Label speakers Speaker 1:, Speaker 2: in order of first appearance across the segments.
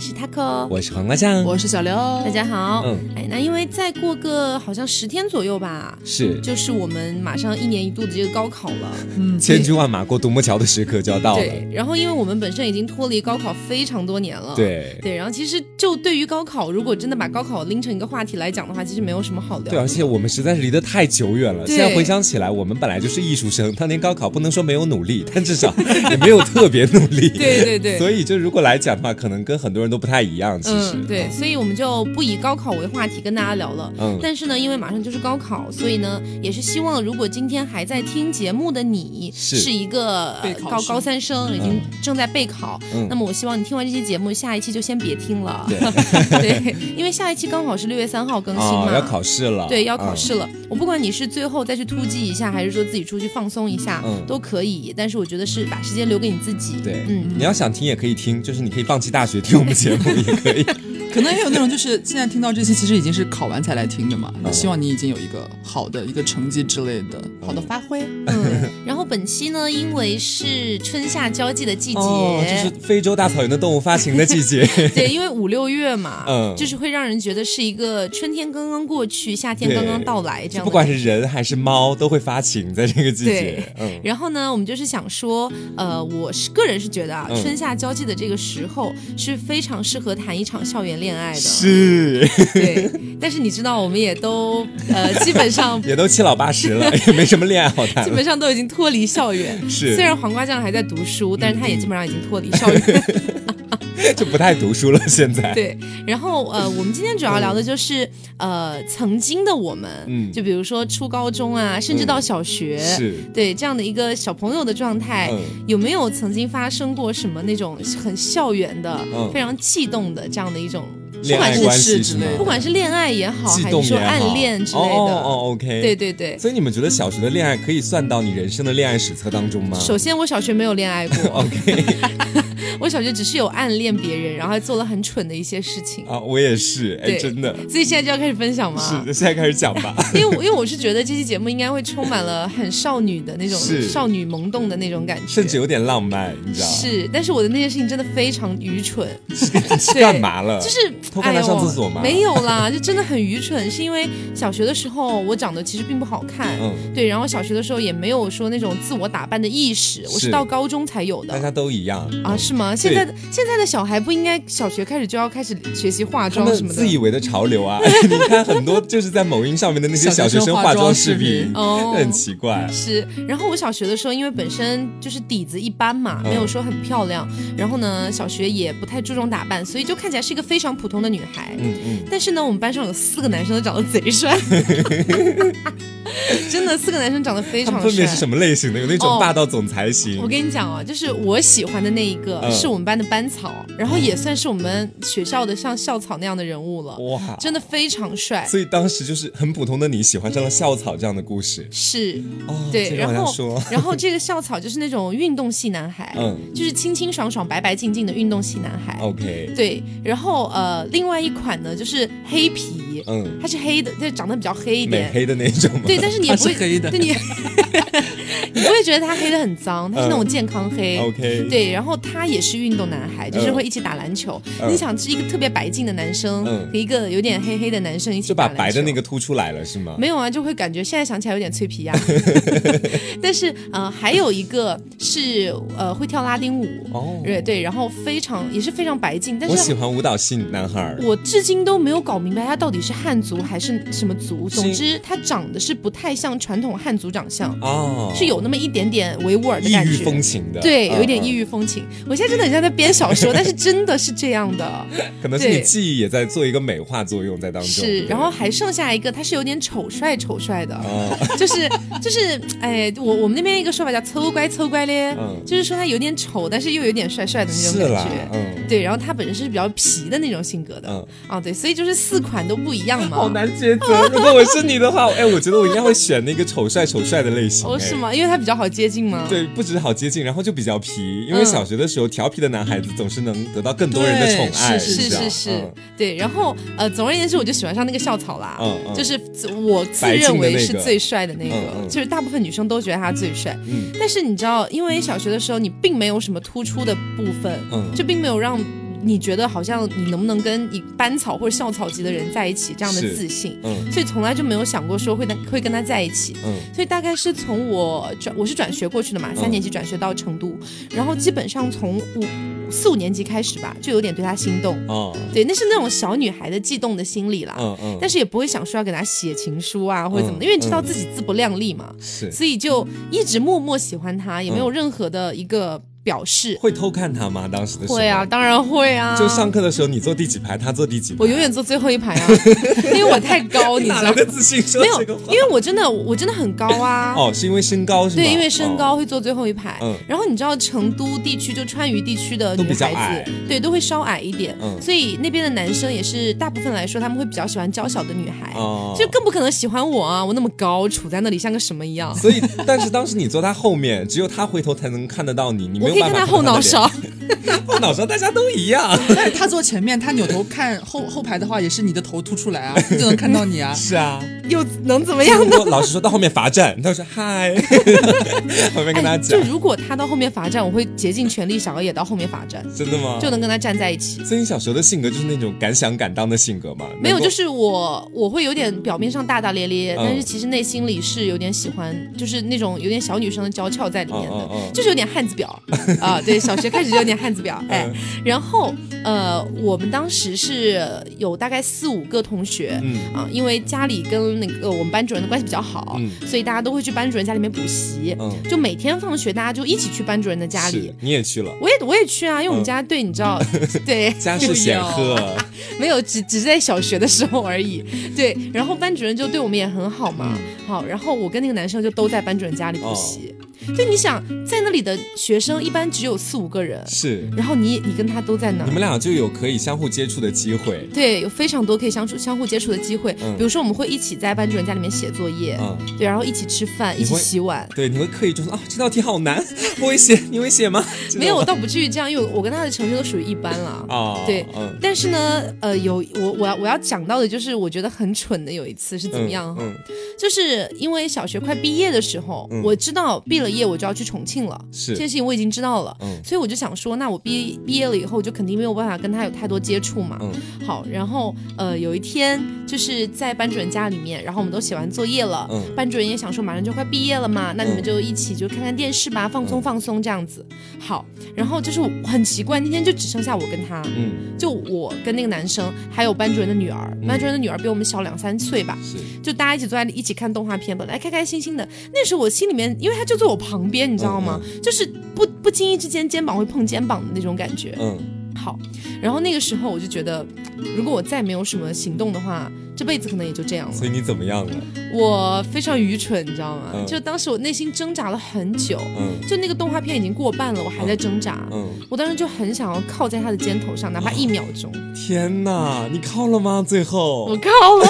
Speaker 1: 是 Taco，
Speaker 2: 我是黄瓜酱，
Speaker 3: 我是小刘，
Speaker 1: 大家好。
Speaker 2: 嗯
Speaker 1: 哎，那因为再过个好像十天左右吧，
Speaker 2: 是
Speaker 1: 就是我们马上一年一度的这个高考了。
Speaker 3: 嗯
Speaker 2: 千军万马过独木桥的时刻就要到了
Speaker 1: 对，，然后因为我们本身已经脱离高考非常多年了。。
Speaker 2: 对
Speaker 1: 对，然后其实就对于高考，如果真的把高考拎成一个话题来讲的话，其实没有什么好聊。
Speaker 2: 对，而啊且我们实在是离得太久远了。
Speaker 1: 对
Speaker 2: 现在回想起来，我们本来就是艺术生，当年高考不能说没有努力，但至 少也没有特别努力。
Speaker 1: 对对对
Speaker 2: 所以就如果来讲的话，可能跟很多人都不太一样。其实，
Speaker 1: 嗯，对，所以我们就不以高考为话题跟大家聊了。
Speaker 2: 嗯
Speaker 1: 但是呢，因为马上就是高考，所以呢，也是希望如果今天还在听节目的你
Speaker 2: 是
Speaker 1: 一个呃
Speaker 3: 备考
Speaker 1: 高
Speaker 3: 生
Speaker 1: 高三生，已经正在备考，
Speaker 2: 嗯
Speaker 1: 那么我希望你听完这期节目，下一期就先别听了。
Speaker 2: 对
Speaker 1: 对因为下一期刚好是六月三号更新
Speaker 2: 啊、
Speaker 1: 嘛。
Speaker 2: 要考试了，
Speaker 1: 对，要考
Speaker 2: 嗯。
Speaker 1: 试了。我不管你是最后再去突击一下，还是说自己出去放松一下，
Speaker 2: 嗯
Speaker 1: 都可以。但是我觉得是把时间留给你自己。
Speaker 2: 对，
Speaker 1: 嗯，
Speaker 2: 你要想听也可以听，就是你可以放弃大学听我们节目也可 以。
Speaker 3: 可能也有那种就是现在听到这期其实已经是考完才来听的嘛，
Speaker 2: 嗯
Speaker 3: 希望你已经有一个好的一个成绩之类的，
Speaker 2: 哦
Speaker 3: 好的发挥。
Speaker 1: 嗯，然后本期呢，因为是春夏交际的季节，
Speaker 2: 哦，这是非洲大草原的动物发情的季节。
Speaker 1: 对，因为五六月嘛，
Speaker 2: 嗯
Speaker 1: 就是会让人觉得是一个春天刚刚过去，夏天
Speaker 2: 对
Speaker 1: 刚刚到来这
Speaker 2: 就
Speaker 1: 样
Speaker 2: 不管
Speaker 1: 的。
Speaker 2: 是人还是猫，都会发情，在这个季节
Speaker 1: 对。
Speaker 2: 嗯，
Speaker 1: 然后呢，我们就是想说，呃，我是个人是觉得啊，
Speaker 2: 嗯
Speaker 1: 春夏交际的这个时候是非常适合谈一场校园恋爱的，
Speaker 2: 是，
Speaker 1: 对。但是你知道，我们也都呃，基本 上
Speaker 2: 也都七老八十 了，也没什么恋爱好谈
Speaker 1: 基
Speaker 2: 了。
Speaker 1: 本上都已经脱离校园。
Speaker 2: 是
Speaker 1: 虽然黄瓜酱还在读书，但是他也基本上已经脱离校园。
Speaker 2: 就不太读书了，现在。
Speaker 1: 对，然后呃，我们今天主要聊的就是、呃，曾经的我们，
Speaker 2: 嗯
Speaker 1: 就比如说初高中啊，甚至到小学，
Speaker 2: 是，
Speaker 1: 对这样的一个小朋友的状态，
Speaker 2: 嗯，
Speaker 1: 有没有曾经发生过什么那种很校园的、
Speaker 2: 嗯
Speaker 1: 非常悸动的这样的一种，不
Speaker 2: 恋
Speaker 1: 管
Speaker 2: 爱
Speaker 1: 是
Speaker 2: 关系
Speaker 3: 是
Speaker 2: 是
Speaker 3: 之
Speaker 2: 吗
Speaker 3: 类？的
Speaker 1: 不管是恋爱也好，
Speaker 2: 悸
Speaker 1: 还
Speaker 2: 动
Speaker 1: 是说
Speaker 2: 也好
Speaker 1: 暗恋之类的，
Speaker 2: 哦哦，OK。
Speaker 1: 对。对对。
Speaker 2: 所以你们觉得小学的恋爱可以算到你人生的恋爱史册当中 吗？
Speaker 1: 首先，我小学没有恋爱 过我小学只是有暗恋别人，然后还做了很蠢的一些事情，
Speaker 2: 啊，我也是，哎，
Speaker 1: 对
Speaker 2: 真的
Speaker 1: 所以现在就要开始分享吗？
Speaker 2: 是。那现在开始讲吧。
Speaker 1: 因为我因为我是觉得这期节目应该会充满了很少女的那种
Speaker 2: 是
Speaker 1: 少女萌动的那种感觉，
Speaker 2: 甚至有点浪漫，你知道？
Speaker 1: 是，但是我的那件事情真的非常愚蠢，
Speaker 2: 是
Speaker 1: 对
Speaker 2: 干嘛了？
Speaker 1: 就是
Speaker 2: 呃偷看
Speaker 1: 哎
Speaker 2: 他
Speaker 1: 呦
Speaker 2: 上厕所吗
Speaker 1: 没有啦，就真的很愚蠢，是因为小学的时候我长得其实并不好看，
Speaker 2: 嗯，
Speaker 1: 对，然后小学的时候也没有说那种自我打扮的意识，我
Speaker 2: 是
Speaker 1: 是到高中才有
Speaker 2: 大
Speaker 1: 的。
Speaker 2: 家都一样
Speaker 1: 啊，是吗？现在的现在的小孩不应该小学开始就要开始学习化
Speaker 2: 他
Speaker 1: 妆什
Speaker 2: 们
Speaker 1: 么
Speaker 2: 自以
Speaker 1: 的
Speaker 2: 为的潮流 啊，你看很多就是在某音上面的那些小学生化妆视频，
Speaker 3: 小
Speaker 1: 妆视
Speaker 3: 学生化
Speaker 1: 频哦
Speaker 2: 很奇怪。
Speaker 1: 是。然后我小学的时候，因为本身就是底子一般嘛，
Speaker 2: 嗯
Speaker 1: 没有说很漂亮，然后呢，小学也不太注重打扮，所以就看起来是一个非常普通的女孩。
Speaker 2: 嗯嗯，
Speaker 1: 但是呢，我们班上有四个男生都长得贼 帅，真的四个男生长得非
Speaker 2: 他
Speaker 1: 常
Speaker 2: 们分别是
Speaker 1: 帅。
Speaker 2: 什么类型的？有那种
Speaker 1: 哦
Speaker 2: 霸道总裁型
Speaker 1: 我，跟你讲啊，就是我喜欢的那一个
Speaker 2: 嗯
Speaker 1: 是我们班的班草，然后也算是我们学校的像校草那样的人物了，
Speaker 2: 哇，
Speaker 1: 真的非常帅。
Speaker 2: 所以当时就是很普通的你喜欢上了校草这样的故事
Speaker 1: 是，
Speaker 2: 哦。
Speaker 1: 对
Speaker 2: 这个往
Speaker 1: 然
Speaker 2: 下
Speaker 1: 后
Speaker 2: 说，
Speaker 1: 然后这个校草就是那种运动系男孩，
Speaker 2: 嗯哦
Speaker 1: 就是清清爽爽、白白净净的运动系男孩。
Speaker 2: ，OK，
Speaker 1: 对，然后呃，另外一款呢就是黑皮，
Speaker 2: 嗯，
Speaker 1: 它是黑的，它长得比较黑一
Speaker 2: 美
Speaker 1: 点。
Speaker 2: 黑的那种吗？
Speaker 1: 对，但是你也
Speaker 3: 它
Speaker 1: 不会
Speaker 3: 是黑的
Speaker 1: 对你，你不会觉得它黑的很脏，它是那种健康黑。
Speaker 2: 嗯 ，OK，，
Speaker 1: 对，然后他也是运动男孩，就是
Speaker 2: 嗯
Speaker 1: 会一起打篮球。
Speaker 2: 嗯
Speaker 1: 你想，是一个特别白净的男生
Speaker 2: 嗯
Speaker 1: 和一个有点黑黑的男生一起
Speaker 2: 就把
Speaker 1: 打篮
Speaker 2: 白的
Speaker 1: 球
Speaker 2: 那个凸出来了是吗？
Speaker 1: 没有啊，就会感觉现在想起来有点脆皮呀、啊 但是呃，还有一个是呃会跳拉丁舞，
Speaker 2: 哦，
Speaker 1: 对对，然后非常也是非常白净，但
Speaker 2: 我喜
Speaker 1: 是
Speaker 2: 欢舞蹈系男孩儿，
Speaker 1: 我至今都没有搞明白他到底是汉族还是什么族。
Speaker 2: 是
Speaker 1: 总之，他长得是不太像传统汉族长相，
Speaker 2: 哦，
Speaker 1: 是有那么一点点维吾尔的
Speaker 2: 异
Speaker 1: 感
Speaker 2: 域
Speaker 1: 觉
Speaker 2: 风。情的，
Speaker 1: 对，
Speaker 2: 嗯
Speaker 1: 有一点
Speaker 2: 嗯
Speaker 1: 异域风情。我现在真的很像在编小说，但是真的是这样的。
Speaker 2: 可能是你
Speaker 1: 对
Speaker 2: 记忆也在做一个美化作用在当中。
Speaker 1: 是，
Speaker 2: 对
Speaker 1: 然后还剩下一个，他是有点丑帅丑帅的。
Speaker 2: 哦，
Speaker 1: 就是就是，哎，我我们那边一个说法叫“抽乖抽乖咧”，
Speaker 2: 嗯
Speaker 1: 就是说他有点丑，但是又有点帅帅的那
Speaker 2: 是
Speaker 1: 种
Speaker 2: 啦
Speaker 1: 感觉，。
Speaker 2: 嗯
Speaker 1: 对，然后他本身是比较皮的那种性格的，
Speaker 2: 嗯，
Speaker 1: 啊，对，所以就是四款都不一样嘛。
Speaker 2: 好难抉择。 如果我是你的话，哎，我觉得我应该会选那个丑帅丑帅的类型。
Speaker 1: 哦，
Speaker 2: 哎
Speaker 1: 是？吗？因为他比较好接近吗？，
Speaker 2: 对，不止好接近，然后就比较皮，因为
Speaker 1: 嗯
Speaker 2: 小学的时候，调皮的男孩子总是能得到更多人的宠爱，
Speaker 3: 对
Speaker 1: 是
Speaker 2: 你知道
Speaker 1: 是是，
Speaker 2: 嗯
Speaker 1: 对。然后呃，总而言之，我就喜欢上那个校草啦。
Speaker 2: 嗯嗯，
Speaker 1: 就是自我自
Speaker 2: 白净的
Speaker 1: 认为
Speaker 2: 那
Speaker 1: 是
Speaker 2: 个
Speaker 1: 最帅的那个，
Speaker 2: 嗯嗯
Speaker 1: 就是大部分女生都觉得他最帅。
Speaker 2: 嗯
Speaker 1: 但是你知道，因为小学的时候你并没有什么突出的部分，
Speaker 2: 嗯
Speaker 1: 就并没有让你觉得好像你能不能跟一班草或者校草级的人在一起这样的
Speaker 2: 是
Speaker 1: 自信，
Speaker 2: 嗯
Speaker 1: 所以从来就没有想过说会跟会跟他在一起。
Speaker 2: 嗯，
Speaker 1: 所以大概是从我转，我是转学过去的嘛，三年级转学到成都，然后基本上从五四五年级开始吧，就有点对他心动，
Speaker 2: 哦，
Speaker 1: 对，那是那种小女孩的悸动的心理啦。
Speaker 2: 嗯嗯，
Speaker 1: 但是也不会想说要给他写情书啊，或者怎么的，
Speaker 2: 嗯
Speaker 1: 因为知道自己自不量力嘛，
Speaker 2: 是
Speaker 1: 所以就一直默默喜欢他，也没有任何的一个表示。
Speaker 2: 会偷看他吗？当时的时候
Speaker 1: 会啊，，当然会啊，
Speaker 2: 嗯就上课的时候你坐第几排，他坐第几排，
Speaker 1: 我永 远坐最后一排啊，因为我太高，你知
Speaker 2: 哪
Speaker 1: 道
Speaker 2: 来
Speaker 1: 吗
Speaker 2: 的？自信说
Speaker 1: 没有
Speaker 2: 这个，话
Speaker 1: 因？为我真的我真的很高啊。
Speaker 2: 哦，是因为身高是吧？
Speaker 1: 对，因为身
Speaker 2: 哦
Speaker 1: 高会坐最后一排。
Speaker 2: 嗯
Speaker 1: 然后你知道成都地区就川渝地区的
Speaker 2: 都
Speaker 1: 女
Speaker 2: 比较
Speaker 1: 孩
Speaker 2: 矮
Speaker 1: 子，对，都会稍矮一点。
Speaker 2: 嗯
Speaker 1: 所以那边的男生也是大部分来说，他们会比较喜欢娇小的女孩，
Speaker 2: 哦，
Speaker 1: 就更不可能喜欢我啊！我那么高，杵在那里像个什么一样。
Speaker 2: 所以，但是当时你坐他后面，只有他回头才能看得到你，你没
Speaker 1: 我
Speaker 2: 有
Speaker 1: 可以
Speaker 2: 办
Speaker 1: 跟他
Speaker 2: 法看
Speaker 1: 后
Speaker 2: 到
Speaker 1: 脑
Speaker 2: 的脸
Speaker 1: 勺，
Speaker 2: 后脑勺大家都一样。。
Speaker 3: 但是他坐前面，他扭头看后后排的话，也是你的头凸出来啊，就能看到你 啊
Speaker 2: 是啊，
Speaker 1: 又能怎么样
Speaker 2: 如
Speaker 1: 呢？
Speaker 2: 果老师说到后面罚站，他说 嗨，后面跟他
Speaker 1: 哎，
Speaker 2: 讲
Speaker 1: 就，如果他到后面罚站，我会竭尽全力想要也到后面罚站，
Speaker 2: 真的吗？
Speaker 1: 就能跟他站在一起。
Speaker 2: 所以你小时候的性格就是那种敢想敢当的性格嘛？
Speaker 1: 没有，
Speaker 2: 能
Speaker 1: 就
Speaker 2: 够
Speaker 1: 是我我会有点表面上大大咧咧，
Speaker 2: 嗯
Speaker 1: 但是其实内心里是有点喜欢，就是那种有点小女生的娇俏在里面的，
Speaker 2: 嗯嗯 嗯
Speaker 1: 就是有点汉子婊啊。对，小学开始就有点汉子婊，哎，
Speaker 2: 嗯
Speaker 1: 然后呃，我们当时是有大概四五个同学。
Speaker 2: 嗯
Speaker 1: 啊，因为家里跟那个我们班主任的关系比较好，
Speaker 2: 嗯
Speaker 1: 所以大家都会去班主任家里面补习，
Speaker 2: 嗯，
Speaker 1: 就每天放学大家就一起去班主任的家里
Speaker 2: 是。你也去了，
Speaker 1: 我也我也去啊，因为我们
Speaker 2: 嗯
Speaker 1: 家、对你知 道，对
Speaker 2: 家世显赫，
Speaker 1: 没有，只只是在小学的时候而 已。对，然后班主任就对我们也很好嘛。
Speaker 2: 嗯
Speaker 1: 好，然后我跟那个男生就都在班主任家里补习。
Speaker 2: 哦
Speaker 1: 就你想，在那里的学生一般只有四五个人，
Speaker 2: 是
Speaker 1: 然后你你跟他都在那
Speaker 2: 你们
Speaker 1: 儿。
Speaker 2: 俩就有可以相互接触的机会。
Speaker 1: 对，有非常多可以相处、相互接触的机会。
Speaker 2: 嗯
Speaker 1: 比如说，我们会一起在班主任家里面写作业，
Speaker 2: 嗯，哦
Speaker 1: 对，然后一起吃饭，一
Speaker 2: 你
Speaker 1: 起
Speaker 2: 会
Speaker 1: 洗碗。
Speaker 2: 对，你会刻意就说啊，这道题好难，不会写，你会写吗？这种
Speaker 1: 没有，我倒不至于这样，因为我我跟他的成绩都属于一般了。
Speaker 2: 啊，
Speaker 1: 对
Speaker 2: 嗯，
Speaker 1: 但是呢，呃，有我我要我要讲到的就是，我觉得很蠢的有一次是怎么样哈？啊
Speaker 2: 嗯，
Speaker 1: 就是因为小学快毕业的时候，
Speaker 2: 嗯
Speaker 1: 我知道毕了业我就要去重庆了，
Speaker 2: 是
Speaker 1: 这件事情我已经知道了，
Speaker 2: 嗯
Speaker 1: 所以我就想说，那我毕毕业了以后，我就肯定没有办法跟他有太多接触嘛。
Speaker 2: 嗯
Speaker 1: 好，然后呃，有一天就是在班主任家里面，然后我们都写完作业了，
Speaker 2: 嗯
Speaker 1: 班主任也想说马上就快毕业了嘛，那你们
Speaker 2: 嗯
Speaker 1: 就一起就看看电视吧，放松放松这样子。好，然后就是我很奇怪，那天就只剩下我跟他，
Speaker 2: 嗯，
Speaker 1: 就我跟那个男生，还有班主任的女儿，
Speaker 2: 嗯
Speaker 1: 班主任的女儿比我们小两三岁吧。
Speaker 2: 是，
Speaker 1: 就大家一起坐在一起看动画片，本来开开心心的。那时候我心里面，因为他就坐我旁边，你知道
Speaker 2: 嗯
Speaker 1: 吗？就是不不经意之间肩膀会碰肩膀的那种感觉。
Speaker 2: 嗯，
Speaker 1: 好，然后那个时候我就觉得，如果我再没有什么行动的话，这辈子可能也就这样了。
Speaker 2: 所以你怎么样了？
Speaker 1: 我非常愚蠢，你知道吗？
Speaker 2: 嗯
Speaker 1: 就当时我内心挣扎了很久。
Speaker 2: 嗯
Speaker 1: 就那个动画片已经过半了，我还在挣扎。
Speaker 2: 嗯，哦
Speaker 1: 我当时就很想要靠在他的肩头上，哪怕一秒钟。
Speaker 2: 天哪，你靠了吗？最
Speaker 1: 我
Speaker 2: 后，
Speaker 1: 靠了，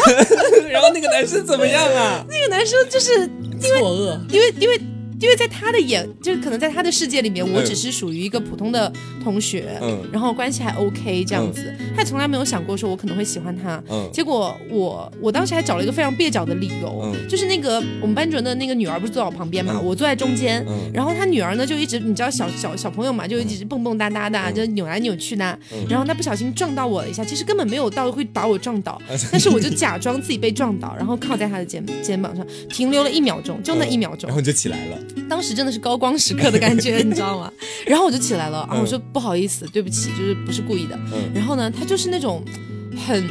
Speaker 2: 然后那个男生怎么样 啊？
Speaker 1: 那个男生就是
Speaker 3: 错愕。
Speaker 1: 因为因为因为在他的眼，就是可能在他的世界里面，我
Speaker 2: 嗯
Speaker 1: 只是属于一个普通的同学，
Speaker 2: 嗯
Speaker 1: 然后关系还 OK 这样子，他也从来没有想过说我可能会喜欢他。
Speaker 2: 嗯
Speaker 1: 结果我我当时还找了一个非常蹩脚的理由，
Speaker 2: 嗯
Speaker 1: 就是那个我们班主任的那个女儿不是坐我旁边嘛，
Speaker 2: 嗯
Speaker 1: 我坐在中间。
Speaker 2: 嗯
Speaker 1: 然后他女儿呢，就一直你知道小小小朋友嘛，就一直蹦蹦哒哒的啊，
Speaker 2: 嗯
Speaker 1: 就扭来扭去的啊。
Speaker 2: 嗯
Speaker 1: 然后他不小心撞到我了一下，其实根本没有到会把我撞倒，
Speaker 2: 啊
Speaker 1: 但是我就假装自己被撞倒，然后靠在他的肩肩膀上，停留了一秒钟，就那一秒钟
Speaker 2: 然，后你就起来了，
Speaker 1: 当时真的是高光时刻的感 觉，你知道吗？然后我就起来了，啊，
Speaker 2: 嗯
Speaker 1: 我说不好意思，对不起，就是不是故意的。
Speaker 2: 嗯
Speaker 1: 然后呢，他就是那种很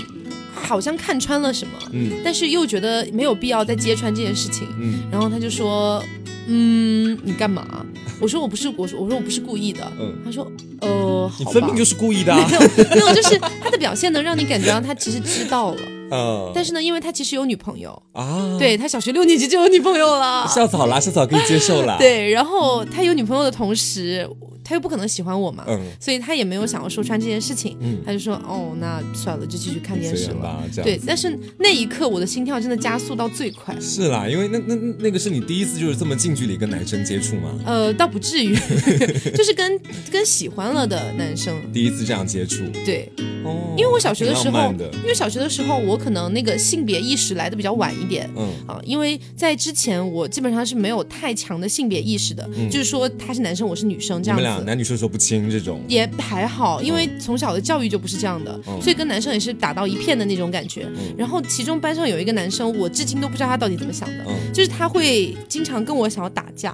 Speaker 1: 好像看穿了什么，
Speaker 2: 嗯
Speaker 1: 但是又觉得没有必要再揭穿这件事情，
Speaker 2: 嗯
Speaker 1: 然后他就说，嗯，你干嘛？我说我不是，我说我说我不是故意的。
Speaker 2: 嗯，
Speaker 1: 他说，呃，
Speaker 2: 你
Speaker 1: 好吧。
Speaker 2: 分明就是故意 的啊，
Speaker 1: 没有，就是他的表现能让你感觉到他其实知道了，
Speaker 2: 嗯
Speaker 1: 但是呢，因为他其实有女朋友，
Speaker 2: 啊，，
Speaker 1: 对他小学六年级就有女朋友 了，
Speaker 2: 校草啦，校草可以接受啦，，
Speaker 1: 对，然后他有女朋友的同时，他又不可能喜欢我嘛，
Speaker 2: 嗯
Speaker 1: 所以他也没有想要说穿这件事情，
Speaker 2: 嗯，
Speaker 1: 他就说哦，那算了，就继续看电
Speaker 2: 随
Speaker 1: 视
Speaker 2: 缘
Speaker 1: 了。
Speaker 2: 吧，这样
Speaker 1: 对，但是那一刻我的心跳真的加速到最快，
Speaker 2: 是啦，因为那那那那个是你第一次就是这么近距离跟男生接触吗？
Speaker 1: 呃，倒不至于， 就是跟跟喜欢了的男生，
Speaker 2: 第一次这样接触，
Speaker 1: 对，
Speaker 2: 哦，
Speaker 1: 因为我小学的
Speaker 2: 挺
Speaker 1: 时
Speaker 2: 浪
Speaker 1: 候
Speaker 2: 漫的，
Speaker 1: 因为小学的时候我可能那个性别意识来的比较晚一点，
Speaker 2: 嗯
Speaker 1: 啊，因为在之前我基本上是没有太强的性别意识的，
Speaker 2: 嗯
Speaker 1: 就是说他是男生，我是女生这
Speaker 2: 你
Speaker 1: 样子。
Speaker 2: 们俩
Speaker 1: 的。
Speaker 2: 男女授受不亲这种。
Speaker 1: 也还好，因为从小的教育就不是这样的，
Speaker 2: 嗯
Speaker 1: 所以跟男生也是打到一片的那种感觉。
Speaker 2: 嗯
Speaker 1: 然后其中班上有一个男生，我至今都不知道他到底怎么想的，
Speaker 2: 嗯，
Speaker 1: 就是他会经常跟我想要打架，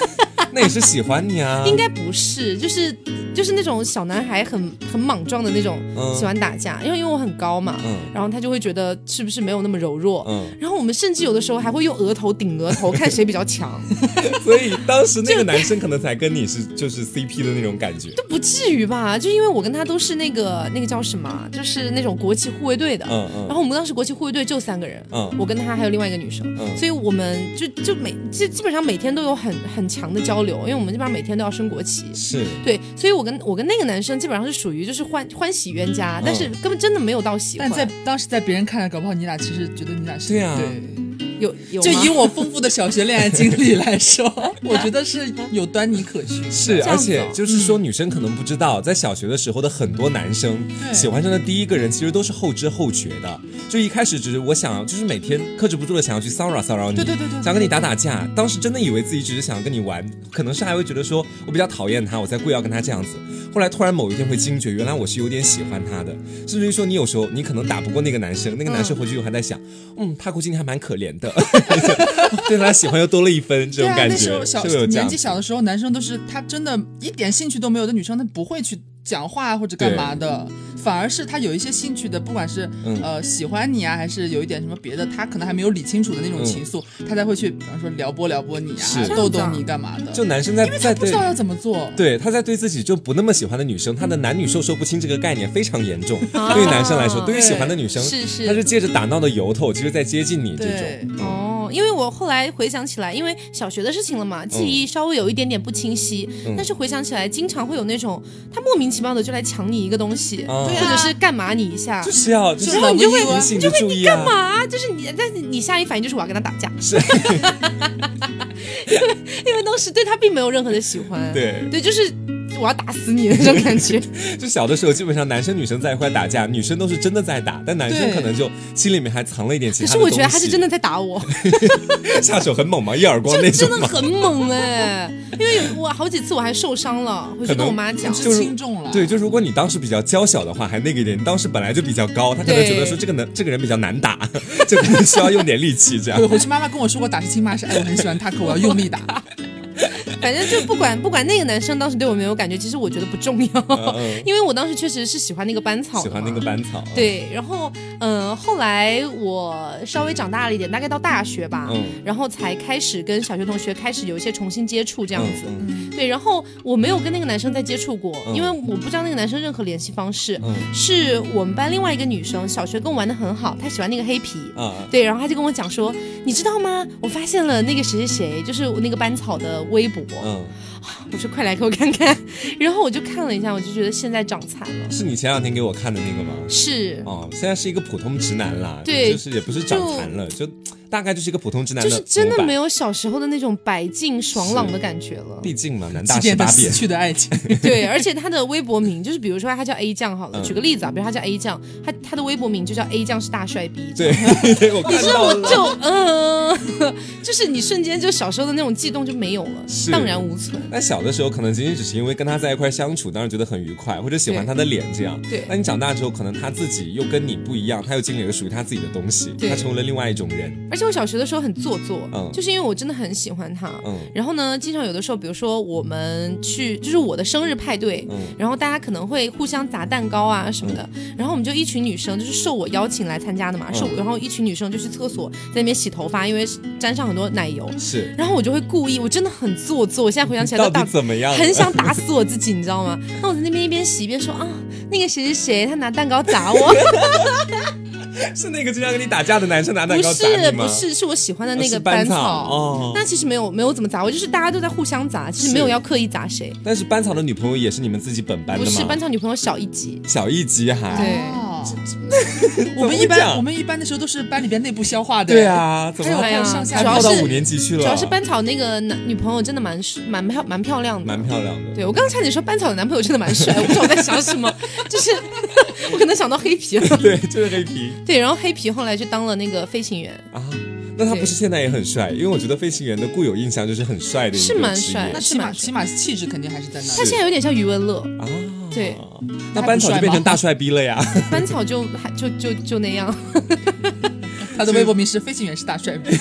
Speaker 2: 那也是喜欢你啊。
Speaker 1: 应该不是，就是就是那种小男孩很很莽撞的那种，
Speaker 2: 嗯
Speaker 1: 喜欢打架，因为因为我很高嘛，
Speaker 2: 嗯
Speaker 1: 然后他就会觉得是不是没有那么柔弱。
Speaker 2: 嗯，
Speaker 1: 然后我们甚至有的时候还会用额头顶额头，看谁比较强，
Speaker 2: 所以当时那个男生可能才跟你是就是 CP 的那种感觉。
Speaker 1: 都不至于吧？就因为我跟他都是那个那个叫什么啊，就是那种国旗护卫队的，
Speaker 2: 嗯嗯
Speaker 1: 然后我们当时国旗护卫队就三个人，
Speaker 2: 嗯
Speaker 1: 我跟他还有另外一个女生，
Speaker 2: 嗯
Speaker 1: 所以我们就就每基基本上每天都有很很强的交流，因为我们基本上每天都要升国旗。
Speaker 2: 是
Speaker 1: 对，所以我跟我跟那个男生基本上是属于就是欢欢喜冤家，但是根本真的没有到喜欢。
Speaker 3: 但在当时在别人看来，搞不好你俩其实觉得你俩是
Speaker 2: 对啊
Speaker 1: 有有
Speaker 3: 就
Speaker 1: 吗
Speaker 3: 以我丰富的小学恋爱经历来 说，我觉得是有端倪可循。
Speaker 2: 是，
Speaker 1: 这
Speaker 2: 而
Speaker 1: 样子哦
Speaker 2: 且就是说女生可能不知道，在小学的时候的很多男生
Speaker 1: 嗯
Speaker 3: 对
Speaker 2: 喜欢上的第一个人，其实都是后知后觉的。就一开始只是我想，就是每天克制不住的想要去骚扰骚扰你，
Speaker 3: 对对对对对
Speaker 2: 想跟你打打架。当时真的以为自己只是想跟你玩，可能是还会觉得说我比较讨厌他，我才故意要跟他这样子。后来突然某一天会惊觉，原来我是有点喜欢他的，甚至于说你有时候你可能打不过那个男生，那个男生回去以后还在想，嗯，他估计你还蛮可怜的， 对他喜欢又多了一分这
Speaker 3: 对
Speaker 2: 种
Speaker 3: 啊，
Speaker 2: 感
Speaker 3: 那
Speaker 2: 觉，
Speaker 3: 时
Speaker 2: 是
Speaker 3: 候
Speaker 2: 不
Speaker 3: 小
Speaker 2: 是有这样
Speaker 3: 年纪小的时候，男生都是他真的一点兴趣都没有的女生，他不会去讲话或者干嘛的，反而是他有一些兴趣的，不管是、
Speaker 2: 嗯
Speaker 3: 呃喜欢你啊，还是有一点什么别的，他可能还没有理清楚的那种情愫，他才会去，比方说撩拨撩拨你啊
Speaker 2: 嗯是，
Speaker 3: 逗逗你干嘛的，
Speaker 2: 啊就男生在在
Speaker 3: 不
Speaker 2: 对
Speaker 3: 知道要怎么做。
Speaker 2: 对，他在对自己就不那么喜欢的女生，他的男女授受不亲这个概念非常严重。
Speaker 3: 嗯
Speaker 1: 啊
Speaker 2: 对于男生来说，对于喜欢的女生，
Speaker 1: 是
Speaker 2: 他是
Speaker 1: 是
Speaker 2: 借着打闹的由头，其实在接近你这
Speaker 3: 对
Speaker 2: 种。
Speaker 1: 哦，因为我后来回想起来，因为小学的事情了嘛，记忆稍微有一点点不清晰，
Speaker 2: 嗯
Speaker 1: 但是回想起来，经常会有那种他莫名其妙的就来抢你一个东西，
Speaker 2: 啊
Speaker 1: 或者是干嘛你一下，
Speaker 2: 就是要，就是
Speaker 3: 然后你就会
Speaker 2: 引起你的注意啊
Speaker 1: 干。嘛？就是你，但是你下一反应就是我要跟他打架，
Speaker 2: 是，
Speaker 1: 因为当时对他并没有任何的喜欢，
Speaker 2: 对
Speaker 1: 就是我要打死你的那种感觉。
Speaker 2: 就小的时候，基本上男生女生在一块打架，女生都是真的在打，但男生
Speaker 3: 对
Speaker 2: 可能就心里面还藏了一点其
Speaker 1: 可
Speaker 2: 他
Speaker 1: 是
Speaker 2: 的
Speaker 1: 我觉得他
Speaker 2: 东西
Speaker 1: 是真的在打我，
Speaker 2: 下手很猛嘛，一耳光
Speaker 1: 就
Speaker 2: 那
Speaker 1: 真
Speaker 2: 种
Speaker 1: 的
Speaker 2: 嘛。
Speaker 1: 很猛哎、因为有我好几次我还受伤了，回去跟我妈讲
Speaker 3: 你。是轻重了，
Speaker 2: 对，就如果你当时比较娇小的话，还那个一点；你当时本来就比较高，他可能觉得说
Speaker 1: 对
Speaker 2: 这个能这个人比较难打， 就可能需要用点力气这样
Speaker 3: 对，。回去妈妈跟我说过，打是亲骂是爱，我很喜欢他，可我要用力打。
Speaker 1: 反正就不管不管那个男生当时对我有没有感觉，其实我觉得不重要，
Speaker 2: 嗯
Speaker 1: 因为我当时确实是喜欢那个班草，
Speaker 2: 喜欢那个。班草。，
Speaker 1: 啊
Speaker 2: 啊
Speaker 1: 对，然后嗯、呃后来我稍微长大了一点，大概到大学吧，
Speaker 2: 嗯
Speaker 1: 然后才开始跟小学同学开始有一些重新接触这
Speaker 2: 这
Speaker 1: 样子。
Speaker 2: 嗯
Speaker 1: 对，然后我没有跟那个男生再接触过，
Speaker 2: 嗯
Speaker 1: 因为我不知道那个男生任何联系方式。
Speaker 2: 嗯
Speaker 1: 是我们班另外一个女生，小学跟我玩的很好，她喜欢那个黑皮。
Speaker 2: 嗯啊，
Speaker 1: 对，然后她就跟我讲说，你知道吗？我发现了那个谁谁谁，就是我那个班草的微博。
Speaker 2: 嗯，
Speaker 1: 我说快来给我看看， 然后我就看了一下，我就觉得现在长残了。
Speaker 2: 是你前两天给我看的那个吗？
Speaker 1: 是，
Speaker 2: 哦，现在是一个普通直男啦，
Speaker 1: 对
Speaker 2: 就是也不是长残了，就大概就是一个普通直男
Speaker 1: 就
Speaker 2: 的，
Speaker 1: 是真的没
Speaker 2: 有，
Speaker 1: 有小时候的那种白净爽朗的感觉了。
Speaker 2: 毕竟嘛，男
Speaker 3: 祭
Speaker 2: 大十
Speaker 3: 奠他
Speaker 2: 八
Speaker 3: 死
Speaker 2: 变，
Speaker 3: 去的爱情，
Speaker 1: 对，而且他的微博名就是，比如说他叫 A 酱好了，
Speaker 2: 嗯
Speaker 1: 举个例子啊，比如他叫 A 酱，他他的微博名就叫 A 酱是大帅逼。
Speaker 2: 对，对我
Speaker 1: 你
Speaker 2: 看
Speaker 1: 知道
Speaker 2: 到
Speaker 1: 我
Speaker 2: 了，
Speaker 1: 就嗯、 就是你瞬间就小时候的那种悸动就没有了
Speaker 2: 是，
Speaker 1: 荡然无存。
Speaker 2: 那小的时候可能仅仅只是因为跟他在一块相处，当然觉得很愉快，或者喜欢
Speaker 1: 对
Speaker 2: 他的脸这样。
Speaker 1: 对
Speaker 2: 那你长大之后，可能他自己又跟你不一样，他又经历了属于他自己的东西，
Speaker 1: 对
Speaker 2: 他成为了另外一种人。
Speaker 1: 而且我小学的时候很做作，
Speaker 2: 嗯
Speaker 1: 就是因为我真的很喜欢他。
Speaker 2: 嗯
Speaker 1: 然后呢，经常有的时候，比如说我们去，就是我的生日派对，
Speaker 2: 嗯
Speaker 1: 然后大家可能会互相砸蛋糕啊什么的。然后我们就一群女生，就是受我邀请来参加的
Speaker 2: 嗯
Speaker 1: 嘛，受我，然后一群女生就去厕所在那边洗头发，因为沾上很多奶油。
Speaker 2: 是，
Speaker 1: 然后我就会故意，我真的很做作。我现在回想起来
Speaker 2: 到
Speaker 1: 都
Speaker 2: 底
Speaker 1: 打
Speaker 2: 怎么样？
Speaker 1: 很想打死我自己，你知道 吗？那我在那边一边洗一边说啊，那个谁谁谁，他拿蛋糕砸 我，
Speaker 2: 是那个经常跟你打架的男生拿蛋
Speaker 1: 不
Speaker 2: 糕打
Speaker 1: 是
Speaker 2: 你吗？
Speaker 1: 不
Speaker 2: 啊
Speaker 1: 是，是我喜欢的那
Speaker 2: 是
Speaker 1: 个
Speaker 2: 班
Speaker 1: 草。
Speaker 2: 草哦
Speaker 1: 那其实没有没有怎么砸我，就是大家都在互相砸，其实没有
Speaker 2: 是
Speaker 1: 要刻意砸谁。
Speaker 2: 但是班草的女朋友也是你们自己本班的
Speaker 1: 不
Speaker 2: 吗？
Speaker 1: 是班草女朋友小一级，
Speaker 2: 小一级还
Speaker 1: 对
Speaker 3: 哦
Speaker 2: 怎
Speaker 3: 我
Speaker 2: 么
Speaker 3: 们一
Speaker 2: 会这样
Speaker 3: 般我们一般的时候都是班里边内部消化的，
Speaker 2: 对，啊，怎
Speaker 3: 还
Speaker 2: 么
Speaker 1: 哎
Speaker 3: 有还
Speaker 1: 呀
Speaker 3: 有上下
Speaker 2: 还
Speaker 1: 主要
Speaker 2: 泡
Speaker 1: 是
Speaker 2: 到五年级去了？
Speaker 1: 主要是班草那个男女朋友真的蛮帅蛮漂蛮漂亮的，
Speaker 2: 蛮漂亮的，
Speaker 1: 对我刚才你说班草的男朋友真的蛮帅，我不知道我在想什 么，就是我可能想到黑皮了。
Speaker 2: 对，就是黑皮
Speaker 1: 对，然后黑皮后来去当了那个飞行员，
Speaker 2: 啊。但他不是现在也很帅，因为我觉得飞行员的固有印象就是很帅的一个
Speaker 1: 是蛮
Speaker 2: 职业
Speaker 1: 帅
Speaker 3: 那
Speaker 1: 是
Speaker 3: 起码
Speaker 1: 蛮帅
Speaker 3: 起码气质肯定还是在那
Speaker 1: 他
Speaker 3: 里。
Speaker 1: 现在有点像余文乐，
Speaker 2: 啊。
Speaker 1: 对，
Speaker 2: 那班草就变成大帅逼了呀。
Speaker 1: 班草就还就就就那样，
Speaker 3: 他的微博名是飞行员是大帅逼，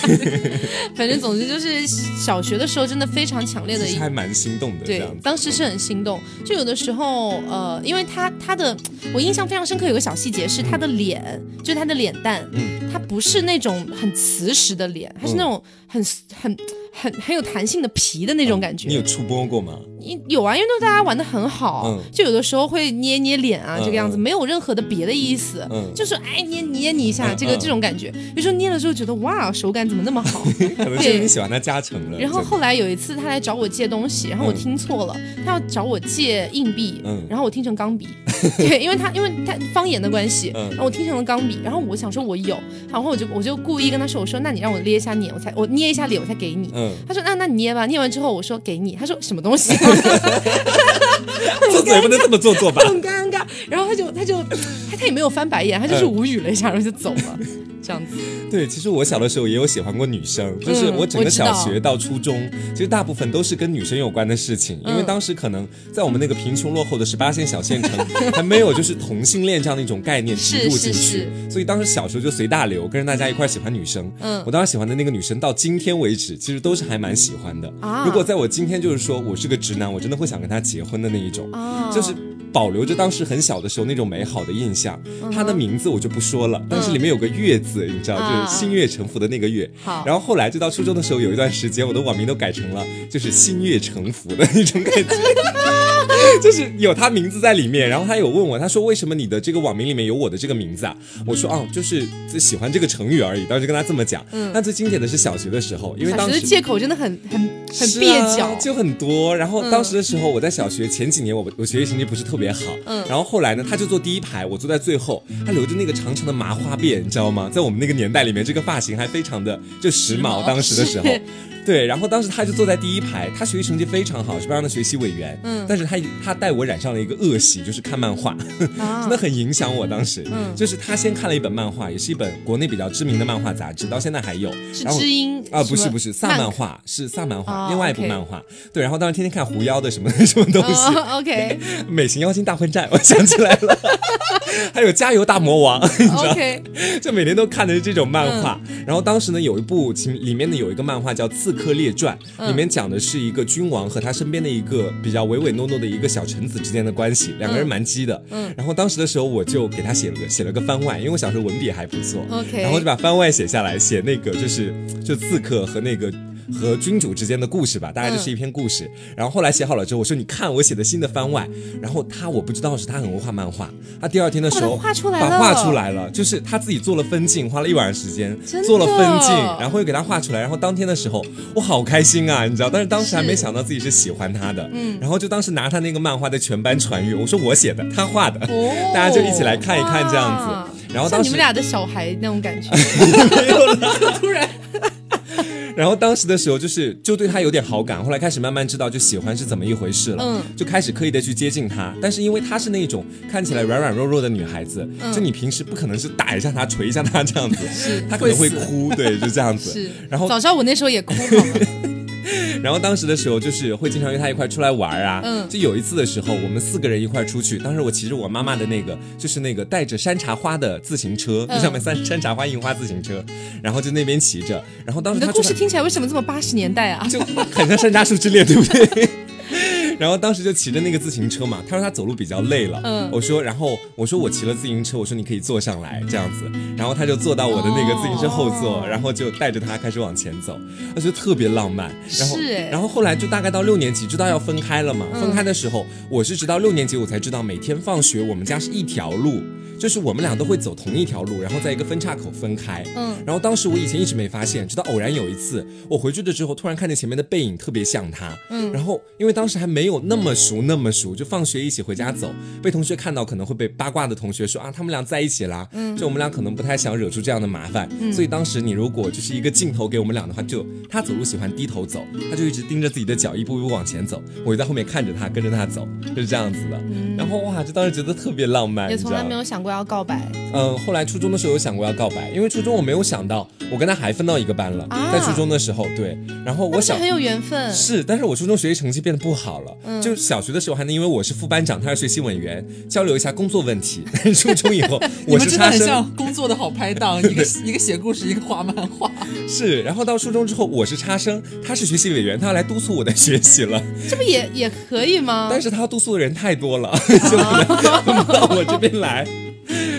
Speaker 1: 反正总之就是小学的时候真的非常强烈的
Speaker 2: 其
Speaker 1: 一
Speaker 2: 实还蛮心动的，这
Speaker 1: 对
Speaker 2: 样，子。
Speaker 1: 当时是很心动。就有的时候，呃，因为他他的，我印象非常深刻，有个小细节是他的脸，就是他的脸蛋，
Speaker 2: 嗯
Speaker 1: 他不是那种很瓷实的脸，他是那种很、很很很有弹性的皮的那种感觉。
Speaker 2: 你有触摸过吗？
Speaker 1: 你有啊，因为都大家玩的很好，
Speaker 2: 嗯
Speaker 1: 就有的时候会捏捏脸啊，
Speaker 2: 嗯
Speaker 1: 这个样子，
Speaker 2: 嗯
Speaker 1: 没有任何的别的意思，
Speaker 2: 嗯
Speaker 1: 就是哎捏捏你一下，
Speaker 2: 嗯
Speaker 1: 这个、
Speaker 2: 嗯
Speaker 1: 这种感觉。有时候捏了之后觉得哇，手感怎么那么好？
Speaker 2: 可能是因为你喜欢他加成了。
Speaker 1: 然后
Speaker 2: 真的
Speaker 1: 后来有一次他来找我借东西，然后我
Speaker 2: 嗯
Speaker 1: 听错了，他要找我借硬币，
Speaker 2: 嗯
Speaker 1: 然后我听成 钢笔，对，因为他因为他方言的关系，
Speaker 2: 嗯
Speaker 1: 然后我听成了钢笔，然后我想说我有，然后我就我就故意跟他说，我说那你让我捏一下脸，我才我捏一下脸我才给你。
Speaker 2: 嗯，
Speaker 1: 他说那那你捏吧，捏完之后我说给你，他说什么东 西，
Speaker 2: 做作也不能这么做作吧？
Speaker 1: 很尴尬，然后他就他就他他也没有翻白眼，他
Speaker 2: 嗯
Speaker 1: 就是无语了一下，然后就走了，这样子。
Speaker 2: 对，其实我小的时候也有喜欢过女生，就是
Speaker 1: 嗯
Speaker 2: 我整
Speaker 1: 我
Speaker 2: 个
Speaker 1: 知道
Speaker 2: 小学到初中，其实大部分都是跟女生有关的事情，因为
Speaker 1: 嗯
Speaker 2: 当时可能在我们那个贫穷落后的十八线小县城，还没有就是同性恋这样的一种概念植
Speaker 1: 是
Speaker 2: 入
Speaker 1: 是
Speaker 2: 进去，所以当时小时候就随大流，跟着大家一块儿喜欢女生。
Speaker 1: 嗯
Speaker 2: 我当时喜欢的那个女生到今天为止，其实都是还蛮喜欢的。
Speaker 1: 啊
Speaker 2: 如果在我今天就是说我是个直男，我真的会想跟她结婚的那一种。
Speaker 1: 啊
Speaker 2: 就是保留着当时很小的时候那种美好的印象。
Speaker 1: 嗯
Speaker 2: 他的名字我就不说了，但是里面有个月字，你知道，
Speaker 1: 啊
Speaker 2: 就是心悦诚服的那个月。
Speaker 1: 好
Speaker 2: 然后后来就到初中的时候，有一段时间我的网名都改成了就是心悦诚服的那种感觉。 就是有他名字在里面，然后他有问我，他说为什么你的这个网名里面有我的这个名字啊？我说啊，就是喜欢这个成语而已，当时就跟他这么讲。
Speaker 1: 嗯
Speaker 2: 那最经典的是小学的时候，因为
Speaker 1: 小
Speaker 2: 当
Speaker 1: 学的
Speaker 2: 时
Speaker 1: 借口真的很很很
Speaker 2: 是
Speaker 1: 蹩
Speaker 2: 啊
Speaker 1: 脚，
Speaker 2: 就很多。然后当时的时候，我在小学前几年，我我学习成绩不是特别好，
Speaker 1: 嗯
Speaker 2: 然后后来呢，他就坐第一排，我坐在最后，他留着那个长长的麻花辫，你知道吗？在我们那个年代里面，这个发型还非常的就时
Speaker 3: 时
Speaker 2: 髦，
Speaker 3: 髦
Speaker 2: 当时的时候
Speaker 1: 是。
Speaker 2: 对，然后当时他就坐在第一排，他学习成绩非常好，是班上的学习委员。嗯，但是他他带我染上了一个恶习，就是看漫画。
Speaker 1: 啊
Speaker 2: 真的很影响我当时。
Speaker 1: 嗯
Speaker 2: 就是他先看了一本漫画，也是一本国内比较知名的漫画杂志，到现在还有。
Speaker 1: 是
Speaker 2: 然后
Speaker 1: 知音
Speaker 2: 啊，不
Speaker 1: 什
Speaker 2: 是
Speaker 1: 么
Speaker 2: 不是，萨
Speaker 1: 漫
Speaker 2: 漫画是萨漫画，
Speaker 1: 哦
Speaker 2: 另外一部
Speaker 1: OK
Speaker 2: 漫画。对，然后当时天天看狐妖的什么 什么东西，
Speaker 1: 哦 OK
Speaker 2: 美型妖精大混战，我想起来了， 还有加油大魔王，
Speaker 1: OK，嗯
Speaker 2: 就每天都看的是这种漫画。然后当时呢，有一部其里面的有一个漫画叫《刺客列传》，
Speaker 1: 嗯
Speaker 2: 里面讲的是一个君王和他身边的一个比较唯唯诺诺的一个小臣子之间的关系，两个人蛮激的。
Speaker 1: 嗯
Speaker 2: 然后当时的时候，我就给他写了个写了个番外，因为我小时候文笔还不错。
Speaker 1: OK
Speaker 2: 然后就把番外写下来，写那个就是就刺客和那个。和君主之间的故事吧，大概
Speaker 1: 嗯
Speaker 2: 就是一篇故事。然后后来写好了之后，我说你看我写的新的番外。然后他我不知道是他很会画漫画，他第二天的时候
Speaker 1: 哦他画出来
Speaker 2: 把
Speaker 1: 了
Speaker 2: 画出来。来了，就是他自己做了分镜，花了一晚上时间
Speaker 1: 真的
Speaker 2: 做了分镜，然后又给他画出来，然后当天的时候我好开心啊，你知道，但是当时还没想到自己是喜欢他的，嗯，然后就当时拿他那个漫画在全班传阅，我说我写的，他画的，
Speaker 3: 哦
Speaker 2: 大家就一起来看一看这样
Speaker 1: 哇
Speaker 2: 子，然后
Speaker 1: 像
Speaker 2: 当
Speaker 1: 你
Speaker 2: 时
Speaker 1: 们俩的小孩那种 感觉，
Speaker 2: 没有了。
Speaker 1: 突然
Speaker 2: 然后当时的时候就是就对他有点好感，后来开始慢慢知道就喜欢是怎么一回事了，
Speaker 1: 嗯
Speaker 2: 就开始刻意的去接近他。但是因为她是那种看起来软软弱弱的女孩子，
Speaker 1: 嗯
Speaker 2: 就你平时不可能是打一下她、捶一下她这 样子，她可能会
Speaker 3: 会死
Speaker 2: 哭，对，就这样子
Speaker 1: 是。，
Speaker 2: 然后
Speaker 1: 早知道我那时候也哭好 吗？
Speaker 2: 然后当时的时候就是会经常约他一块出来玩啊，
Speaker 1: 嗯
Speaker 2: 就有一次的时候，我们四个人一块出去，当时我骑着我妈妈的那个就是那个带着山茶花的自行车，
Speaker 1: 嗯
Speaker 2: 就上面三山茶花印花自行车，然后就那边骑着，然后当
Speaker 1: 你
Speaker 2: 时
Speaker 1: 的
Speaker 2: 他
Speaker 1: 故
Speaker 2: 出
Speaker 1: 事
Speaker 2: 来
Speaker 1: 听起来为什么这么八十年代啊？
Speaker 2: 就很像《山楂树之恋》，对不对？ 然后当时就骑着那个自行车嘛，他说他走路比较累了，
Speaker 1: 嗯
Speaker 2: 我说，然后我说我骑了自行车，我说你可以坐上来这样子，然后他就坐到我的那个自行车后座，
Speaker 1: 哦
Speaker 2: 然后就带着他开始往前走，我觉得特别浪漫。然后
Speaker 1: 是哎嗯
Speaker 2: 然后后来就大概到六年级，知道要分开了嘛，分开的时候，我是直到六年级我才知道，每天放学我们家是一条路，就是我们俩都会走同一条路，然后在一个分岔口分开，
Speaker 1: 嗯
Speaker 2: 然后当时我以前一直没发现，直到偶然有一次我回去的时候，突然看见前面的背影特别像他，嗯，然后因为当时还没有那么熟那么熟，就放学一起回家走，被同学看到可能会被八卦的同学说啊，他们俩在一起啦。嗯，就我们俩可能不太想惹出这样的麻烦，
Speaker 1: 嗯
Speaker 2: 所以当时你如果就是一个镜头给我们俩的话，就他走路喜欢低头走，他就一直盯着自己的脚，一步一步往前走，我就在后面看着他，跟着他走，就是这样子的。然后哇，就当时觉得特别浪漫，
Speaker 1: 嗯也
Speaker 2: 你知
Speaker 1: 从
Speaker 2: 道
Speaker 1: 来
Speaker 2: 吗？
Speaker 1: 没有想过要告白。
Speaker 2: 嗯，后来初中的时候有想过要告白，因为初中我没有想到我跟他还分到一个班了，
Speaker 1: 啊
Speaker 2: 在初中的时候，对，然后我
Speaker 1: 那是
Speaker 2: 小
Speaker 1: 很有缘
Speaker 3: 嗯
Speaker 1: 分，
Speaker 2: 是，但是我初中学习成绩变得不好了，就小学的时候还能因为我是副班长，他是学习委员，交流一下工作问题， 但是初中以 后
Speaker 3: 你
Speaker 2: 我
Speaker 3: 们
Speaker 2: 是
Speaker 3: 真的
Speaker 2: 差
Speaker 3: 很
Speaker 2: 生，
Speaker 3: 像工作的好拍 档，一个一个写故事，一个画漫画。
Speaker 2: 是，然后到初中之后我是差生，他是学习委员，他要来督促我的学习了，
Speaker 3: 嗯
Speaker 1: 这不也也可以吗？
Speaker 2: 但是他要督促的人太多 了， 就可能分不到我这边来。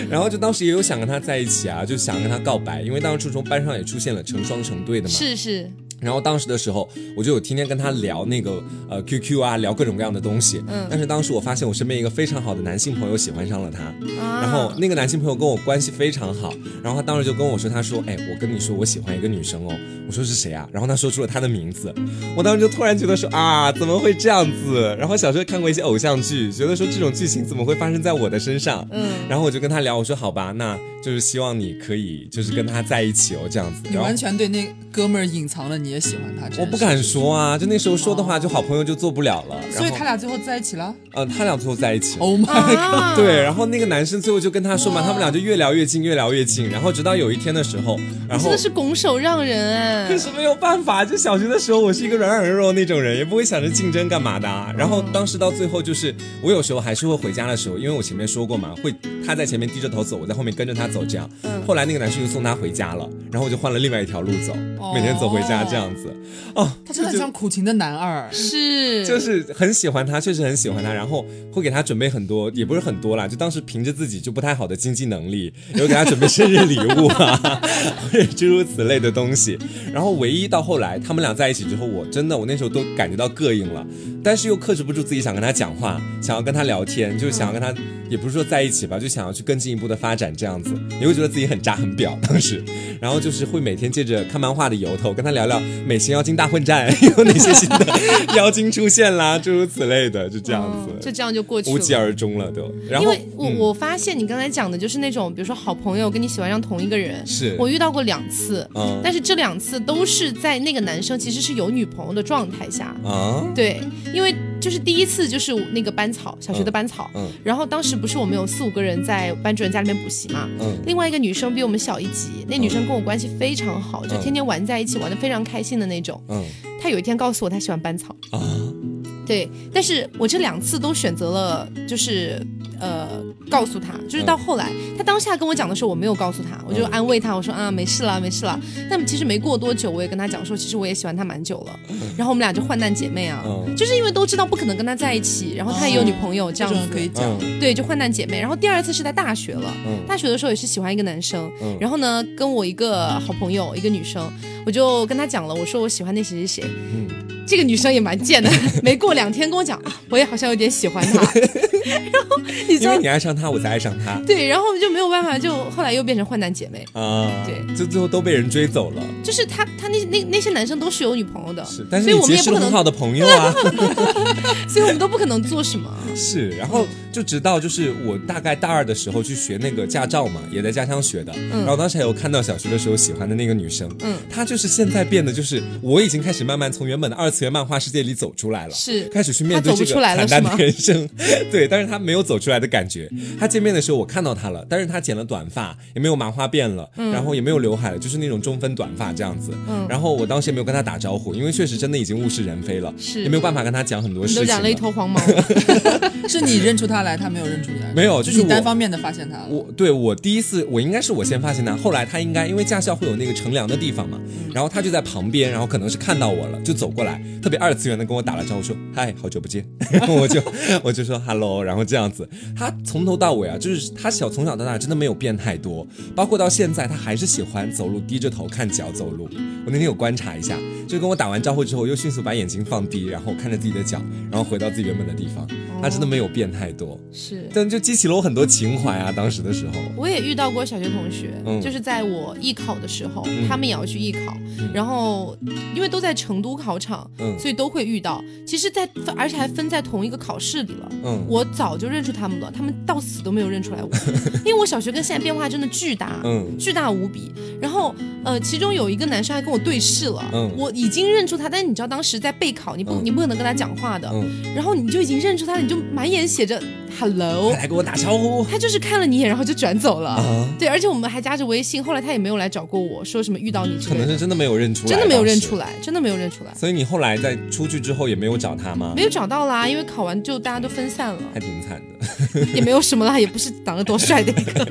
Speaker 2: 然后就当时也有想跟他在一起啊，就想跟他告白，因为当时初中班上也出现了成双成对的嘛，
Speaker 1: 是是，
Speaker 2: 然后当时的时候，我就有天天跟他聊那个呃 QQ 啊，聊各种各样的东西。
Speaker 1: 嗯
Speaker 2: 但是当时我发现我身边一个非常好的男性朋友喜欢上了他，
Speaker 1: 啊
Speaker 2: 然后那个男性朋友跟我关系非常好，然后他当时就跟我说，他说，哎，我跟你说我喜欢一个女生哦。我说是谁啊？然后他说出了他的名字，我当时就突然觉得说啊，怎么会这样子？然后小时候看过一些偶像剧，觉得说这种剧情怎么会发生在我的身上？
Speaker 1: 嗯，
Speaker 2: 然后我就跟他聊，我说好吧，那就是希望你可以就是跟他在一起哦，这样子。
Speaker 3: 你
Speaker 2: 然后
Speaker 3: 完全对那哥们儿隐藏了，你也喜欢他，真
Speaker 2: 我不
Speaker 3: 是。
Speaker 2: 敢说啊，就那时候说的话，就好朋友就做不了了。然后
Speaker 3: 所以他俩最后在一起了。
Speaker 2: 呃，他俩最后在一起了。
Speaker 3: Oh my！
Speaker 1: 啊
Speaker 2: 对，然后那个男生最后就跟他说嘛，他们俩就越聊越近，越聊越近。然后直到有一天的时候，然
Speaker 1: 真
Speaker 2: 后
Speaker 1: 的是拱手让人
Speaker 2: 可
Speaker 1: 哎，
Speaker 2: 是没有办法，就小学的时候我是一个软软柔柔的那种人，也不会想着竞争干嘛的、啊。然后当时到最后就是，我有时候还是会回家的时候，因为我前面说过嘛，会他在前面低着头走，我在后面跟着他走这样。
Speaker 1: 嗯
Speaker 2: 后来那个男生就送他回家了，然后我就换了另外一条路走，
Speaker 1: 哦
Speaker 2: 每天走回家这样子。哦，
Speaker 3: 他真的
Speaker 2: 就
Speaker 3: 很像苦情的男二，
Speaker 1: 是
Speaker 2: 就是很喜欢他，确实很喜欢他，然后会给他准备很多，也不是很多啦，就当时凭着自己就不太好的经济能力， 有给他准备生日礼物啊， 或者诸如此类的东西。然后唯一到后来他们俩在一起之后，我真的我那时候都感觉到膈应了，但是又克制不住自己想跟他讲话，想要跟他聊天，就是想要跟他，也不是说在一起吧，就想要去更进一步的发展这样子，也会觉得自己很渣很婊 当时。然后就是会每天借着看漫画的由头跟他聊聊美型妖精大混战 有哪些新的妖精出现啦，诸如此类的，就这样
Speaker 1: 嗯就
Speaker 2: 子，
Speaker 1: 这样就过去
Speaker 2: 无疾
Speaker 1: 了。
Speaker 2: 而终了都。然
Speaker 1: 因
Speaker 2: 后嗯
Speaker 1: 为我、我发现你刚才讲的就是那种，比如说好朋友跟你喜欢上同一个人，
Speaker 2: 是
Speaker 1: 我遇到过两次，
Speaker 2: 嗯
Speaker 1: 但是这两次都是在那个男生其实是有女朋友的状态下，
Speaker 2: 啊
Speaker 1: 对，因为就是第一次就是那个班草，小学的班草，
Speaker 2: 嗯嗯
Speaker 1: 然后当时不是我们有四五个人在班主任家里面补习嘛，
Speaker 2: 嗯
Speaker 1: 另外一个女生比我们小一级，那女生跟我关系非常好，就
Speaker 2: 嗯
Speaker 1: 天天玩在一起，玩的非常开心的那种。
Speaker 2: 嗯
Speaker 1: 她有一天告诉我她喜欢班草，
Speaker 2: 啊
Speaker 1: 对，但是我这两次都选择了就是呃告诉她，就是到后来她当下跟我讲的时候，我没有告诉她，我就
Speaker 2: 嗯
Speaker 1: 安慰她，我说啊没事啦没事啦。但其实没过多久，我也跟她讲说，其实我也喜欢她蛮久了，然后我们俩就患难姐妹啊，
Speaker 2: 嗯
Speaker 1: 就是因为都知道不可能跟她在一起，然后她也有女朋友这
Speaker 3: 这
Speaker 1: 样
Speaker 3: 种
Speaker 1: 子，
Speaker 3: 人可以讲。
Speaker 2: 嗯
Speaker 1: 对，就患难姐妹。然后第二次是在大学了，
Speaker 2: 嗯
Speaker 1: 大学的时候也是喜欢一个男生，
Speaker 2: 嗯
Speaker 1: 然后呢，跟我一个好朋友，一个女生，我就跟她讲了，我说我喜欢那谁谁谁，
Speaker 2: 嗯，
Speaker 1: 这个女生也蛮贱的， 没过两天跟我讲，啊，我也好像有点喜欢她， 然后你知
Speaker 2: 因
Speaker 1: 道
Speaker 2: 为，你爱上他，我才爱上他
Speaker 1: 对，然后就没有办法，就后来又变成患难姐妹，
Speaker 2: 啊，
Speaker 1: 对，
Speaker 2: 就最后都被人追走了，
Speaker 1: 就是她她那那那些男生都是有女朋友的，
Speaker 2: 是，但是
Speaker 1: 所以
Speaker 2: 你
Speaker 1: 我们
Speaker 2: 结
Speaker 1: 也
Speaker 2: 识
Speaker 1: 不
Speaker 2: 了
Speaker 1: 可
Speaker 2: 很
Speaker 1: 能，
Speaker 2: 好的朋友啊。
Speaker 1: 所以我们都不可能做什么。
Speaker 2: 是，然后就直到就是我大概大二的时候去学那个驾照嘛，也在家乡学的。然后当时还有看到小学的时候喜欢的那个女生，
Speaker 1: 嗯
Speaker 2: 她就是现在变得就是我已经开始慢慢从原本的二次元漫画世界里走出来了，
Speaker 1: 是
Speaker 2: 开始去面对
Speaker 1: 她走
Speaker 2: 这
Speaker 1: 不
Speaker 2: 个
Speaker 1: 出来了
Speaker 2: 惨淡的
Speaker 1: 是吗
Speaker 2: 人生。 对，但是她没有走出来的感觉。她见面的时候我看到她了，但是她剪了短发，也没有麻花辫了，
Speaker 1: 嗯
Speaker 2: 然后也没有刘海了，就是那种中分短发这样子。然后我当时也没有跟她打招呼，因为确实真的已经物是人非了，
Speaker 1: 是
Speaker 2: 也没有办法跟她讲很多
Speaker 1: 你
Speaker 2: 事情
Speaker 1: 都
Speaker 2: 了。
Speaker 1: 染了一头黄毛，
Speaker 3: 是你认出他来，他没有认出你来，
Speaker 2: 没有
Speaker 3: 就
Speaker 2: 就是
Speaker 3: 你
Speaker 2: 我
Speaker 3: 单方面的发现他了。
Speaker 2: 我对我第一次，我应该是我先发现他，后来他应该因为驾校会有那个乘凉的地方嘛，然后他就在旁边，然后可能是看到我了，就走过来，特别二次元的跟我打了招呼说：“嗨，好久不见。”然后我就 我就说 “hello”，然后这样子。他从头到尾啊，就是他小从小到大真的没有变太多，包括到现在他还是喜欢走路低着头看脚走路。我那天有观察一下，就跟我打完招呼之后，又迅速把眼睛放低，然后看着自己的脚，然后回到自己原本的地方。他真的没有变太多。我，
Speaker 1: 是。
Speaker 2: 但就激起了我很多情怀啊。当时的时候，
Speaker 1: 我也遇到过小学同学，
Speaker 2: 嗯
Speaker 1: 就是在我艺考的时候，
Speaker 2: 嗯
Speaker 1: 他们也要去艺考，然后因为都在成都考场，
Speaker 2: 嗯
Speaker 1: 所以都会遇到。其实在，而且还分在同一个考试里了。
Speaker 2: 嗯，
Speaker 1: 我早就认出他们了，他们到死都没有认出来我， 因为我小学跟现在变化真的巨大，
Speaker 2: 嗯
Speaker 1: 巨大无比。然后，呃，其中有一个男生还跟我对视了，
Speaker 2: 嗯
Speaker 1: 我已经认出他，但是你知道当时在备考，你不、
Speaker 2: 嗯
Speaker 1: 你不可能跟他讲话的，
Speaker 3: 哦
Speaker 2: 嗯，
Speaker 1: 然后你就已经认出他了，你就满眼写着 hello，
Speaker 2: 快来给我打招呼
Speaker 1: 他就是看了你一眼，然后就转走了。
Speaker 2: 啊！
Speaker 1: 对，而且我们还加着微信，后来他也没有来找过我说什么遇到你之
Speaker 2: 可
Speaker 1: 类
Speaker 2: 能
Speaker 1: 的，
Speaker 2: 是真的没有认出来，
Speaker 1: 真的没有认出
Speaker 2: 来。
Speaker 1: 来，真的没有认出来，
Speaker 2: 所以你后来在出去之后也没有找他吗
Speaker 1: 没？有找到啦，因为考完就大家都分散了，
Speaker 2: 还挺惨的。
Speaker 1: 也没有什么啦，也不是长得多帅的一个。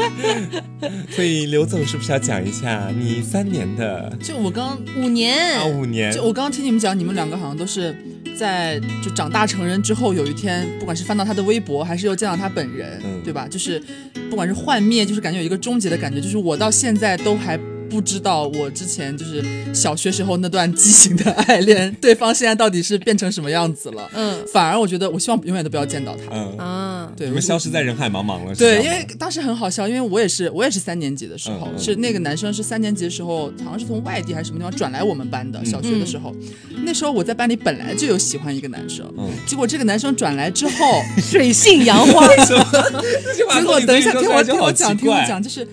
Speaker 2: 所以刘总是不是要讲一下你三年的
Speaker 3: 就我刚，
Speaker 1: 五年，
Speaker 2: 啊五年
Speaker 3: 嗯就我刚刚听你们讲，你们两个好像都是在就长大成人之后，有一天不管是翻到他的微博，还是又见到他本人，
Speaker 2: 嗯
Speaker 3: 对吧？就是不管是幻灭，就是感觉有一个终结的感觉，就是我到现在都还。不知道我之前就是小学时候那段畸形的爱恋，对方现在到底是变成什么样子了？
Speaker 1: 嗯
Speaker 3: 反而我觉得，我希望永远都不要见到他。
Speaker 2: 嗯，
Speaker 1: 啊，
Speaker 3: 对，
Speaker 2: 你们消失在人海茫茫了。是
Speaker 3: 对，
Speaker 2: 这
Speaker 3: 因
Speaker 2: 样
Speaker 3: 为
Speaker 2: 吗
Speaker 3: 当时很好笑，因为我也是我也是三年级的时候，
Speaker 2: 嗯嗯
Speaker 3: 是那个男生是三年级的时候，好像是从外地还是什么地方转来我们班
Speaker 2: 嗯
Speaker 3: 的，小学的时候，那时候我在班里本来就有喜欢一个男生，
Speaker 2: 嗯
Speaker 3: 结果这个男生转 来之后，
Speaker 1: 水性杨 花，
Speaker 2: 什么？这句话
Speaker 3: 结
Speaker 2: 从
Speaker 3: 果
Speaker 2: 你
Speaker 3: 等一下
Speaker 2: 嘴里说出
Speaker 3: 听我
Speaker 2: 来
Speaker 3: 听
Speaker 2: 就
Speaker 3: 我
Speaker 2: 好奇
Speaker 3: 讲听我
Speaker 2: 怪
Speaker 3: 讲，就是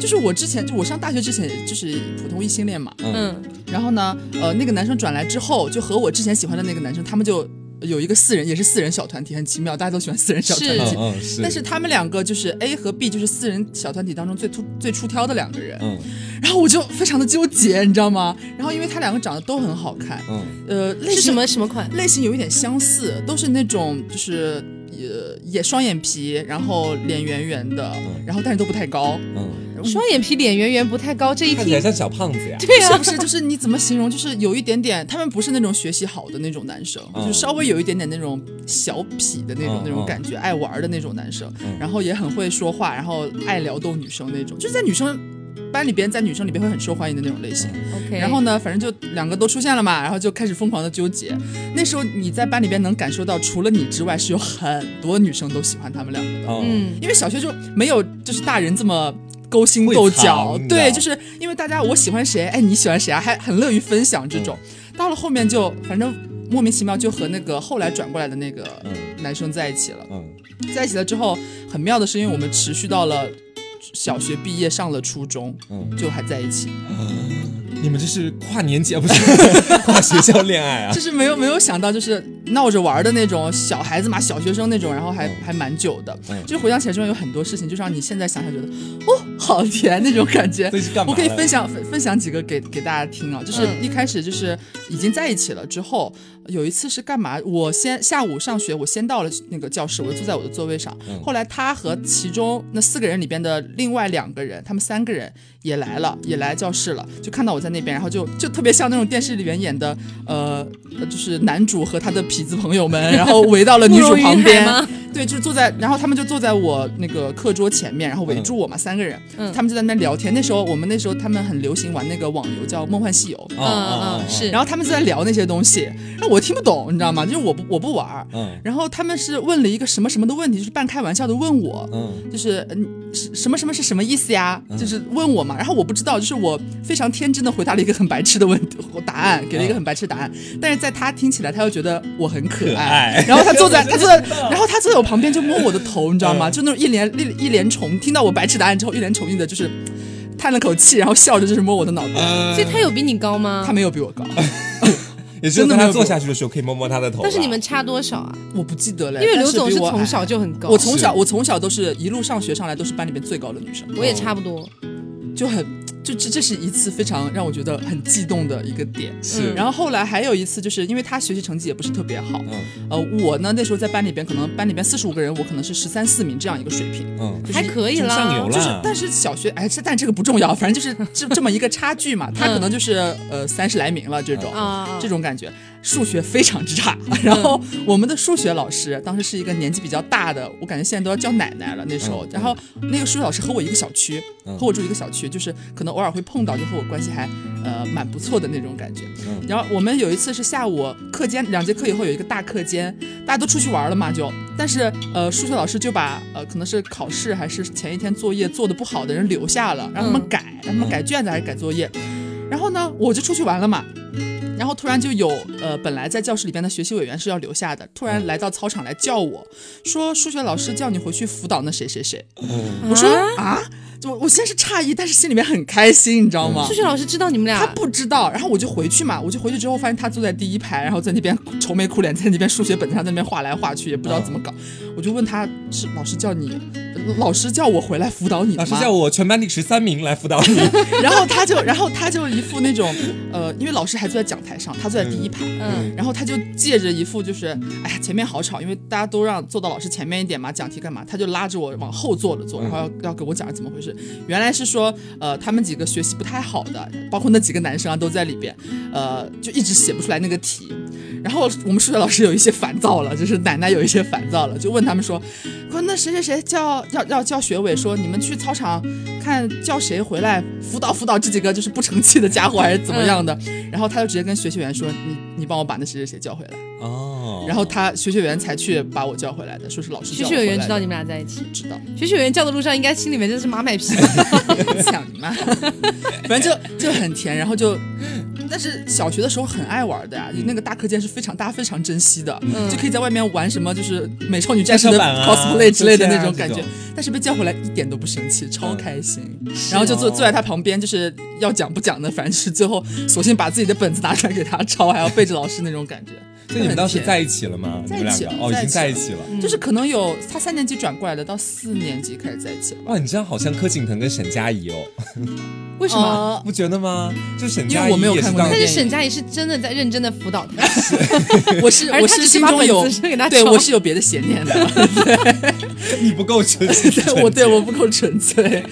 Speaker 3: 就是我之前就我上大学之前就是普通异性恋嘛，
Speaker 2: 嗯
Speaker 1: 嗯
Speaker 3: 然后呢，呃，那个男生转来之后，就和我之前喜欢的那个男生，他们就有一个四人也是四人小团体，很奇妙，大家都喜欢四人小团
Speaker 1: 是
Speaker 3: 体
Speaker 2: 嗯。嗯是，
Speaker 3: 但是他们两个就是 A 和 B，就是四人小团体当中最突最出挑的两个人。
Speaker 2: 嗯
Speaker 3: 然后我就非常的纠结，你知道吗？然后因为他两个长得都很好看，
Speaker 2: 嗯
Speaker 3: 呃，类
Speaker 1: 是
Speaker 3: 型
Speaker 1: 什么什么款？
Speaker 3: 类型有一点相似，都是那种就是呃也双眼皮，然后脸圆圆的，然后但是都不太高，
Speaker 2: 嗯，
Speaker 1: 双眼皮，脸圆圆，不太高，这一
Speaker 2: 看起来
Speaker 1: 听，
Speaker 2: 像小胖子呀。
Speaker 1: 对
Speaker 3: 是
Speaker 1: 啊
Speaker 3: 不，是？就是你怎么形容？就是有一点点，他们不是那种学习好的那种男生，
Speaker 2: 嗯
Speaker 3: 就稍微有一点点那种小痞的那种、
Speaker 2: 嗯
Speaker 3: 那种感觉，爱玩的那种男生，
Speaker 2: 嗯
Speaker 3: 然后也很会说话，然后爱撩逗女生那种，就是在女生班里边，在女生里边会很受欢迎的那种类型。
Speaker 1: OK，
Speaker 3: 然后呢，反正就两个都出现了嘛，然后就开始疯狂的纠结。那时候你在班里边能感受到，除了你之外，是有很多女生都喜欢他们两个的。
Speaker 2: 嗯
Speaker 1: 嗯
Speaker 3: 因为小学就没有就是大人这么勾心斗角
Speaker 2: 会，藏
Speaker 3: 对，
Speaker 2: 的
Speaker 3: 就是因为大家我喜欢谁，哎，你喜欢谁啊，还很乐于分享这种。
Speaker 2: 嗯
Speaker 3: 到了后面就反正莫名其妙就和那个后来转过来的那个
Speaker 2: 嗯
Speaker 3: 男生在一起了，
Speaker 2: 嗯
Speaker 3: 在一起了之后，很妙的是，因为我们持续到了小学毕业，上了初中，
Speaker 2: 嗯，
Speaker 3: 就还在一起，
Speaker 2: 你们这是跨年级啊，不 是跨学校恋爱啊
Speaker 3: 就？是没有没有想到，就是闹着玩儿的那种小孩子嘛，小学生那种，然后还、
Speaker 2: 嗯
Speaker 3: 还蛮久的。
Speaker 2: 嗯
Speaker 3: 就是回想起来，中间有很多事情，就让你现在想想觉得，哦，好甜那种感觉。
Speaker 2: 这是干嘛？嗯
Speaker 3: 我可以分。享分分享几个给给大家听啊，就是
Speaker 1: 嗯
Speaker 3: 一开始就是已经在一起了之后，有一次是干嘛？我先下午上学，我先到了那个教室，我就坐在我的座位上。
Speaker 2: 嗯
Speaker 3: 后来他和其中那四个人里边的另外两个人，他们三个人也来了，也来教室了，就看到我在那边，然后就就特别像那种电视里面演的，呃，呃就是男主和他的痞子朋友们，然后围到了女
Speaker 1: 慕
Speaker 3: 主
Speaker 1: 容
Speaker 3: 旁
Speaker 1: 云海
Speaker 3: 边。
Speaker 1: 吗？
Speaker 3: 对，就是坐在，然后他们就坐在我那个课桌前面，然后围住我嘛，三个人，
Speaker 1: 嗯
Speaker 3: 他们就在那边聊天。那时候我们那时候他们很流行玩那个网游叫《梦幻西游》，
Speaker 1: 嗯
Speaker 2: 嗯
Speaker 1: 嗯
Speaker 2: 嗯
Speaker 1: 嗯，是，
Speaker 3: 然后他们就在聊那些东西，那我听不懂，你知道吗？就是我不我不玩儿。
Speaker 2: 嗯
Speaker 3: 然后他们是问了一个什么什么的问题，就是半开玩笑的问我，
Speaker 2: 嗯
Speaker 3: 就是嗯什什么什么是什么意思呀？
Speaker 2: 嗯
Speaker 3: 就是问我嘛，然后我不知道，就是我非常天真的回答了一个很白痴的问 答案，给了一
Speaker 2: 嗯
Speaker 3: 个很白痴的答案，但是在他听起来，他又觉得我很可
Speaker 2: 可爱
Speaker 3: 然后他坐 在他坐在，然后他坐在我旁边就摸我的头，你知道
Speaker 2: 嗯
Speaker 3: 吗？就那种一连一一连重，听到我白痴答案之后，一连重映的就是叹了口气，然后笑着就是摸我的脑袋，
Speaker 2: 嗯，
Speaker 1: 所以他有比你高吗？
Speaker 3: 他没有比我高，
Speaker 2: 也是
Speaker 3: 真的
Speaker 2: 在
Speaker 3: 没
Speaker 2: 他
Speaker 3: 有
Speaker 2: 坐
Speaker 3: 过
Speaker 2: 下去的时候可以摸摸他的头吧。
Speaker 1: 但是你们差多少啊？
Speaker 3: 我不记得了，
Speaker 1: 因为
Speaker 3: 但
Speaker 1: 刘总
Speaker 3: 比
Speaker 1: 是
Speaker 3: 我
Speaker 1: 从
Speaker 3: 矮
Speaker 1: 小就很高，
Speaker 3: 我从小
Speaker 2: 是
Speaker 3: 我从小都是一路上学上来都是班里面最高的女生。
Speaker 1: 我也差不多。
Speaker 3: 就很就这这是一次非常让我觉得很激动的一个点。
Speaker 2: 是，
Speaker 1: 嗯
Speaker 3: 然后后来还有一次，就是因为他学习成绩也不是特别好，
Speaker 2: 嗯
Speaker 3: 呃，我呢那时候在班里边，可能班里边四十五个人，我可能是十三四名这样一个水平，
Speaker 2: 嗯
Speaker 3: 就是
Speaker 1: 还可以
Speaker 2: 中
Speaker 1: 啦，
Speaker 2: 上游了
Speaker 3: 就是，但是小学，哎，这但这个不重要，
Speaker 2: 嗯
Speaker 3: 反正就是这这么一个差距嘛。他可能就是呃三十来名了这种
Speaker 1: 啊，
Speaker 3: 这种感觉。数学非常之差，
Speaker 2: 嗯
Speaker 3: 然后我们的数学老师当时是一个年纪比较大的，我感觉现在都要叫奶奶了那时候
Speaker 2: 嗯。
Speaker 3: 然后那个数学老师和我一个小区，
Speaker 2: 嗯
Speaker 3: 和我住一个小区，就是可能偶尔会碰到，就和我关系还呃蛮不错的那种感觉。
Speaker 2: 嗯
Speaker 3: 然后我们有一次是下午课间两节课以后有一个大课间，大家都出去玩了嘛就，但是呃数学老师就把呃可能是考试还是前一天作业做的不好的人留下了，让他们
Speaker 1: 嗯
Speaker 3: 改，让他们改卷子还是改作业。然后呢，我就出去玩了嘛。然后突然就有呃，本来在教室里边的学习委员是要留下的，突然来到操场来叫我说，数学老师叫你回去辅导那谁谁谁。
Speaker 2: 嗯
Speaker 3: 我说
Speaker 1: 啊
Speaker 3: 啊，我我先是诧异，但是心里面很开心，你知道吗
Speaker 1: 数？学啊老师知道你们俩
Speaker 3: 他
Speaker 2: 啊
Speaker 3: 不知道，然后我就回去嘛，我就回去之后发现他坐在第一排，然后在那边愁眉苦脸， 在那边数学本上在那边画来画去，也不知道怎么搞。
Speaker 2: 嗯
Speaker 3: 我就问他是老师叫你，老师叫我回来辅导你的
Speaker 2: 老
Speaker 3: 吗？
Speaker 2: 师啊叫我全班第十三名来辅 导你，
Speaker 3: 然后他就，然后他就一副那种，呃，因为老师还坐在讲台上，他坐在第一排，
Speaker 1: 嗯
Speaker 3: 然后他就借着一副就是，哎呀，前面好吵，因为大家都让坐到老师前面一点嘛，讲题干嘛？他就拉着我往后坐着坐，然后要要给我讲是怎么回事。原来是说，呃，他们几个学习不太好的，包括那几个男生啊都在里边，呃，就一直写不出来那个题。然后我们数学老师有一些烦躁了，就是奶奶有一些烦躁了，就问他们说，说那谁谁谁叫要要叫学委说你们去操场看叫谁回来辅导辅导这几个就是不成器的家伙还是怎么样的。
Speaker 1: 嗯
Speaker 3: 然后他就直接跟学习员说，你你帮我把那谁谁谁叫回来。
Speaker 2: 哦，
Speaker 3: 然后他学学员才去把我叫回来的，说是老师
Speaker 1: 学
Speaker 3: 叫我
Speaker 1: 学
Speaker 3: 回来
Speaker 1: 员
Speaker 3: 的
Speaker 1: 知道你们俩在一起，
Speaker 3: 知道，
Speaker 1: 学学员叫的路上应该心里面真是妈卖 批。
Speaker 3: 想你妈， 反正就就很甜，然后就。
Speaker 1: 嗯
Speaker 3: 但是小学的时候很爱玩的呀、
Speaker 2: 嗯
Speaker 3: 那个大课间是非常大家非常珍惜的，就可以在外面玩什么就是美少女战士的
Speaker 2: 加嗯长版啊
Speaker 3: cosplay 之类的
Speaker 2: 这些啊
Speaker 3: 那种感觉
Speaker 2: 这种，
Speaker 3: 但是被叫回来一点都不生气，超开心。
Speaker 1: 是
Speaker 3: 然后就坐
Speaker 2: 哦
Speaker 3: 坐在他旁边，就是要讲不讲的，反正就是最后索性把自己的本子拿出来给他抄，还要背着老师那种感觉。
Speaker 2: 所以你们当时
Speaker 3: 很甜
Speaker 2: 在一起了吗？你
Speaker 3: 在
Speaker 2: 们
Speaker 3: 一
Speaker 2: 两
Speaker 3: 起
Speaker 2: 个
Speaker 3: 了
Speaker 2: 哦，已经在
Speaker 3: 在
Speaker 2: 一
Speaker 3: 一
Speaker 2: 起了。
Speaker 3: 就是可能有他三年级转过来的，到四年级开始在一起了。
Speaker 2: 哇，你这样好像柯景腾跟沈佳宜哦，
Speaker 1: 为什么？
Speaker 3: 呃
Speaker 2: 不觉得吗？就沈
Speaker 3: 因
Speaker 2: 佳
Speaker 3: 为
Speaker 2: 宜
Speaker 3: 我没有
Speaker 2: 也是
Speaker 3: 看过
Speaker 2: 当
Speaker 3: 那
Speaker 1: 但
Speaker 3: 个
Speaker 1: 是
Speaker 3: 电
Speaker 1: 沈
Speaker 3: 影
Speaker 1: 佳宜是真的在认真的辅导他，
Speaker 3: 我是
Speaker 1: 而
Speaker 3: 我
Speaker 1: 他只
Speaker 3: 是
Speaker 1: 是
Speaker 3: 心
Speaker 1: 把
Speaker 3: 中
Speaker 1: 本
Speaker 3: 有
Speaker 1: 子扔给他
Speaker 3: 对
Speaker 1: 抄
Speaker 3: 我是有别的 邪念的，
Speaker 2: 你不够纯
Speaker 3: 对
Speaker 2: 粹，
Speaker 3: 我 对我不够纯粹。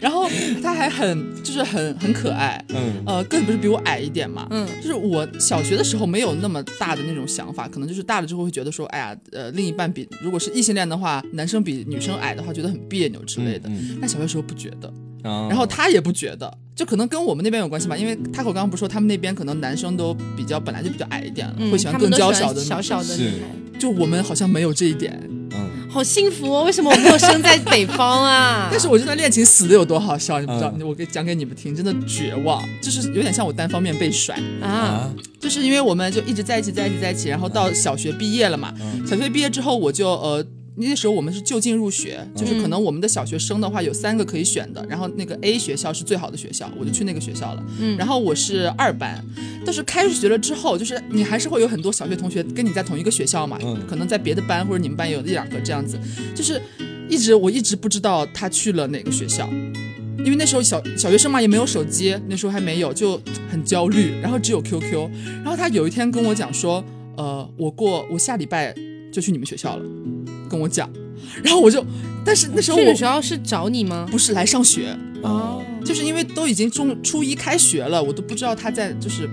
Speaker 3: 然后他还很就是很很可爱，
Speaker 2: 嗯
Speaker 3: 呃，个子不是比我矮一点嘛，
Speaker 1: 嗯
Speaker 3: 就是我小学的时候没有那么大的那种想法，可能就是大了之后会觉得说，哎呀，呃，另一半比如果是异性恋的话，男生比女生矮的话，觉得很别扭之类的。
Speaker 2: 嗯
Speaker 3: 但小学时候不觉得，
Speaker 2: 嗯
Speaker 3: 然后他也不觉得，就可能跟我们那边有关系吧，因为他口刚刚不是说他们那边可能男生都比较本来就比较矮一点了，
Speaker 1: 嗯
Speaker 3: 会喜欢
Speaker 1: 他
Speaker 3: 更
Speaker 1: 们都
Speaker 3: 娇
Speaker 1: 喜
Speaker 3: 小
Speaker 1: 欢
Speaker 3: 的女
Speaker 1: 小
Speaker 3: 生，
Speaker 1: 小的
Speaker 2: 是
Speaker 1: 女孩，
Speaker 3: 就我们好像没有这一点。
Speaker 2: 嗯，
Speaker 1: 好幸福哦！为什么我没有生在北方啊？
Speaker 3: 但是我这段恋情死的有多好笑，你不知道，
Speaker 2: 嗯
Speaker 3: 我给讲给你们听，真的绝望，就是有点像我单方面被甩，
Speaker 1: 啊，
Speaker 2: 啊
Speaker 3: 就是因为我们就一直在一起，在一起，在一起，然后到小学毕业了嘛，
Speaker 2: 嗯
Speaker 3: 小学毕业之后我就呃。那时候我们是就近入学，就是可能我们的小学生的话有三个可以选的，然后那个 A 学校是最好的学校，我就去那个学校了。
Speaker 1: 嗯
Speaker 3: 然后我是二班，但是开学了之后，就是你还是会有很多小学同学跟你在同一个学校嘛，
Speaker 2: 嗯
Speaker 3: 可能在别的班或者你们班有一两个这样子，就是一直我一直不知道他去了哪个学校，因为那时候小小学生嘛也没有手机，那时候还没有，就很焦虑，然后只有 QQ。然后他有一天跟我讲说，呃，我过我下礼拜就去你们学校了，跟我讲，然后我就，但是那时候
Speaker 1: 去
Speaker 3: 我
Speaker 1: 的学校是找你吗？
Speaker 3: 不是来上学，
Speaker 1: 哦，
Speaker 3: 就是因为都已经中初一开学了，我都不知道他在就是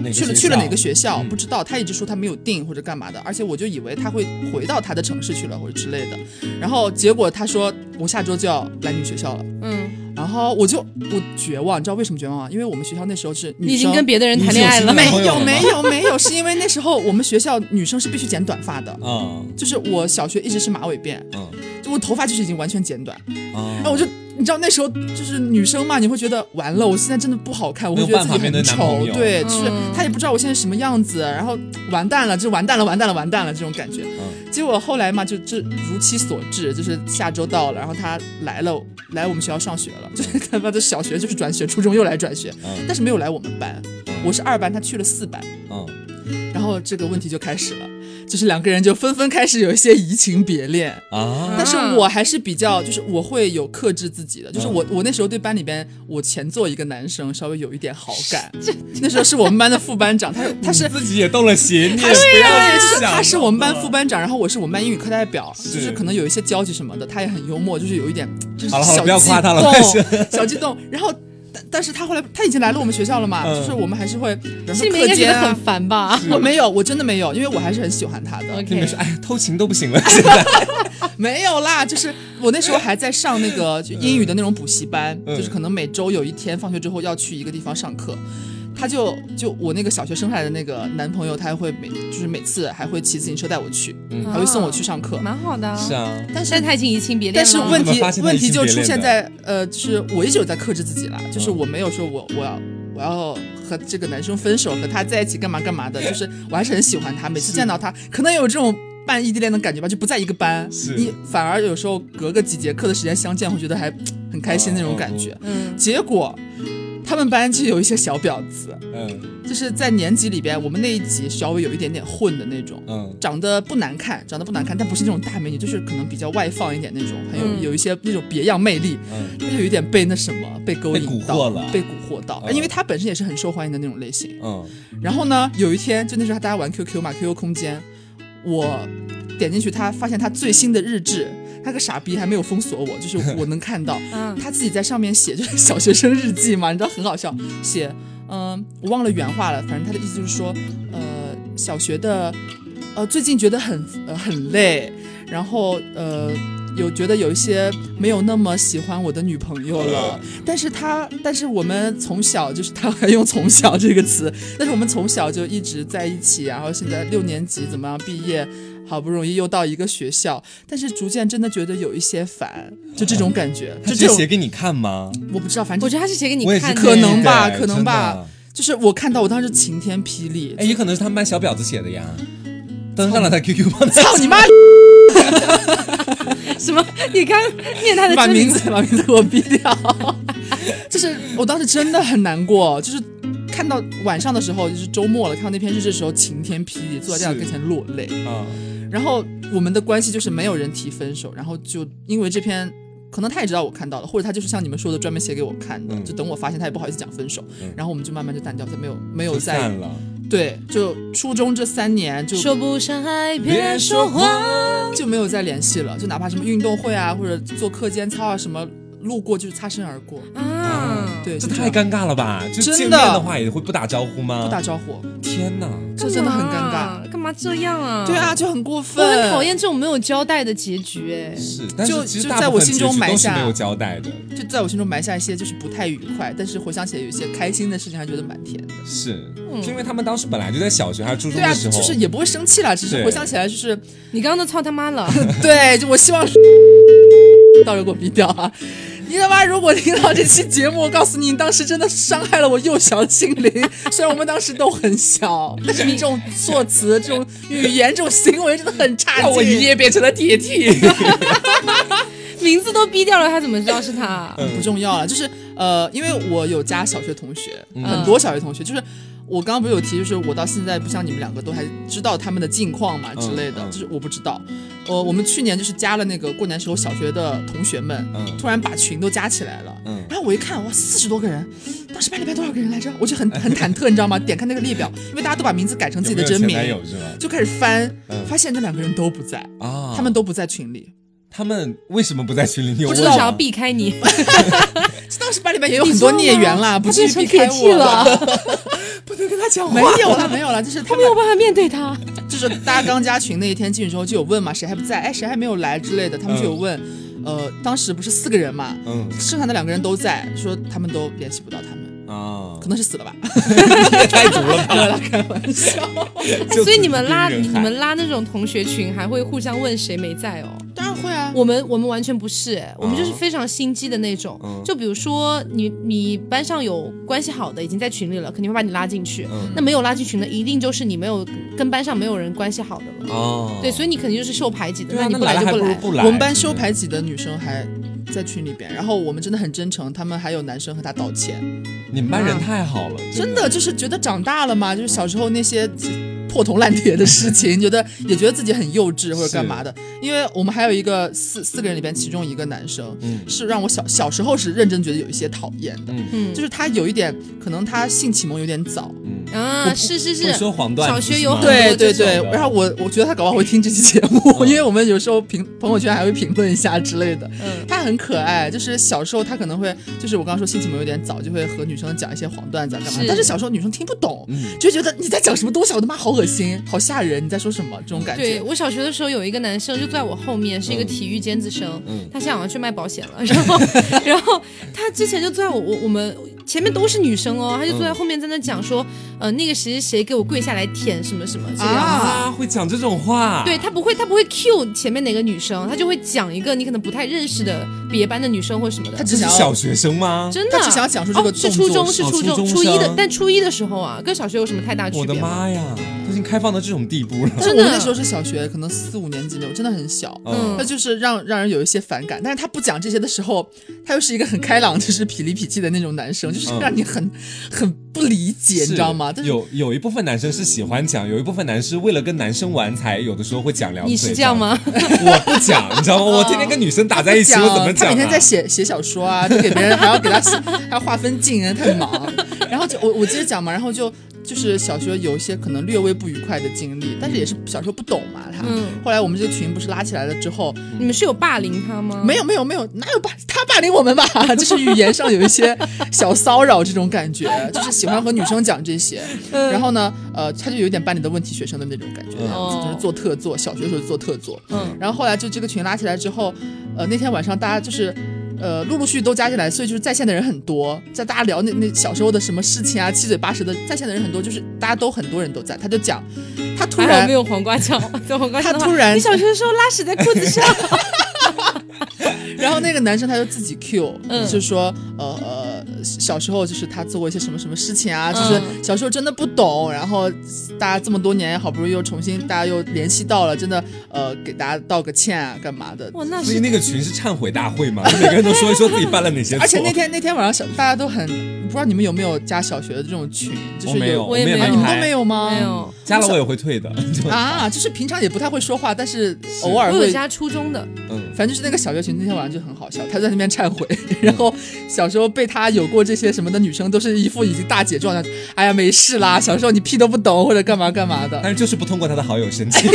Speaker 2: 哪个
Speaker 3: 去了
Speaker 2: 学
Speaker 3: 去了
Speaker 2: 校
Speaker 3: 哪个学校，不知道。他一直说他没有定或者干嘛的，而且我就以为他会回到他的城市去了或者之类的。然后结果他说我下周就要来你们学校了，
Speaker 1: 嗯，
Speaker 3: 然后我就我绝望，你知道为什么绝望吗？因为我们学校那时候是女
Speaker 1: 你已经
Speaker 3: 生
Speaker 1: 跟别的人谈恋爱了，
Speaker 3: 没
Speaker 2: 你已经有
Speaker 3: 有
Speaker 2: 了吗
Speaker 3: 没有没有，是因为那时候我们学校女生是必须剪短发的。
Speaker 2: 嗯
Speaker 3: 就是我小学一直是马尾辫，
Speaker 2: 嗯
Speaker 3: 就我头发就是已经完全剪短，
Speaker 2: 嗯
Speaker 3: 然啊哦后我就你知道那时候就是女生嘛，你会觉得完了，我现在真的不好看，我
Speaker 2: 没
Speaker 3: 会
Speaker 2: 有
Speaker 3: 觉得
Speaker 2: 办
Speaker 3: 自己
Speaker 2: 法面对
Speaker 3: 很
Speaker 2: 男朋
Speaker 3: 丑，
Speaker 2: 友
Speaker 3: 对，就是
Speaker 1: 嗯
Speaker 3: 他也不知道我现在什么样子，然后完蛋了，就完蛋了，完蛋了，完蛋了这种感觉。
Speaker 2: 嗯
Speaker 3: 结果后来嘛，就就如期所至，就是下周到了，然后他来了，来我们学校上学了， 就是他妈的小学就是转学，初中又来转学，
Speaker 2: 嗯
Speaker 3: 但是没有来我们班，我是二班，他去了四班，
Speaker 2: 嗯
Speaker 3: 然后这个问题就开始了，就是两个人就纷纷开始有一些移情别恋。
Speaker 2: 啊
Speaker 3: 但是我还是比较，就是我会有克制自己的，就是
Speaker 2: 嗯
Speaker 3: 我我那时候对班里边我前座一个男生稍微有一点好感，那时候是我们班的副班长，他是他是
Speaker 2: 自己也动了邪念，
Speaker 3: 他是啊
Speaker 2: 不要
Speaker 3: 就是
Speaker 2: 嗯想
Speaker 3: 他是我们班
Speaker 2: 了
Speaker 3: 副班长，然后我是我们班英语课代表，
Speaker 2: 是
Speaker 3: 就是可能有一些交集什么的，他也很幽默，就是有一点就是
Speaker 2: 好了好了
Speaker 3: 小
Speaker 2: 不要夸他了
Speaker 3: 激动，小激动，然后。但但是他后来他已经来了我们学校了嘛，
Speaker 2: 嗯
Speaker 3: 就是我们还是会，然后
Speaker 1: 心里面应
Speaker 3: 课
Speaker 1: 该觉
Speaker 3: 间
Speaker 1: 得
Speaker 3: 啊
Speaker 1: 很，烦吧
Speaker 3: 我没有，我真的没有，因为我还是很喜欢他的。
Speaker 2: 你们
Speaker 1: ？OK，
Speaker 2: 说，哎，偷情都不行了，现在
Speaker 3: 没有啦，就是我那时候还在上那个就英语的那种补习班，
Speaker 2: 嗯
Speaker 3: 就是可能每周有一天放学之后要去一个地方上课。他就就我那个小学生下来的那个男朋友，他还会每就是每次还会骑自行车带我去，
Speaker 2: 嗯
Speaker 3: 还会送我去上课。
Speaker 1: 蛮好的啊。
Speaker 2: 是啊，
Speaker 1: 但是他已经移情别恋
Speaker 3: 但
Speaker 1: 了，
Speaker 3: 是问
Speaker 2: 怎么
Speaker 3: 题
Speaker 2: 发现他
Speaker 3: 问
Speaker 2: 已
Speaker 3: 题
Speaker 2: 经
Speaker 3: 就
Speaker 2: 别
Speaker 3: 出
Speaker 2: 恋
Speaker 3: 现
Speaker 2: 的嗯
Speaker 3: 在呃，就是我一直有在克制自己啦，就是我没有说我我要我要和这个男生分手，和他在一起干嘛干嘛的，就是我还是很喜欢他，每次见到他，可能有这种。半异地恋的感觉吧，就不在一个班
Speaker 2: 是，
Speaker 3: 你反而有时候隔个几节课的时间相见，会觉得还很开心那种感
Speaker 2: 哦
Speaker 3: 觉。
Speaker 1: 嗯，
Speaker 3: 结果，他们班就有一些小婊子，
Speaker 2: 嗯
Speaker 3: 就是在年级里边，我们那一级稍微有一点点混的那种，
Speaker 2: 嗯
Speaker 3: 长得不难看，长得不难看，但不是那种大美女，就是可能比较外放一点那种，很有、
Speaker 1: 嗯
Speaker 3: 有一些那种别样魅力。
Speaker 2: 嗯，
Speaker 3: 她有一点被那什么被勾
Speaker 2: 被
Speaker 3: 引
Speaker 2: 蛊惑
Speaker 3: 到
Speaker 2: 了
Speaker 3: 被蛊惑到，
Speaker 2: 嗯
Speaker 3: 因为她本身也是很受欢迎的那种类型。
Speaker 2: 嗯，
Speaker 3: 然后呢，有一天就那时候大家玩 QQ 嘛，QQ 空间，我点进去，她发现她最新的日志，她个傻逼还没有封锁我，就是我能看到，
Speaker 1: 嗯
Speaker 3: 他自己在上面写，就是小学生日记嘛，你知道很好笑，写，嗯、我忘了原话了，反正他的意思就是说，呃，小学的，呃，最近觉得很呃很累，然后呃。有觉得有一些没有那么喜欢我的女朋友了，但是他，但是我们从小就是他还用“从小”这个词，但是我们从小就一直在一起，啊然后现在六年级怎么样毕业，好不容易又到一个学校，但是逐渐真的觉得有一些烦，就这种感觉，
Speaker 2: 他
Speaker 3: 就这
Speaker 2: 是
Speaker 3: 种
Speaker 2: 写给你看吗？
Speaker 3: 我不知道，反
Speaker 1: 我
Speaker 3: 正
Speaker 1: 觉得他是写给你
Speaker 2: 我也是
Speaker 1: 看的，
Speaker 3: 可能吧
Speaker 2: 对
Speaker 3: 可能吧。
Speaker 2: 真的
Speaker 3: 就是我看到我当时晴天霹雳
Speaker 2: 哎，，也可能是他们班小婊子写的呀，登上了他 QQ 榜
Speaker 1: 哎
Speaker 2: 单。
Speaker 3: 操你妈！
Speaker 1: 什么？你刚念他的
Speaker 3: 把
Speaker 1: 真
Speaker 3: 名
Speaker 1: 名
Speaker 3: 字 把名字给我逼掉， 就是我当时真的很难过，就是看到晚上的时候，就是周末了，看到那篇日志的时候晴天霹雳，坐在电脑跟前落泪。
Speaker 2: 啊，
Speaker 3: 然后我们的关系就是没有人提分手，然后就因为这篇，可能他也知道我看到了，或者他就是像你们说的专门写给我看的，
Speaker 2: 嗯
Speaker 3: 就等我发现他也不好意思讲分手，
Speaker 2: 嗯
Speaker 3: 然后我们就慢慢就淡掉，就没有没有
Speaker 2: 就
Speaker 3: 在
Speaker 2: 散了。
Speaker 3: 对，就初中这三年就
Speaker 1: 说不上爱，别说谎。
Speaker 3: 就没有再联系了，就哪怕什么运动会啊，或者做课间操啊，什么路过就是擦身而过，
Speaker 1: 啊，
Speaker 3: 对，
Speaker 2: 这
Speaker 3: 就
Speaker 2: 太
Speaker 3: 样
Speaker 2: 尴尬了吧？就
Speaker 3: 真的
Speaker 2: 见面的话也会不打招呼吗？
Speaker 3: 不打招呼，
Speaker 2: 天哪！
Speaker 3: 这真的很尴
Speaker 1: 干
Speaker 3: 尬。
Speaker 1: 嘛，啊干嘛这样啊？
Speaker 3: 对，啊，就很过
Speaker 1: 我
Speaker 3: 分，
Speaker 1: 很讨。厌这种没有交代的结局，哎，
Speaker 2: 是，但
Speaker 3: 就是
Speaker 2: 其实
Speaker 3: 就
Speaker 2: 大
Speaker 3: 在
Speaker 2: 部
Speaker 3: 我
Speaker 2: 分
Speaker 3: 心
Speaker 2: 结
Speaker 3: 中
Speaker 2: 局
Speaker 3: 埋
Speaker 2: 都是
Speaker 3: 下
Speaker 2: 没有交代的。
Speaker 3: 就在我心中埋下一些就是不太愉快，但是回想起来有一些开心的事情，还觉得蛮甜的。
Speaker 2: 是，是因为他们当时本来就在小学还是初中
Speaker 3: 对啊，
Speaker 2: 的时
Speaker 3: 就
Speaker 2: 候，
Speaker 3: 是也不会生气啦，只是
Speaker 2: 对
Speaker 3: 回想起来就是，
Speaker 1: 你刚刚都操他 妈了，
Speaker 3: 对，就我希望到时候给我逼掉啊！你他妈如果听到这期节目，我告诉你，你当时真的伤害了我幼小的心灵。虽然我们当时都很小，但是你这种措辞、这种语言、这种行为真的很差劲。
Speaker 2: 夜变成了铁剃。
Speaker 1: 名字都逼掉了，他怎么知道是他？
Speaker 3: 不重要了，就是呃，因为我有加小学同学，
Speaker 2: 嗯
Speaker 3: 很多小学同学，就是我刚刚不是有提，就是我到现在不像你们两个都还知道他们的近况嘛之类的，
Speaker 2: 嗯嗯
Speaker 3: 就是我不知道。呃，我们去年就是加了那个过年时候小学的同学们，
Speaker 2: 嗯
Speaker 3: 突然把群都加起来了，
Speaker 2: 嗯
Speaker 3: 然后我一看，哇，四十多个人，当时班里班多少个人来着？我就很很忐忑，你知道吗？点开那个列表，因为大家都把名字改成自己的
Speaker 2: 有没有前
Speaker 3: 真名，
Speaker 2: 男友是吗？
Speaker 3: 就开始翻，
Speaker 2: 嗯
Speaker 3: 发现那两个人都不在，
Speaker 2: 啊，
Speaker 3: 他们都不在群里。
Speaker 2: 他们为什么不在群里？你有
Speaker 1: 我
Speaker 2: 问
Speaker 1: 知道
Speaker 2: 吗
Speaker 1: 想要避开 你，
Speaker 3: 当时班里边也有很多孽缘啦，
Speaker 1: 你
Speaker 3: 不
Speaker 1: 知
Speaker 3: 至
Speaker 1: 道吗
Speaker 3: 于避
Speaker 1: 他变
Speaker 3: 开
Speaker 1: 成
Speaker 3: 我
Speaker 1: 铁剃 了，
Speaker 2: 不能跟他讲
Speaker 3: 没有了，没有了，就是他
Speaker 1: 他没
Speaker 3: 们
Speaker 1: 有办法面对 他。
Speaker 3: 就是大家刚加群那一天进去之后就有问嘛，谁还不在？哎，谁还没有来之类的，他们就有问。呃，当时不是四个人嘛，
Speaker 2: 嗯
Speaker 3: 剩下的两个人都在，说他们都联系不到他们，
Speaker 2: 啊
Speaker 3: 可，能是死了吧，
Speaker 2: 太毒了吧？
Speaker 3: 开玩 笑。
Speaker 1: 哎
Speaker 2: 就
Speaker 1: 所以
Speaker 2: 此
Speaker 1: 你们
Speaker 2: 地
Speaker 1: 拉
Speaker 2: 人
Speaker 1: 你
Speaker 2: 海
Speaker 1: 们拉那种同学群，还会互相问谁没在哦。
Speaker 3: 当然会啊，
Speaker 1: 我们我们完全不是，哎我们就是
Speaker 2: 啊
Speaker 1: 非常心机的那种。
Speaker 2: 嗯
Speaker 1: 就比如说你你班上有关系好的已经在群里了，肯定会把你拉进去。
Speaker 2: 嗯
Speaker 1: 那没有拉进群的，一定就是你没有跟班上没有人关系好的了。
Speaker 2: 哦，
Speaker 1: 对，所以你肯定就是受排挤的，
Speaker 2: 对啊，
Speaker 1: 你
Speaker 2: 那
Speaker 1: 不来
Speaker 2: 了
Speaker 1: 就
Speaker 2: 还不如
Speaker 1: 来。
Speaker 2: 不来。
Speaker 3: 我们班修排挤的女生还在群里边，然后我们真的很真诚，他们还有男生和她道歉，
Speaker 2: 你们班人太好了，
Speaker 3: 真
Speaker 2: 的
Speaker 3: 的就是觉得长大了嘛，就是小时候那些破铜烂铁的事情，觉得也觉得自己很幼稚或者干嘛的。因为我们还有一个四四个人里边，其中一个男生，
Speaker 2: 嗯
Speaker 3: 是让我小小时候是认真觉得有一些讨厌的，
Speaker 2: 嗯
Speaker 1: 嗯，
Speaker 3: 就是他有一点，可能他性启蒙有点早，
Speaker 2: 嗯
Speaker 1: 啊，是是
Speaker 2: 会
Speaker 1: 是，
Speaker 2: 说黄段子
Speaker 1: 小学
Speaker 2: 是
Speaker 1: 有
Speaker 2: 吗
Speaker 1: 很多
Speaker 3: 对对
Speaker 1: 这种
Speaker 3: 对
Speaker 2: 种，的
Speaker 3: 然后我我觉得他搞不好会听这期节目，因为我们有时候评朋友圈还会评论一下之类的。
Speaker 1: 嗯
Speaker 3: 他很可爱，就是小时候他可能会，就是我刚刚说性启蒙有点早，就会和女生讲一些黄段子啊干嘛
Speaker 1: 是，
Speaker 3: 但是小时候女生听不懂，
Speaker 2: 嗯
Speaker 3: 就觉得你在讲什么东西，我的妈，好恶心，好吓人，你在说什么这种感
Speaker 1: 对
Speaker 3: 觉。
Speaker 1: 我小学的时候有一个男生就在我后面，是一个体育尖子生，
Speaker 2: 嗯
Speaker 1: 他现在好像去卖保险了， 然后然后他之前就坐在我我我们前面都是女生哦，他就坐
Speaker 2: 嗯
Speaker 1: 在后面在那讲说，呃那个谁谁谁给我跪下来舔什么什么这个样子。
Speaker 2: 啊，会讲这种话，
Speaker 1: 对，他不会，他不会 cue 前面哪个女生，他就会讲一个你可能不太认识的别班的女生或什么的。
Speaker 3: 他
Speaker 2: 这
Speaker 3: 只
Speaker 2: 是
Speaker 3: 想要
Speaker 2: 小学生吗？
Speaker 1: 真的，
Speaker 3: 他只想要讲述这个
Speaker 1: 哦是
Speaker 3: 动
Speaker 1: 初
Speaker 3: 作
Speaker 1: 中，
Speaker 3: 是
Speaker 1: 是
Speaker 2: 吗
Speaker 1: 初
Speaker 2: 初
Speaker 1: 中，
Speaker 2: 中
Speaker 1: 初一的
Speaker 2: 生，啊
Speaker 1: 但初一的时候啊，跟小学有什么太大区
Speaker 2: 我的
Speaker 1: 别吗？
Speaker 2: 妈呀，都已经开放到这种地步了，
Speaker 3: 但是
Speaker 1: 真
Speaker 3: 我
Speaker 1: 的
Speaker 3: 们那时候是小学，可能四五年级那种，真的很小。
Speaker 1: 嗯
Speaker 3: 那就是让让人有一些反感，但是他不讲这些的时候，他又是一个很开朗，就是痞里痞气的那种男生，就是
Speaker 2: 嗯
Speaker 3: 让你很、很不理解，你知道吗？但是
Speaker 2: 有有一部分男生是喜欢讲，有一部分男生为了跟男生玩才有的时候会讲两嘴。
Speaker 1: 你是这样？吗？
Speaker 2: 我不讲，你知道吗？我天天跟女生打在一起，
Speaker 3: 讲
Speaker 2: 我怎么讲、啊？
Speaker 3: 哦他每天在写写小说啊，就给别人还要给他写，还要划分禁人，太忙。然后就我我接着讲嘛，然后就就是小学有一些可能略微不愉快的经历，但是也是小时候不懂嘛，他。
Speaker 1: 嗯
Speaker 3: 后来我们这个群不是拉起来了之后，
Speaker 1: 你们是有霸凌他吗？
Speaker 3: 没有没有没有，哪有霸他霸凌我们吧？ 就是语言上有一些小骚扰这种感觉，就是喜欢和女生讲这些。
Speaker 1: 嗯，
Speaker 3: 然后呢，呃，他就有点班里的问题学生的那种感觉，
Speaker 2: 嗯
Speaker 1: 哦
Speaker 3: 就是做特作，小学的时候做特作。
Speaker 1: 嗯
Speaker 3: 然后后来就这个群拉起来之后，呃，那天晚上大家就是。呃，陆陆续续都加进来，所以就是在线的人很多，在大家聊那那小时候的什么事情啊，七嘴八舌的，在线的人很多，就是大家都很多人都在。他就讲，他突
Speaker 1: 还好
Speaker 3: 然
Speaker 1: 没有黄瓜 酱，对黄瓜酱的话
Speaker 3: 他突然
Speaker 1: 你小学的时候拉屎在裤子 上，
Speaker 3: 然后那个男生他就自己 Q，、
Speaker 1: 嗯
Speaker 3: 就说呃呃，小时候就是他做过一些什么什么事情啊，
Speaker 1: 嗯
Speaker 3: 就是小时候真的不懂，然后大家这么多年好不容易又重新大家又联系到了，真的呃给大家道个歉啊，干嘛的？
Speaker 1: 哇，那
Speaker 2: 所以
Speaker 1: 是
Speaker 2: 那个群是忏悔大会嘛，就每个人都说一说自己犯了哪些错。
Speaker 3: 而且那天那天晚上小大家都很不知道你们有没有加小学的这种群，就是
Speaker 2: 我没有，
Speaker 1: 我也
Speaker 2: 们
Speaker 1: 没
Speaker 3: 啊
Speaker 1: 有
Speaker 3: 你们都没
Speaker 2: 有，
Speaker 3: 有吗？
Speaker 1: 没有，
Speaker 2: 加了我也会退的。 就
Speaker 3: 啊，就是平常也不太会说话，但是偶
Speaker 1: 我
Speaker 3: 尔
Speaker 1: 有
Speaker 3: 会
Speaker 1: 加初中的，
Speaker 2: 嗯，
Speaker 3: 反正就是那个小学群那天晚上就很好笑，他在那边忏悔， 然后小时候被他有过这些什么的女生，都是一副已经大姐状态，哎呀没事啦，小时候你屁都不懂或者干嘛干嘛的，
Speaker 2: 但是就是不通过他的好友 申请。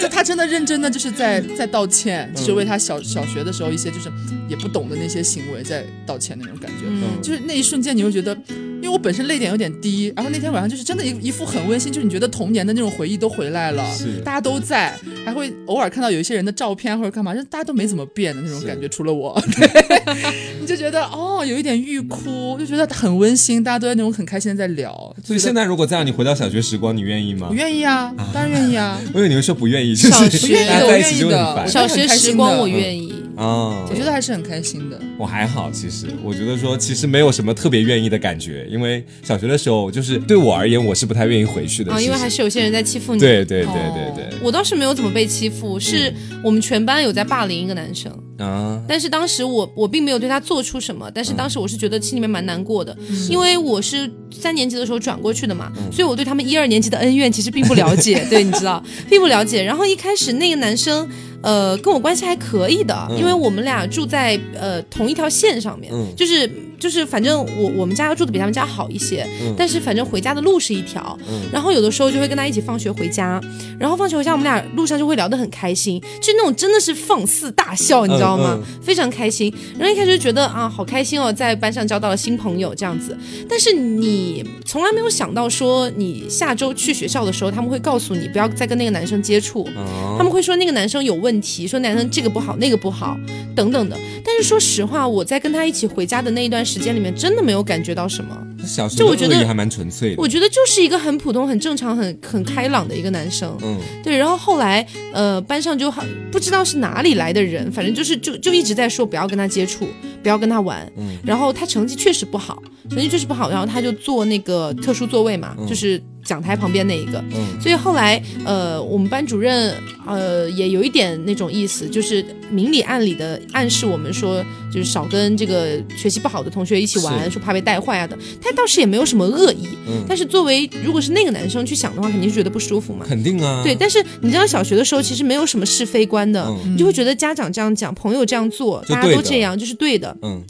Speaker 3: 就他真的认真的就是在在道歉，就是为他小小学的时候一些就是也不懂的那些行为在道歉那种感觉，
Speaker 1: 嗯，
Speaker 3: 就是那一瞬间你会觉得。因为我本身泪点有点低，然后那天晚上就是真的一一副很温馨，就是你觉得童年的那种回忆都回来了，
Speaker 2: 是
Speaker 3: 大家都在，还会偶尔看到有一些人的照片或者干嘛，就大家都没怎么变的那种
Speaker 2: 是
Speaker 3: 感觉，除了我， 对，你就觉得哦，有一点欲哭，就觉得很温馨，大家都在那种很开心的在聊，
Speaker 2: 所以现在如果再让你回到小学时光，你愿意吗
Speaker 3: 我？愿意啊，当然愿意 啊，
Speaker 2: 我以为你会说不愿意，就
Speaker 1: 小
Speaker 2: 是
Speaker 1: 学
Speaker 2: 大家在一起就会很
Speaker 3: 我
Speaker 2: 烦
Speaker 3: 愿意的嗯
Speaker 1: 小学时光我
Speaker 3: 我
Speaker 1: 愿意，
Speaker 2: 啊
Speaker 3: 我。觉得还是很开心的。
Speaker 2: 我还好，其实我觉得说，其实没有什么特别愿意的感觉，因为小学的时候，就是对我而言，我是不太愿意回去的。
Speaker 1: 啊，因为还
Speaker 2: 是
Speaker 1: 是有些人在欺负你，
Speaker 2: 对对对对
Speaker 1: 我倒是没有怎么被欺负，是我们全班有在霸凌一个男生，
Speaker 2: 对啊，
Speaker 1: 但是当时我我并没有对他做出什么，但是当时我是觉得心里面蛮难过的，因为我是三年级的时候转过去的嘛，所以我对他们一二年级的恩怨其实并不了解，对，你知道，并不了解。然后一开始那个男生。呃，跟我关系还可以的，因为我们俩住在呃同一条线上面，
Speaker 2: 嗯
Speaker 1: 就是就是，反正我我们家要住的比他们家好一些，但是反正回家的路是一条，然后有的时候就会跟他一起放学回家，然后放学回家我们俩路上就会聊得很开心，就那种真的是放肆大笑，你知道吗？
Speaker 2: 嗯
Speaker 1: 非常开心。然后一开始就觉得啊，好开心哦，在班上交到了新朋友这样子，但是你从来没有想到说，你下周去学校的时候，他们会告诉你不要再跟那个男生接触。
Speaker 2: 啊
Speaker 1: 他们会说那个男生有问题，说男生这个不好，那个不好，等等的。但是说实话，我在跟他一起回家的那一段时间里面，真的没有感觉到什么。
Speaker 2: 小学
Speaker 1: 就我觉
Speaker 2: 的
Speaker 1: 得
Speaker 2: 恶意还蛮纯粹的
Speaker 1: 我。觉得就是一个很普通、很正常、很很开朗的一个男生。
Speaker 2: 嗯，
Speaker 1: 对，然后后来呃，班上就好不知道是哪里来的人，反正就是就就一直在说不要跟他接触，不要跟他玩。
Speaker 2: 嗯
Speaker 1: 然后他成绩确实不好，成绩确实不好，然后他就坐那个特殊座位嘛，
Speaker 2: 嗯
Speaker 1: 就是讲台旁边那一个。
Speaker 2: 嗯
Speaker 1: 所以后来，呃，我们班主任，呃，也有一点那种意思，就是明里暗里的暗示我们说，就是少跟这个学习不好的同学一起玩，
Speaker 2: 是
Speaker 1: 说怕被带坏啊的。他倒是也没有什么恶意，
Speaker 2: 嗯，
Speaker 1: 但是作为如果是那个男生去想的话，肯定是觉得不舒服嘛。
Speaker 2: 肯定啊。
Speaker 1: 对，但是你知道小学的时候其实没有什么是非观的，
Speaker 2: 嗯
Speaker 1: 你就会觉得家长这样讲，朋友这样做，
Speaker 2: 就
Speaker 1: 大家
Speaker 2: 对
Speaker 1: 都
Speaker 2: 的
Speaker 1: 这样就是对的。
Speaker 2: 嗯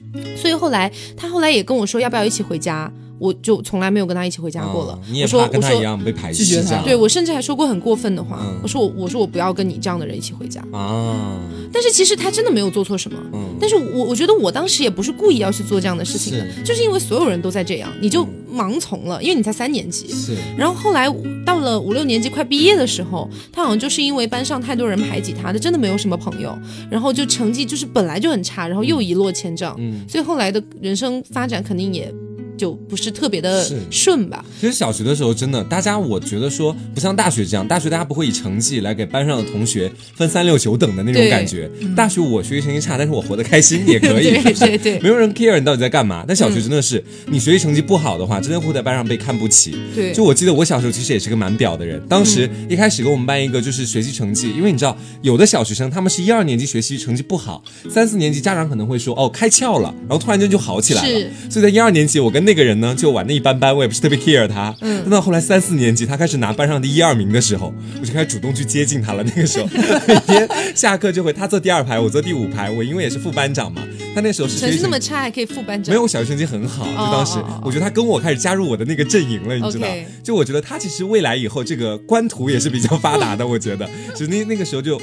Speaker 1: 所以后来他后来也跟我说要不要一起回家，我就从来没有跟他一起回家过了。
Speaker 2: 嗯你也
Speaker 1: 我说
Speaker 2: 怕跟他
Speaker 1: 我说
Speaker 2: 一样被排
Speaker 3: 拒绝
Speaker 2: 斥
Speaker 3: 他
Speaker 2: 这样？
Speaker 1: 对我甚至还说过很过分的话，
Speaker 2: 嗯
Speaker 1: 我说我我说我不要跟你这样的人一起回家。
Speaker 2: 啊，
Speaker 1: 但是其实他真的没有做错什么，
Speaker 2: 嗯
Speaker 1: 但是我我觉得我当时也不是故意要去做这样的事情的，
Speaker 2: 是嗯
Speaker 1: 就是因为所有人都在这样，你就盲从了，因为你才三年级。
Speaker 2: 是
Speaker 1: 然后后来到了五六年级快毕业的时候，他好像就是因为班上太多人排挤他，他真的没有什么朋友，然后就成绩就是本来就很差，然后又一落千丈，
Speaker 2: 嗯。
Speaker 1: 所以后来的人生发展肯定也就不是特别的
Speaker 2: 是
Speaker 1: 顺 吧。
Speaker 2: 其实小学的时候，真的，大家我觉得说不像大学这样，大学大家不会以成绩来给班上的同学分三六九等的那种
Speaker 1: 对嗯
Speaker 2: 感觉。大学我学习成绩差，但是我活得开心也可 以，
Speaker 1: 对
Speaker 2: 是不是
Speaker 1: 对对
Speaker 2: 没有人 care 你到底在干嘛。但小学真的是，你学习成绩不好的话，真的会在班上被看不起。
Speaker 1: 对嗯
Speaker 2: 就我记得我小时候其实也是个蛮屌的人，当时一开始跟我们班一个就是学习成绩，因为你知道有的小学生他们是一二年级学习成绩不好，三四年级家长可能会说哦开窍了，然后突然间就好起来了
Speaker 1: 是。
Speaker 2: 所以在一二年级我跟那个人呢就玩的一般般，我也不是特别 care 他。嗯，但到后来三四年级他开始拿班上的一二名的时候，我就开始主动去接近他了。那 个时候每天下课就会他坐第二排，我坐第五排，我因为也是副班长嘛，他那时候是
Speaker 1: 成
Speaker 2: 学
Speaker 1: 绩那
Speaker 2: 习成
Speaker 1: 么差还可以副班长，
Speaker 2: 没有，我小学成绩很好，就当时
Speaker 1: 哦哦哦
Speaker 2: 我觉得他跟我开始加入我的那个阵营了，你知道
Speaker 1: OK？
Speaker 2: 就我觉得他其实未来以后这个官图也是比较发达的，我觉得，
Speaker 1: 嗯
Speaker 2: 就那那个时候就。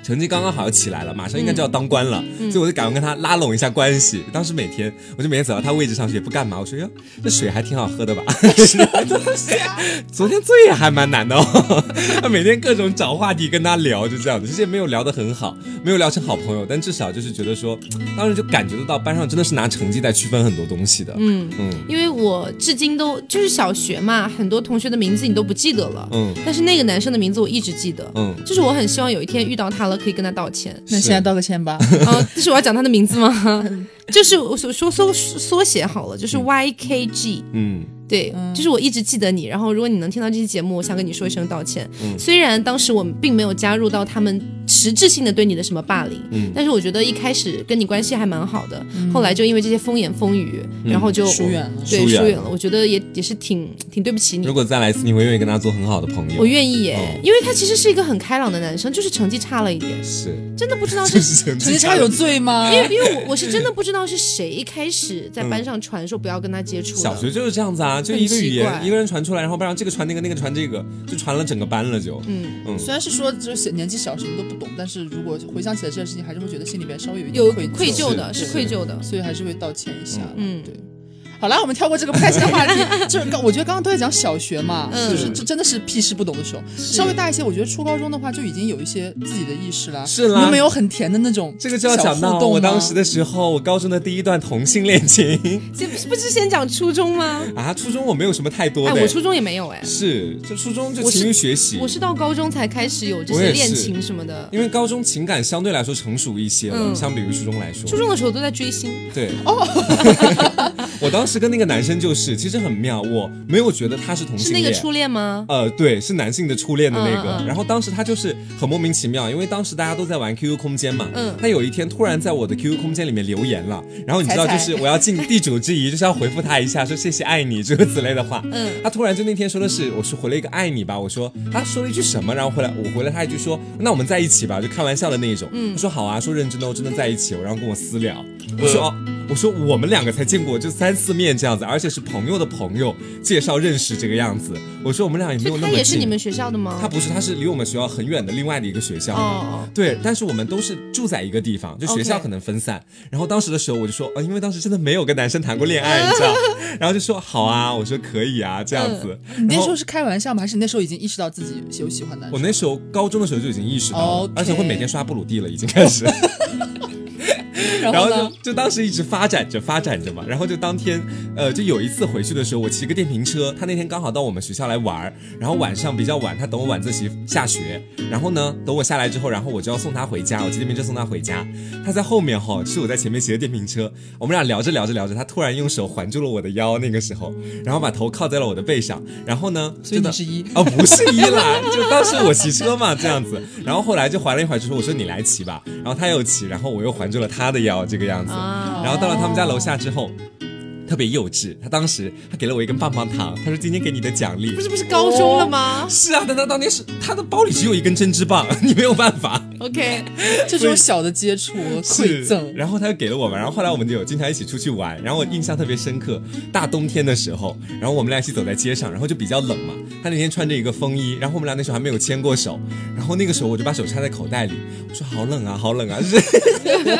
Speaker 2: 成绩刚刚好要起来了，马上应该就要当官了，
Speaker 1: 嗯
Speaker 2: 所以我就赶快跟他拉拢一下关系。当时每天，我就每天走到他位置上去也不干嘛，我说哟，这水还挺好喝的 吧？昨天醉也还蛮难的哦， 他每天各种找话题跟他聊，就这样子。其实也没有聊得很好，没有聊成好朋友，但至少就是觉得说，当时就感觉得到班上真的是拿成绩在区分很多东西的。
Speaker 1: 嗯。
Speaker 2: 嗯
Speaker 1: 因为我至今都就是小学嘛，很多同学的名字你都不记得了，
Speaker 2: 嗯
Speaker 1: 但是那个男生的名字我一直记得，
Speaker 2: 嗯，
Speaker 1: 就是我很希望有一天遇到他了，可以跟他道歉。
Speaker 3: 那现在道个 歉吧。
Speaker 1: 啊，就是我要讲他的名字吗？ 就是我说说缩缩写好了，就是 YKG，
Speaker 2: 嗯
Speaker 1: 对，就是我一直记得你。然后如果你能听到这期节目，我想跟你说一声道歉。
Speaker 2: 嗯
Speaker 1: 虽然当时我们并没有加入到他们实质性的对你的什么霸凌，
Speaker 2: 嗯
Speaker 1: 但是我觉得一开始跟你关系还蛮好的，后来就因为这些风言风语，然后就
Speaker 3: 疏远了
Speaker 1: 对
Speaker 2: 嗯疏
Speaker 1: 疏
Speaker 2: 远
Speaker 1: 远了。我觉得也也是挺挺对不起你
Speaker 2: 如。果再来一次，你会愿意跟他做很好的朋友？
Speaker 1: 我愿意耶，
Speaker 2: 哦
Speaker 1: 因为他其实是一个很开朗的男生，就是成绩差了一点，
Speaker 2: 是，
Speaker 1: 真的不知道
Speaker 2: 就是是成
Speaker 3: 成绩
Speaker 2: 绩
Speaker 3: 差有罪 吗？
Speaker 1: 因为因为我我是
Speaker 2: 嗯
Speaker 1: 真的不知道是谁开始在班上传说不要跟他接触的。
Speaker 2: 小学就是这样子啊，就一个
Speaker 1: 很奇
Speaker 2: 语言，
Speaker 1: 怪
Speaker 2: 一个人传出来，然后班上这个传那个，那个传这个，就传了整个班了就。
Speaker 1: 嗯，
Speaker 2: 嗯，
Speaker 3: 虽然是说就是小年纪小什么都不懂，但是如果回想起来这件事情，还是会觉得心里边稍微有一
Speaker 1: 有
Speaker 3: 点
Speaker 1: 愧疚
Speaker 3: 疚
Speaker 1: 的，
Speaker 3: 对
Speaker 1: 是愧疚的。
Speaker 3: 所以还是会道歉一下。
Speaker 1: 嗯
Speaker 3: 对。好啦，我们跳过这个不开心的 话题，就是刚我觉得刚刚都在讲小学嘛，
Speaker 1: 嗯
Speaker 3: 就是这真的是屁事不懂的时候。稍微大一些，我觉得初高中的话就已经有一些自己的意识啦。
Speaker 2: 是啦
Speaker 3: 你们没有很甜的那种
Speaker 2: 这个就要讲
Speaker 3: 小
Speaker 2: 到
Speaker 3: 互
Speaker 1: 啊
Speaker 3: 动吗啊
Speaker 2: 我当时的时候，我高中的第一段同性恋情
Speaker 1: 这不是先讲初中吗？
Speaker 2: 啊，初中我没有什么太多
Speaker 1: 哎，
Speaker 2: 的。
Speaker 1: 我初中也没有哎，
Speaker 2: 是，就初中就
Speaker 1: 我是
Speaker 2: 勤于学习
Speaker 1: 我。是到高中才开始有这
Speaker 2: 我也
Speaker 1: 些
Speaker 2: 是
Speaker 1: 恋情什么的。
Speaker 2: 因为高中情感相对来说成熟一些了，
Speaker 1: 嗯
Speaker 2: 相比于初中来说
Speaker 1: 初，中的时候都在追星，
Speaker 2: 对，哦， 我当时跟那个男生就是，其实很妙，我没有觉得他是同
Speaker 1: 是
Speaker 2: 性
Speaker 1: 那
Speaker 2: 恋，
Speaker 1: 个初恋吗？
Speaker 2: 呃，对，是男性的初恋的那
Speaker 1: 嗯
Speaker 2: 个。
Speaker 1: 嗯嗯
Speaker 2: 然后当时他就是很莫名其妙，因为当时大家都在玩 QQ 空间嘛。
Speaker 1: 嗯
Speaker 2: 他有一天突然在我的 QQ 空间里面留言了，然后你知道，就
Speaker 3: 彩彩
Speaker 2: 是我要尽地主之谊，就是要回复他一下，说谢谢爱你诸如此类的话。
Speaker 1: 嗯
Speaker 2: 他突然就那天说的是，我是回了一个爱你吧，我说他说了一句什么，然后回来我回了他一句说，那我们在一起吧，就开玩笑的那一种。嗯，他说好啊，说认真的哦，真的在一起哦，然后跟我私聊，我说哦。我说我们两个才见过就三四面这样子，而且是朋友的朋友介绍认识这个样子。我说我们俩也
Speaker 1: 所
Speaker 2: 没有
Speaker 1: 以
Speaker 2: 那
Speaker 1: 他
Speaker 2: 么
Speaker 1: 也是
Speaker 2: 近
Speaker 1: 你们学校的吗
Speaker 2: 他？不是，他是离我们学校很远的另外的一个学校。
Speaker 1: 哦，
Speaker 2: 对，
Speaker 3: 嗯
Speaker 2: 但是我们都是住在一个地方，就学校
Speaker 1: OK
Speaker 2: 可能分散。然后当时的时候，我就说，呃，因为当时真的没有跟男生谈过恋 爱，你知道，然后就说好啊，我说可以啊，这样子。
Speaker 3: 嗯你那
Speaker 2: 然后
Speaker 3: 时候是开玩笑吗？还是你那时候已经意识到自己有喜欢的男
Speaker 2: 我
Speaker 3: 生？
Speaker 2: 那时候高中的时候就已经意识到了
Speaker 3: OK
Speaker 2: 而且会每天刷布鲁蒂了，已经开始。
Speaker 3: 然
Speaker 2: 然
Speaker 3: 后
Speaker 2: 后
Speaker 3: 呢
Speaker 2: 就？就当时一直发展着发展着嘛，然后就当天，呃，就有一次回去的时候，我骑个电瓶车，他那天刚好到我们学校来玩儿，然后晚上比较晚，他等我晚自习下学，然后呢，等我下来之后，然后我就要送他回家，我骑电瓶车送他回家，他在后面哈，是我在前面骑的电瓶车，我们俩聊着聊着聊着，他突然用手环住了我的腰，那个时候，然后把头靠在了我的背上，然后呢，
Speaker 3: 所以
Speaker 2: 真的
Speaker 3: 你是一
Speaker 2: 哦，不是一啦，就当时我骑车嘛，这样子。然后后来就还了一会儿，就说我说你来骑吧，然后他又骑，然后我又环住了他的腰，这个样子。
Speaker 1: 啊
Speaker 2: 然后到了他们家楼下之后。特别幼稚，他当时他给了我一根棒棒糖，他说今天给你的奖励
Speaker 1: 不是不是高中了吗？
Speaker 2: 是啊，但他当天是他的包里只有一根针织棒，你没有办法。
Speaker 1: OK，
Speaker 3: 这种小的 接触馈赠，
Speaker 2: 然后他就给了我们，然后后来我们就有经常一起出去玩，然后我印象特别深刻，大冬天的时候，然后我们俩一起走在街上，然后就比较冷嘛，他那天穿着一个风衣，然后我们俩那时候还没有牵过手，然后那个时候我就把手插在口袋里，我说好冷啊，好冷啊，就是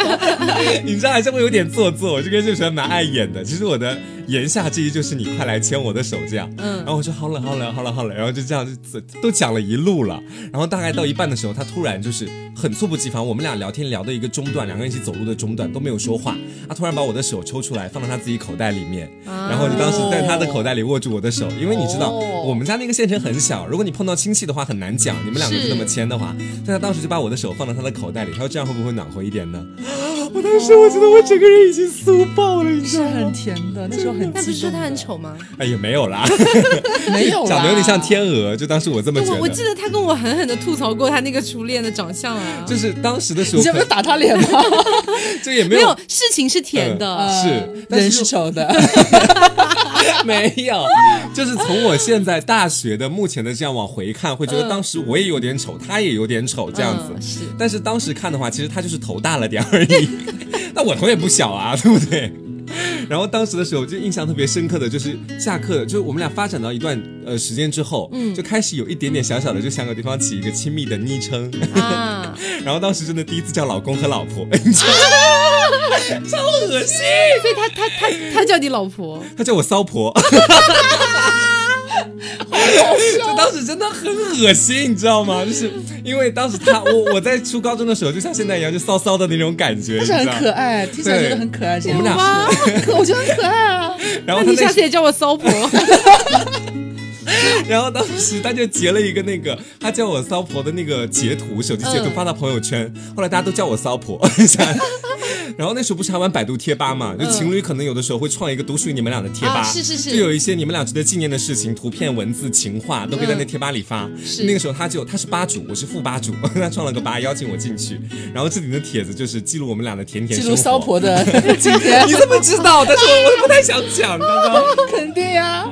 Speaker 2: 你知道还是会有点做作，我这个人就喜欢蛮碍眼的，其实我的言下之意就是你快来牵我的手这样，
Speaker 1: 嗯
Speaker 2: 然后我说好冷好冷好冷好冷，然后就这样就都讲了一路了，然后大概到一半的时候，他突然就是很猝不及防，我们俩聊天聊到一个中段，两个人一起走路的中段都没有说话，他突然把我的手抽出来放到他自己口袋里面，
Speaker 1: 啊
Speaker 2: 然后就当时在他的口袋里握住我的手，因为你知道
Speaker 3: 哦
Speaker 2: 我们家那个县城很小，如果你碰到亲戚的话很难讲，你们两个就那么牵的话，但他当时就把我的手放到他的口袋里，他说这样会不会暖和一点呢？ 我当时我觉得我整个人已经酥爆了，你知
Speaker 3: 是
Speaker 2: 道吗
Speaker 3: 很？甜的，那时候很
Speaker 1: 那不是
Speaker 3: 激
Speaker 1: 说
Speaker 3: 动
Speaker 1: 他很
Speaker 3: 的，
Speaker 1: 丑吗？
Speaker 2: 哎也没有啦，
Speaker 3: 没有啦啊
Speaker 2: 长得有点像，天鹅，就当时我这么觉
Speaker 1: 我我记得
Speaker 2: 得。
Speaker 1: 他跟我狠狠的吐槽过他那个初恋的长相啊，
Speaker 2: 就是当时的时
Speaker 3: 你
Speaker 2: 候，
Speaker 3: 这不是打他脸吗？
Speaker 2: 这也没
Speaker 1: 没
Speaker 2: 有
Speaker 1: 有事情是甜的，
Speaker 2: 嗯是但是
Speaker 3: 人是丑的，
Speaker 2: 没有，就是从我现在大学的目前的这样往回看，会觉得当时我也有点丑，他也有点丑这样子。
Speaker 1: 嗯是
Speaker 2: 但是当时看的话，其实他就是头大了点而已， 但我头也不小啊，对不对？然后当时的时候，就印象特别深刻的就是下课，就是我们俩发展到一段呃时间之后，嗯，就开始有一点点小小的，就想给对方起一个亲密的昵称。
Speaker 1: 啊，
Speaker 2: 然后当时真的第一次叫老公和老婆，你知道吗超恶心。
Speaker 1: 所以他他他他叫你老婆，
Speaker 2: 他叫我骚婆，就当时真的很恶心，你知道吗？ 就是因为当时他，我我在初高中的时候，就像现在一样，就骚骚的那种感觉，你知
Speaker 3: 但是
Speaker 2: 道
Speaker 3: 很
Speaker 2: 吗？
Speaker 3: 可 爱，听起来觉得很可爱。这
Speaker 2: 我们
Speaker 3: 样
Speaker 2: 俩，
Speaker 3: 是可我觉得很可爱啊。
Speaker 2: 然
Speaker 1: 那
Speaker 2: 后他
Speaker 1: 你下
Speaker 2: 那
Speaker 1: 次
Speaker 2: 时，
Speaker 1: 也叫我骚 婆，
Speaker 2: 然后当时他就截了一个那个，他叫我骚婆的那个截图，手机截图
Speaker 1: 嗯
Speaker 2: 发到朋友圈，后来大家都叫我骚婆， 然后那时候不是还玩百度贴吧嘛，就
Speaker 3: 嗯
Speaker 2: 情侣可能有的时候会创一个独属于你们俩的贴吧，
Speaker 1: 啊是是是
Speaker 2: 就有一些你们俩值得纪念的事情，图片、文字、情话都可以
Speaker 3: 嗯
Speaker 2: 在那贴吧里发。
Speaker 1: 是
Speaker 2: 那个时候他就他是吧主，我是副吧主， 他创了个吧邀请我进去，然后这里的帖子就是记录我们俩的甜甜
Speaker 3: 记
Speaker 2: 生
Speaker 3: 录
Speaker 2: 活。
Speaker 3: 骚 婆的今天
Speaker 2: 你，怎么知道？但是我我不太想讲，你知 道吗？
Speaker 3: 肯定呀、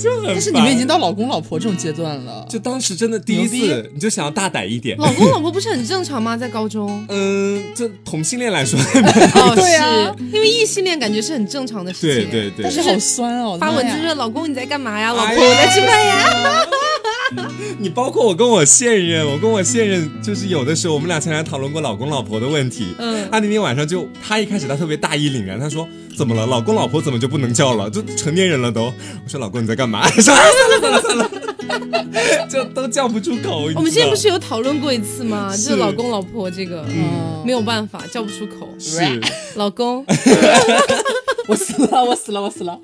Speaker 2: 就很烦。
Speaker 3: 但是你们已经到老公老婆这种阶段了，
Speaker 2: 就当时真的第一
Speaker 3: 牛
Speaker 2: 次，你就想要大胆一点。。
Speaker 1: 老公老婆不是很正常吗？在高中
Speaker 2: 嗯，这同性恋来说，
Speaker 1: 哦
Speaker 3: 对啊
Speaker 1: 是因为异性恋感觉是很正常的事
Speaker 2: 对
Speaker 1: 情。
Speaker 2: 对对
Speaker 3: 但，是好酸哦。
Speaker 1: 发文字
Speaker 3: 对
Speaker 1: 说：“
Speaker 3: 呀
Speaker 1: 老公你在干嘛呀？老
Speaker 2: 哎
Speaker 1: 婆
Speaker 2: 呀
Speaker 1: 我在吃饭呀。
Speaker 2: 你包括我跟我现任，我跟我现任就是有的时候我们俩曾经讨论过老公老婆的问题。
Speaker 1: 嗯
Speaker 2: 他那天晚上就，他一开始他特别大义凛然，他说怎么了，老公老婆怎么就不能叫了？就成年人了都。我说老公你在干嘛？ 他说、哎、算了算了算了， 就都叫不出口。你”
Speaker 1: 我们之
Speaker 2: 知
Speaker 1: 前
Speaker 2: 道
Speaker 1: 不是有讨论过一次吗？就是是老公老婆这个
Speaker 3: 嗯
Speaker 1: 没有办法叫不出口。
Speaker 2: 是
Speaker 1: 老 公，
Speaker 3: 我死了，我死了，我死了，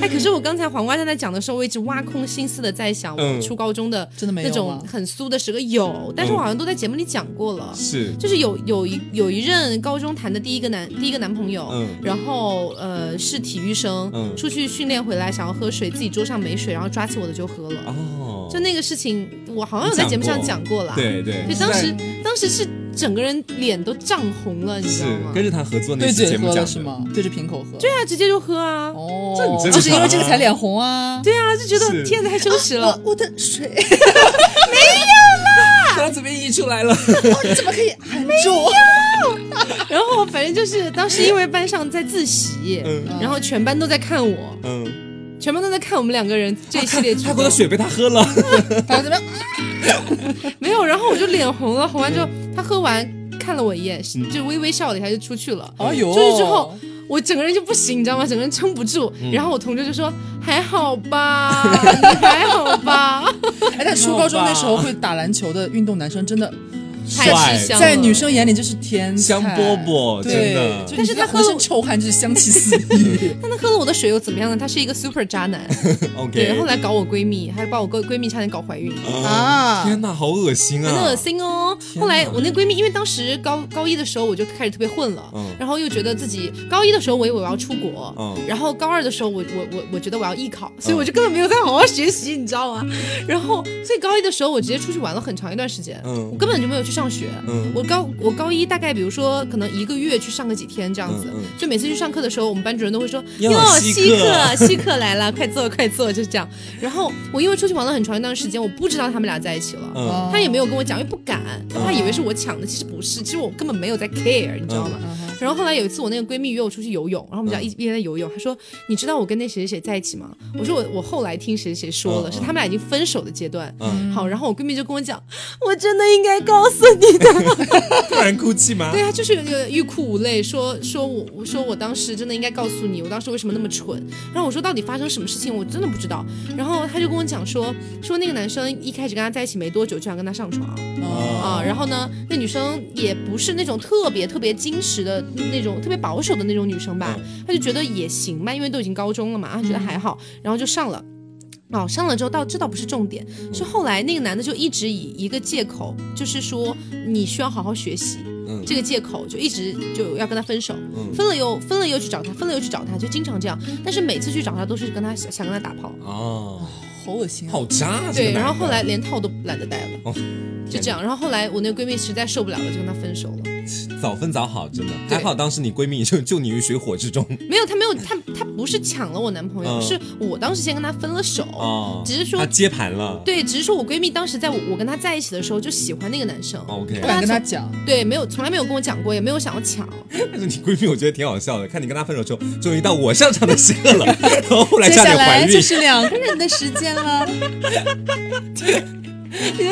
Speaker 1: 哎，可是我刚才黄瓜正在讲的时候，我一直挖空心思的在想，
Speaker 2: 嗯
Speaker 1: 我初高中的
Speaker 3: 真的没有啊
Speaker 1: 那种
Speaker 3: 吗
Speaker 1: 很酥的时刻有，但是我好像都在节目里讲过了。
Speaker 2: 是，
Speaker 1: 就是有有一有一任高中谈的第一个男第一个男朋友，
Speaker 2: 嗯
Speaker 1: 然后呃是体育生，
Speaker 2: 嗯
Speaker 1: 出去训练回来想要喝水，自己桌上没水，然后抓起我的就喝了。
Speaker 2: 哦，
Speaker 1: 就那个事情，我好像有在节目上讲过啦。，
Speaker 2: 对对，
Speaker 1: 就当时当时是整个人脸都涨红了，你知
Speaker 2: 是
Speaker 1: 道吗？
Speaker 2: 跟着他合作那
Speaker 3: 对
Speaker 2: 期
Speaker 3: 嘴
Speaker 2: 节目
Speaker 3: 喝
Speaker 2: 讲
Speaker 3: 了
Speaker 2: 的
Speaker 3: 是？吗？对着瓶口喝。
Speaker 1: 对啊，直接就喝啊。
Speaker 3: 哦，
Speaker 2: 这你真
Speaker 3: 就是因
Speaker 2: 的
Speaker 3: 为这个才脸红啊。
Speaker 1: 对啊，就觉
Speaker 2: 是
Speaker 1: 得天哪，太羞耻了。
Speaker 3: 我的水，
Speaker 2: 他怎么溢出来了？
Speaker 3: 你怎么可以含 住？
Speaker 1: 然后反正就是当时因为班上在自习，
Speaker 2: 嗯
Speaker 1: 然后全班都在看我，
Speaker 2: 嗯，
Speaker 1: 全班都在看我们两个人这一系列举
Speaker 2: 他
Speaker 1: 动。
Speaker 2: 喝的水被他喝了。
Speaker 3: 反正怎么样？
Speaker 1: 没有，然后我就脸红了， 红完之后他喝完看了我一眼，就微微笑了一下就出去了。
Speaker 3: 嗯哎呦，
Speaker 1: 出去之后，我整个人就不行，你知道吗？整个人撑不住。
Speaker 3: 嗯
Speaker 1: 然后我同桌就说：“还好 吧，你还好吧
Speaker 3: 哎，但初高中那时候会打篮球的运动男生真的，
Speaker 1: 太
Speaker 2: 帅
Speaker 1: 吃香了
Speaker 3: 在女生眼里就是天才
Speaker 2: 香饽饽真
Speaker 3: 对
Speaker 2: 的，
Speaker 3: 就
Speaker 1: 但是
Speaker 3: 你看
Speaker 1: 他喝
Speaker 3: 浑身
Speaker 1: 了。
Speaker 3: 臭汗，就是香 气四溢？”
Speaker 1: 但他喝了我的水又怎么样呢？他是一个 super 渣男，对，然
Speaker 2: OK
Speaker 1: 后。来搞我闺蜜，还把我闺闺蜜差点搞怀孕。
Speaker 3: 啊
Speaker 2: 天哪，好恶心啊！
Speaker 1: 很恶心哦。后来我那闺蜜，因为当时高高一的时候我就开始特别混了，
Speaker 2: 嗯
Speaker 1: 然后又觉得自己高一的时候我以为我要出国，
Speaker 2: 嗯
Speaker 1: 然后高二的时候我我我我觉得我要艺考，所以我就根本没有在好 好学习，你知道吗？然后所以高一的时候我直接出去玩了很长一段时间，
Speaker 2: 嗯
Speaker 1: 我根本就没有去上学。
Speaker 2: 嗯
Speaker 1: 我高我高一大概比如说可能一个月去上个几天这样子，
Speaker 2: 嗯嗯
Speaker 1: 就每次去上课的时候，我们班主任都会说：“
Speaker 2: 哟稀
Speaker 1: 稀
Speaker 2: 客
Speaker 1: 客 稀客来了，快坐快坐。”就是这样。然后我因为出去玩了很长一段时间，我不知道他们俩在一起了。
Speaker 2: 嗯
Speaker 3: 哦
Speaker 1: 他也没有跟我讲，因为不敢，他怕以为是我抢的，其实不是，其实我根本没有在 care，你知道吗？
Speaker 3: 嗯哼
Speaker 1: 然后后来有一次，我那个闺蜜约我出去游泳，然后我
Speaker 2: 嗯
Speaker 1: 们俩一一边在游泳，她说：“你知道我跟那谁谁谁在一起吗？”我说我：“我后来听谁谁谁说了，
Speaker 2: 嗯
Speaker 1: 是他们俩已经分手的阶段。
Speaker 2: 嗯，
Speaker 1: 好，然后我闺蜜就跟我讲：“我真的应该告诉你的。
Speaker 2: 突然哭泣”吗
Speaker 1: 对？啊，就是呃欲哭无泪，说说我我说我当时真的应该告诉你，我当时为什么那么蠢。然后我说到底发生什么事情，我真的不知道。然后她就跟我讲说说那个男生一开始跟她在一起没多久就想跟她上床。
Speaker 3: 哦
Speaker 1: 啊，然后呢，那女生也不是那种特别特别矜持的那种，特别保守的那种女生吧，她就觉得也行吧，因为都已经高中了嘛，她啊觉得还好，然后就上了。哦，上了之后到这倒不是重点，是后来那个男的就一直以一个借口，就是说你需要好好学习，
Speaker 2: 嗯
Speaker 1: 这个借口就一直就要跟他分手，
Speaker 2: 嗯
Speaker 1: 分了又分了又去找他，分了又去找他，就经常这样，但是每次去找他都是跟他想想跟他打炮，
Speaker 2: 哦，
Speaker 3: 好恶心啊！
Speaker 2: 好渣啊！这个
Speaker 1: 对，
Speaker 2: 男的
Speaker 1: 然后后来连套都懒得戴了，
Speaker 2: 哦
Speaker 1: 就这样。然后后来我那个闺蜜实在受不了了，就跟她分手了。
Speaker 2: 早分早好，真的
Speaker 1: 对
Speaker 2: 还好，当时你闺蜜就救你于水火之中
Speaker 1: 没有，她没有，她她不是抢了我男朋友，
Speaker 2: 嗯
Speaker 1: 是我当时先跟她分了手，
Speaker 2: 哦，
Speaker 1: 只是说
Speaker 2: 她接盘了，
Speaker 1: 对，只是说我闺蜜当时在我我跟她在一起的时候就喜欢那个男生，
Speaker 2: 哦，OK，
Speaker 3: 不敢跟他讲，
Speaker 1: 对，没有从来没有跟我讲过，也没有想要抢，
Speaker 2: 但是你闺蜜我觉得挺好笑的，看你跟她分手之后，终于到我上场的时刻 了，然后后来
Speaker 3: 接
Speaker 2: 差
Speaker 3: 下
Speaker 2: 点怀
Speaker 3: 来
Speaker 2: 孕，
Speaker 3: 就是两个人的时间 了。哎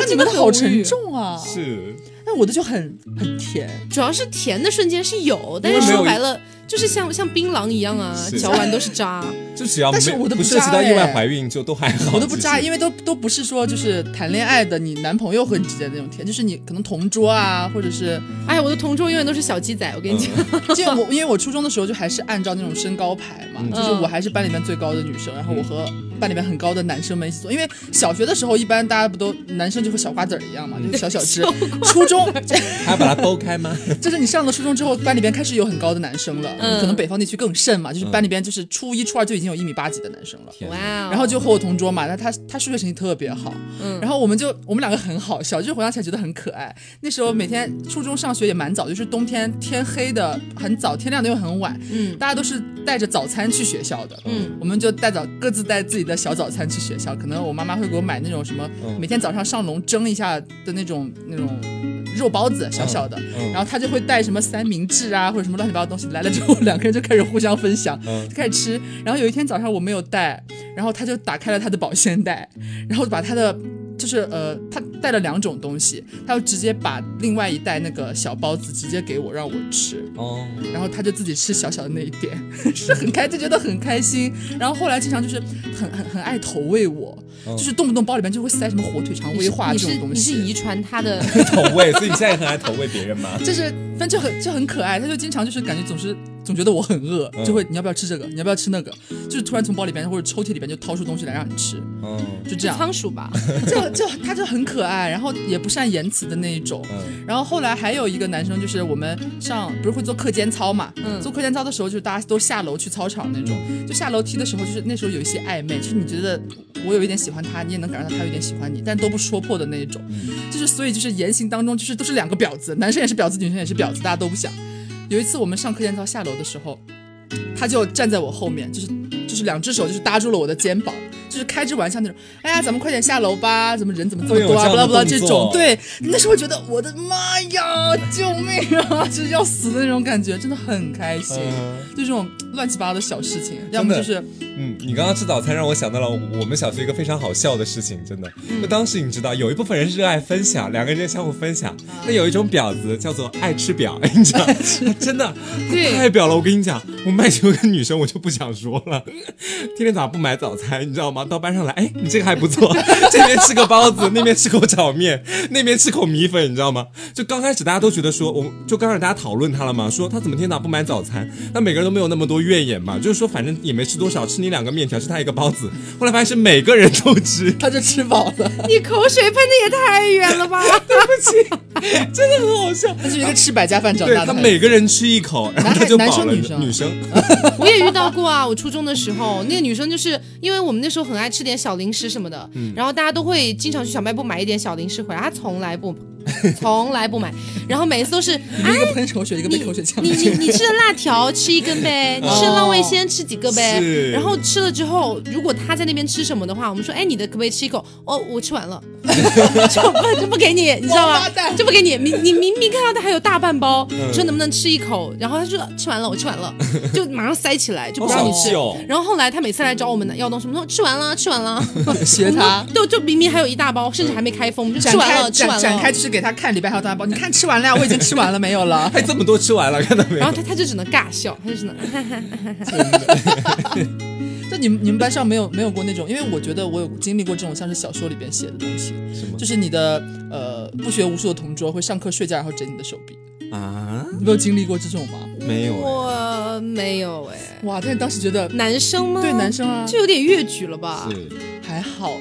Speaker 3: 你们的好沉重啊！
Speaker 2: 是
Speaker 3: 那我的就很很甜，
Speaker 1: 主要是甜的瞬间是有，但
Speaker 2: 因为
Speaker 1: 是
Speaker 2: 没有
Speaker 1: 说白了就是像像槟榔一样啊
Speaker 2: 是，
Speaker 1: 嚼完都是渣。
Speaker 2: 就只要
Speaker 3: 但是
Speaker 2: 没
Speaker 3: 我的
Speaker 2: 不
Speaker 3: 不
Speaker 2: 涉及
Speaker 3: 渣
Speaker 2: 到意外
Speaker 3: 哎
Speaker 2: 怀孕就都还好，
Speaker 3: 我都不渣，
Speaker 2: 其实
Speaker 3: 因为都都不是说就是谈恋爱的你男朋友和你之间的那种甜，就是你可能同桌啊，或者是
Speaker 1: 哎呀，我的同桌永远都是小鸡仔，我跟你讲，
Speaker 3: 就我 因为我初中的时候就还是按照那种身高排嘛，
Speaker 2: 嗯
Speaker 3: 就是我还是班里面最高的女生，然后我和班里面很高的男生们一起做。因为小学的时候一般大家不都男生就和小瓜子儿一样嘛，就是小小只。初中
Speaker 2: 还要把它剥开 吗？
Speaker 3: 就是你上了初中之后，班里边开始有很高的男生了，
Speaker 1: 嗯
Speaker 3: 可能北方地区更甚嘛，就是
Speaker 2: 嗯
Speaker 3: 班里边就是初一初二就已经有一米八几的男生了。
Speaker 2: 天哪
Speaker 1: 哇哦，
Speaker 3: 然后就和我同桌嘛，那他他数学成绩特别好，
Speaker 1: 嗯
Speaker 3: 然后我们就我们两个很好笑，就是回想起来觉得很可爱。那时候每天初中上学也蛮早，就是冬天天黑的很早，天亮的又很晚，
Speaker 1: 嗯
Speaker 3: 大家都是带着早餐去学校的。
Speaker 1: 嗯
Speaker 3: 我们就带早各自带自己的小早餐去学校，可能我妈妈会给我买那种什么
Speaker 2: 嗯
Speaker 3: 每天早上上笼蒸一下的那种那种肉包子，小小的，
Speaker 2: 嗯
Speaker 3: 然后她就会带什么三明治啊或者什么乱七八糟的东西来了之后，两个人就开始互相分享，
Speaker 2: 嗯
Speaker 3: 就开始吃。然后有一天早上我没有带，然后他就打开了他的保鲜袋，然后把他的就是呃，他带了两种东西，他就直接把另外一袋那个小包子直接给我让我吃，
Speaker 2: 哦，
Speaker 3: 然后他就自己吃小小的那一 点，就是很开就觉得很开心。然后后来经常就是很很很爱投喂我，
Speaker 2: 嗯
Speaker 3: 就是动不动包里面就会塞什么火腿肠、
Speaker 1: 你
Speaker 3: 威
Speaker 1: 是
Speaker 3: 化
Speaker 1: 你
Speaker 3: 这
Speaker 1: 是
Speaker 3: 种东
Speaker 1: 你是遗
Speaker 3: 西。
Speaker 1: 传他的，
Speaker 2: 投喂，所以你现在也很爱投喂别人 吗？
Speaker 3: 就是，反正就很就很可爱，他就经常就是感觉总是总觉得我很饿，
Speaker 2: 嗯
Speaker 3: 就会你要不要吃这个，你要不要吃那个，就是突然从包里边或者抽屉里边就掏出东西来让你吃，
Speaker 2: 嗯
Speaker 3: 就这样。
Speaker 1: 仓鼠吧，
Speaker 3: 就就他就很可爱，然后也不善言辞的那一种。
Speaker 2: 嗯
Speaker 3: 然后后来还有一个男生，就是我们上不是会做课间操嘛，
Speaker 1: 嗯
Speaker 3: 做课间操的时候，就是大家都下楼去操场那种，就下楼梯的时候，就是那时候有一些暧昧，就是你觉得我有一点喜欢他，你也能感受到他有一点喜欢你，但都不说破的那一种，就是所以就是言行当中就是都是两个婊子，男生也是婊子，女生也是婊子，大家都不想。有一次我们上课间操下楼的时候，他就站在我后面，就是就是两只手就是搭住了我的肩膀，就是开着玩笑那种，哎呀，咱们快点下楼吧，怎么人怎么这么多啊，
Speaker 2: 会有这样
Speaker 3: 不啦
Speaker 2: 的
Speaker 3: 不啦
Speaker 2: 动
Speaker 3: 这
Speaker 2: 作
Speaker 3: 种，对，那时候觉得我的妈呀，救命啊， 就是要死的那种感觉，真的很开心。
Speaker 2: 嗯
Speaker 3: 就这种乱七八糟的小事情，要么就是
Speaker 2: 嗯，你刚刚吃早餐让我想到了我们小学一个非常好笑的事情，真的。
Speaker 3: 嗯
Speaker 2: 就当时你知道，有一部分人是热爱分享，两个人相互分享，
Speaker 3: 嗯
Speaker 2: 那有一种婊子叫做爱吃婊，你知 道， 真的
Speaker 1: 对
Speaker 2: 太婊了。我跟你讲，我们班有个女生，我就不想说了，天天早上不买早餐，你知道吗？到班上来，哎，你这个还不错，这边吃个包子，那边吃口炒面，那边吃口米粉，你知道吗？就刚开始大家都觉得说，我就刚开始大家讨论她了嘛，说她怎么天天早上不买早餐，那每个人都没有那么多怨言嘛，就是说反正也没吃多少，吃你两个面条，吃她一个包子。后来发现是每个人都吃，
Speaker 3: 他就吃饱了，
Speaker 1: 你口水喷的也太远了吧？
Speaker 2: 真的很好笑。
Speaker 3: 他是一个吃百家饭长
Speaker 2: 对
Speaker 3: 大
Speaker 2: 他
Speaker 3: 的。
Speaker 2: 每个人吃一口，然后
Speaker 3: 男
Speaker 2: 他
Speaker 3: 孩
Speaker 2: 就饱了。
Speaker 3: 男生哦
Speaker 2: 女
Speaker 3: 女
Speaker 2: 生，
Speaker 1: 我也遇到过啊，我初中的时候，那个女生就是因为我们那时候
Speaker 3: 嗯
Speaker 1: 很爱吃点小零食什么的，然后大家都会经常去小卖部买一点小零食回来，她从来不 从来 不买。然后每一次都是
Speaker 3: 你们一个喷口水，一个
Speaker 1: 你
Speaker 3: 被口水呛
Speaker 1: 你。你你吃的辣 条吃一根
Speaker 3: 嗯
Speaker 1: 呗，你吃的浪味仙吃几个呗。
Speaker 2: 是
Speaker 1: 然后吃了之后，如果他在那边吃什么的话，我们说，哎，你的可不可以吃一口？哦，我吃完了， 就不就不给你，你知道
Speaker 3: 王
Speaker 1: 吗
Speaker 3: 八蛋？
Speaker 1: 就不给你。你你明明看到他还有大半包，
Speaker 2: 嗯
Speaker 1: 说能不能吃一口？然后他说吃完了，我吃完 了，就马上塞起来，就
Speaker 2: 好
Speaker 1: 不让
Speaker 2: 小
Speaker 1: 你吃
Speaker 2: 气。哦，。
Speaker 1: 然后后来他每次来找我们要东西，我们说吃完了，吃完 了，
Speaker 3: 学他。
Speaker 1: 就就明明还有一大包，甚至还没开封，我们就
Speaker 3: 展
Speaker 1: 吃完
Speaker 3: 开
Speaker 1: 了，吃完
Speaker 3: 展展开
Speaker 1: 了。
Speaker 3: 就是给他看里边还有大包，你看吃完了呀，我已经吃完了没有了
Speaker 2: 还这么多吃完了，看到没
Speaker 1: 然后
Speaker 2: 有？
Speaker 1: 他他就只能尬笑，他就只能
Speaker 3: 就你们你们班上没有没有过那种，因为我觉得我有经历过这种像是小说里边写的东西，
Speaker 2: 什么
Speaker 3: 就是你的呃不学无术的同桌会上课睡觉然后整你的手臂，
Speaker 2: 啊？
Speaker 3: 你没有经历过这种吗？
Speaker 2: 没有哎，
Speaker 1: 我没有哎，
Speaker 3: 哇，但是当时觉得
Speaker 1: 男生吗？
Speaker 3: 对男生啊
Speaker 1: 就有点越矩了吧？
Speaker 2: 是
Speaker 3: 还好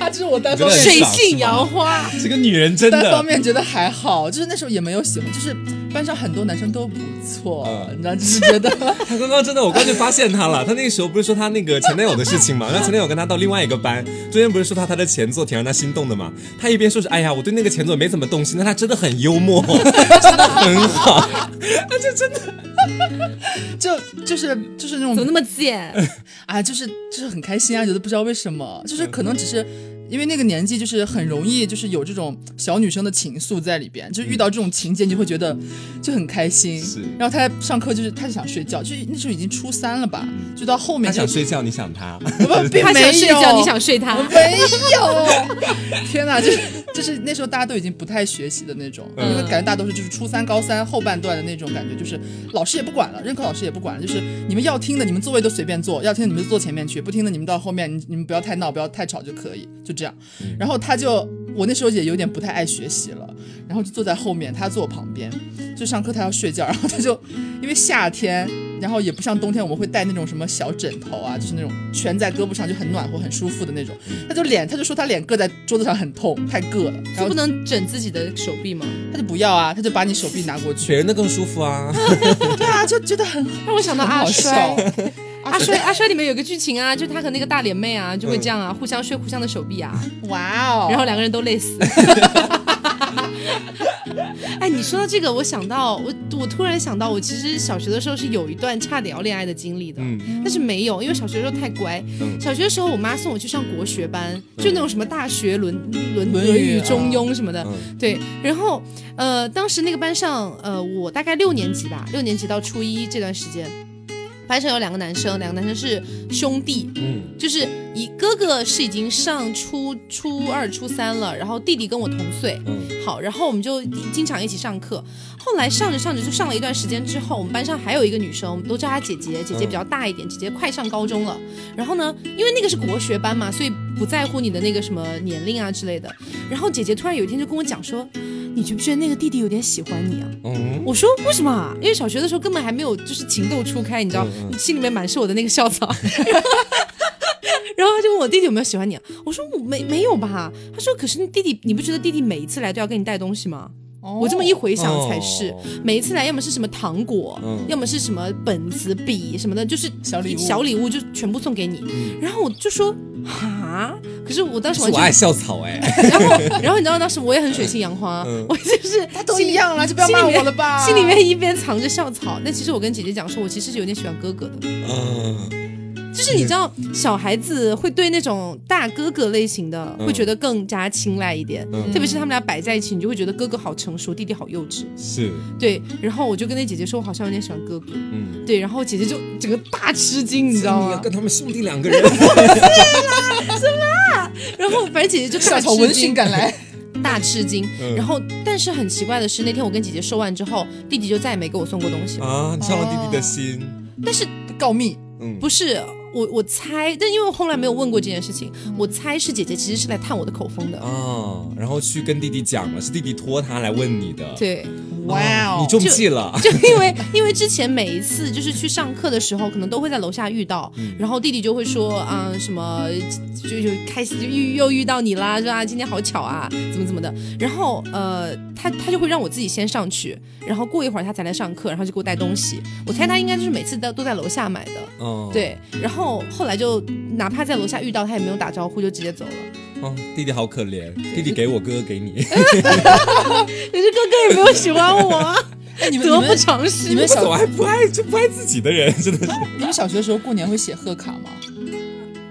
Speaker 3: 哎，这是我单
Speaker 2: 觉
Speaker 3: 方
Speaker 2: 得
Speaker 3: 面
Speaker 2: 很
Speaker 1: 水
Speaker 2: 少是
Speaker 1: 性
Speaker 2: 吗
Speaker 1: 杨花，
Speaker 2: 这个女人真
Speaker 3: 单方
Speaker 2: 的
Speaker 3: 面觉得还好，就是那时候也没有喜欢，就是班上很多男生都不错，
Speaker 2: 嗯
Speaker 3: 你知道，就是觉得
Speaker 2: 他刚刚真的，我刚就发现他 了。他那个时候不是说他那个前男友的事情嘛？然后前男友跟他到另外一个班，中间不是说到他的前座挺让他心动的嘛？他一边说是哎呀，我对那个前座没怎么动心，但他真的很幽 默，真的很 好。
Speaker 3: 就就是就是
Speaker 1: 怎
Speaker 3: 那
Speaker 1: 么
Speaker 3: 种
Speaker 1: 那么贱？
Speaker 3: 啊，就是就是很开心啊，觉得不知道为什么，就是可能只是。因为那个年纪就是很容易，就是有这种小女生的情愫在里边，就是遇到这种情节，你就会觉得就很开心。
Speaker 2: 是
Speaker 3: 然后他上课就是他想睡觉，就是那时候已经初三了吧，就到后面
Speaker 2: 他
Speaker 3: 就
Speaker 2: 想睡觉，你想他，
Speaker 3: 不并
Speaker 1: 他
Speaker 3: 没
Speaker 1: 想睡觉，
Speaker 3: 有
Speaker 1: 你想睡他，
Speaker 3: 没有， 天哪，就是就是那时候大家都已经不太学习的那种，
Speaker 2: 嗯
Speaker 3: 因为感觉大家都是就是初三、高三后半段的那种感觉，就是老师也不管了，任课老师也不管了，就是你们要听的你们座位都随便坐，要听的你们就坐前面去，不听的你们到后面，你你们不要太闹，不要太吵就可以，就这样。然后他就我那时候也有点不太爱学习了，然后就坐在后面，他坐我旁边，就上课他要睡觉，然后他就因为夏天。然后也不像冬天，我们会带那种什么小枕头啊，就是那种蜷在胳膊上就很暖和、很舒服的那种。他就脸，他就说他脸硌在桌子上很痛，太硌了，然
Speaker 1: 就
Speaker 3: 后
Speaker 1: 不能整自己的手臂吗？
Speaker 3: 他就不要啊，他就把你手臂拿过去。
Speaker 2: 别人的更舒服啊。
Speaker 3: 对啊，就觉得很
Speaker 1: 让我想到
Speaker 3: 很
Speaker 1: 阿
Speaker 3: 好
Speaker 1: 衰
Speaker 3: 笑。。
Speaker 1: 阿衰，阿衰里面有个剧情啊，就他和那个大脸妹啊，就会这样啊，互相睡互相的手臂啊，
Speaker 3: 哇哦！
Speaker 1: 然后两个人都累死。 哎，你说到这个，我想到我，我突然想到，我其实小学的时候是有一段差点要恋爱的经历的，
Speaker 2: 嗯，
Speaker 1: 但是没有，因为小学的时候太乖。
Speaker 2: 嗯
Speaker 1: 小学的时候，我妈送我去上国学班，就那种什么大学论论
Speaker 3: 论
Speaker 1: 论
Speaker 3: 语
Speaker 1: 语、
Speaker 3: 啊
Speaker 1: 中庸什么的。
Speaker 2: 嗯
Speaker 1: 对，然后呃，当时那个班上，呃，我大概六年级吧，六年级到初一这段时间，班上有两个男生，两个男生是兄弟，
Speaker 2: 嗯，
Speaker 1: 就是一哥哥是已经上初初二、初三了，然后弟弟跟我同岁。
Speaker 2: 嗯，
Speaker 1: 好，然后我们就经常一起上课。后来上着上着就上了一段时间之后，我们班上还有一个女生，我们都叫她姐姐，姐姐比较大一点，姐姐快上高中了。然后呢，因为那个是国学班嘛，所以不在乎你的那个什么年龄啊之类的。然后姐姐突然有一天就跟我讲说：“你觉不觉得那个弟弟有点喜欢你啊？”
Speaker 2: 嗯，
Speaker 1: 我说为什么啊？因为小学的时候根本还没有就是情窦初开，你知道，
Speaker 2: 嗯嗯
Speaker 1: 心里面满是我的那个校草。 然后他就问我弟弟有没有喜欢你、啊，我说我没没有吧。他说可是弟弟，你不觉得弟弟每一次来都要给你带东西吗？我这么一回想才是，
Speaker 2: 哦
Speaker 1: 每一次来要么是什么糖果，
Speaker 2: 嗯
Speaker 1: 要么是什么本子、笔什么的，就是
Speaker 3: 小礼物
Speaker 1: 小礼物就全部送给你。然后我就说哈，可是我当时
Speaker 2: 嗯是
Speaker 1: 完
Speaker 2: 我爱
Speaker 1: 全，
Speaker 2: 校草哎，
Speaker 1: 然后然后你知道当时我也很水性杨花，
Speaker 2: 嗯
Speaker 1: 我就是
Speaker 3: 他都
Speaker 1: 心里
Speaker 3: 一样了，就不要
Speaker 1: 心里
Speaker 3: 骂
Speaker 1: 面
Speaker 3: 我了吧。
Speaker 1: 心里面一边藏着校草，但其实我跟姐姐讲说，我其实是有点喜欢哥哥的，
Speaker 2: 嗯，
Speaker 1: 就是你知道，小孩子会对那种大哥哥类型的
Speaker 2: 嗯
Speaker 1: 会觉得更加青睐一点，
Speaker 2: 嗯
Speaker 1: 特别是他们俩摆在一起，你就会觉得哥哥好成熟，弟弟好幼稚。
Speaker 2: 是，
Speaker 1: 对，然后我就跟那姐姐说，我好像有点喜欢哥哥。
Speaker 2: 嗯，
Speaker 1: 对，然后姐姐就整个大吃惊，你知 道
Speaker 2: 要
Speaker 1: 吗？
Speaker 2: 跟他们兄弟两个 人，
Speaker 1: 然后反正姐姐就
Speaker 3: 校
Speaker 1: 大
Speaker 3: 草
Speaker 1: 吃
Speaker 3: 闻讯
Speaker 1: 惊，
Speaker 3: 赶来，
Speaker 1: 大吃惊。
Speaker 2: 嗯
Speaker 1: 然后，但是很奇怪的是，那天我跟姐姐说完之后，弟弟就再也没给我送过东西了。
Speaker 2: 啊，你伤了弟弟的心，
Speaker 1: 但是
Speaker 3: 告密。
Speaker 2: 嗯，
Speaker 1: 不是我，我猜，但因为我后来没有问过这件事情，我猜是姐姐其实是来探我的口风的。
Speaker 2: 啊，然后去跟弟弟讲了，是弟弟托他来问你的，
Speaker 1: 对，
Speaker 3: 哇哦！
Speaker 2: 你中计了，
Speaker 1: 就因为因为之前每一次就是去上课的时候，可能都会在楼下遇到，然后弟弟就会说，啊、什么就就开心就遇又遇到你啦，说啊今天好巧啊，怎么怎么的。然后呃，他他就会让我自己先上去，然后过一会儿他才来上课，然后就给我带东西。我猜他应该就是每次都都在楼下买的。
Speaker 2: 嗯，
Speaker 1: 对，然后后来就哪怕在楼下遇到他也没有打招呼，就直接走了。
Speaker 2: 哦，弟弟好可怜，弟弟给我，哥哥给你，
Speaker 3: 哎
Speaker 1: 可是哥哥也没有喜欢我 啊，
Speaker 3: 哎，你们
Speaker 1: 得
Speaker 3: 你
Speaker 1: 不
Speaker 3: 们
Speaker 1: 偿失。
Speaker 3: 你们
Speaker 2: 不
Speaker 3: 小
Speaker 2: 怎
Speaker 3: 哎
Speaker 2: 么还不爱就不爱自己的 人，真的是
Speaker 3: 你们小学的时候过年会写贺卡吗？你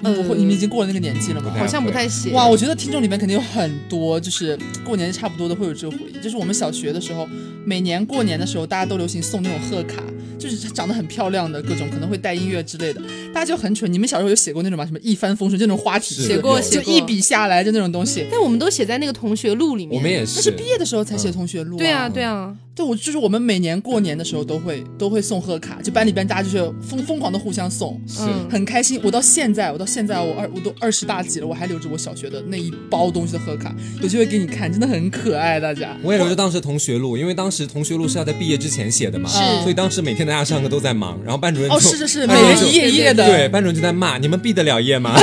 Speaker 1: 呃
Speaker 3: 们不会，你们已经过了那个年纪了吗？
Speaker 1: 好像不太行。
Speaker 3: 哇，我觉得听众里面肯定有很多，就是过年差不多的会有这个回忆。就是我们小学的时候，每年过年的时候，大家都流行送那种贺卡，就是长得很漂亮的各种，可能会带音乐之类的。大家就很蠢，你们小时候有写过那种吗？什么一帆风顺，就那种花体字
Speaker 2: 是写过
Speaker 3: 就
Speaker 1: 写过
Speaker 3: 一笔下来就那种东西。
Speaker 1: 但我们都写在那个同学录里面。
Speaker 2: 我们也
Speaker 3: 那是毕业的时候才写同学录、
Speaker 1: 对啊，，对啊，
Speaker 3: 对我就是我们每年过年的时候都会都会送贺卡，就班里边大家就是疯疯狂的互相送，
Speaker 2: 是
Speaker 1: 嗯，
Speaker 3: 很开心。我到现在，我到现在，我二我都二十大几了，我还留着我小学的那一包东西的贺卡，有机会给你看，真的很可爱，大家。
Speaker 2: 我也留着当时同学录，因为当时同学录是要在毕业之前写的嘛，
Speaker 3: 是
Speaker 2: 所以当时每天大家上课都在忙，然后班主任就
Speaker 3: 哦，是是是，每
Speaker 2: 班主任
Speaker 3: 人
Speaker 2: 就
Speaker 3: 一页一页的。
Speaker 2: 对，班主任就在骂你们毕得了业 吗？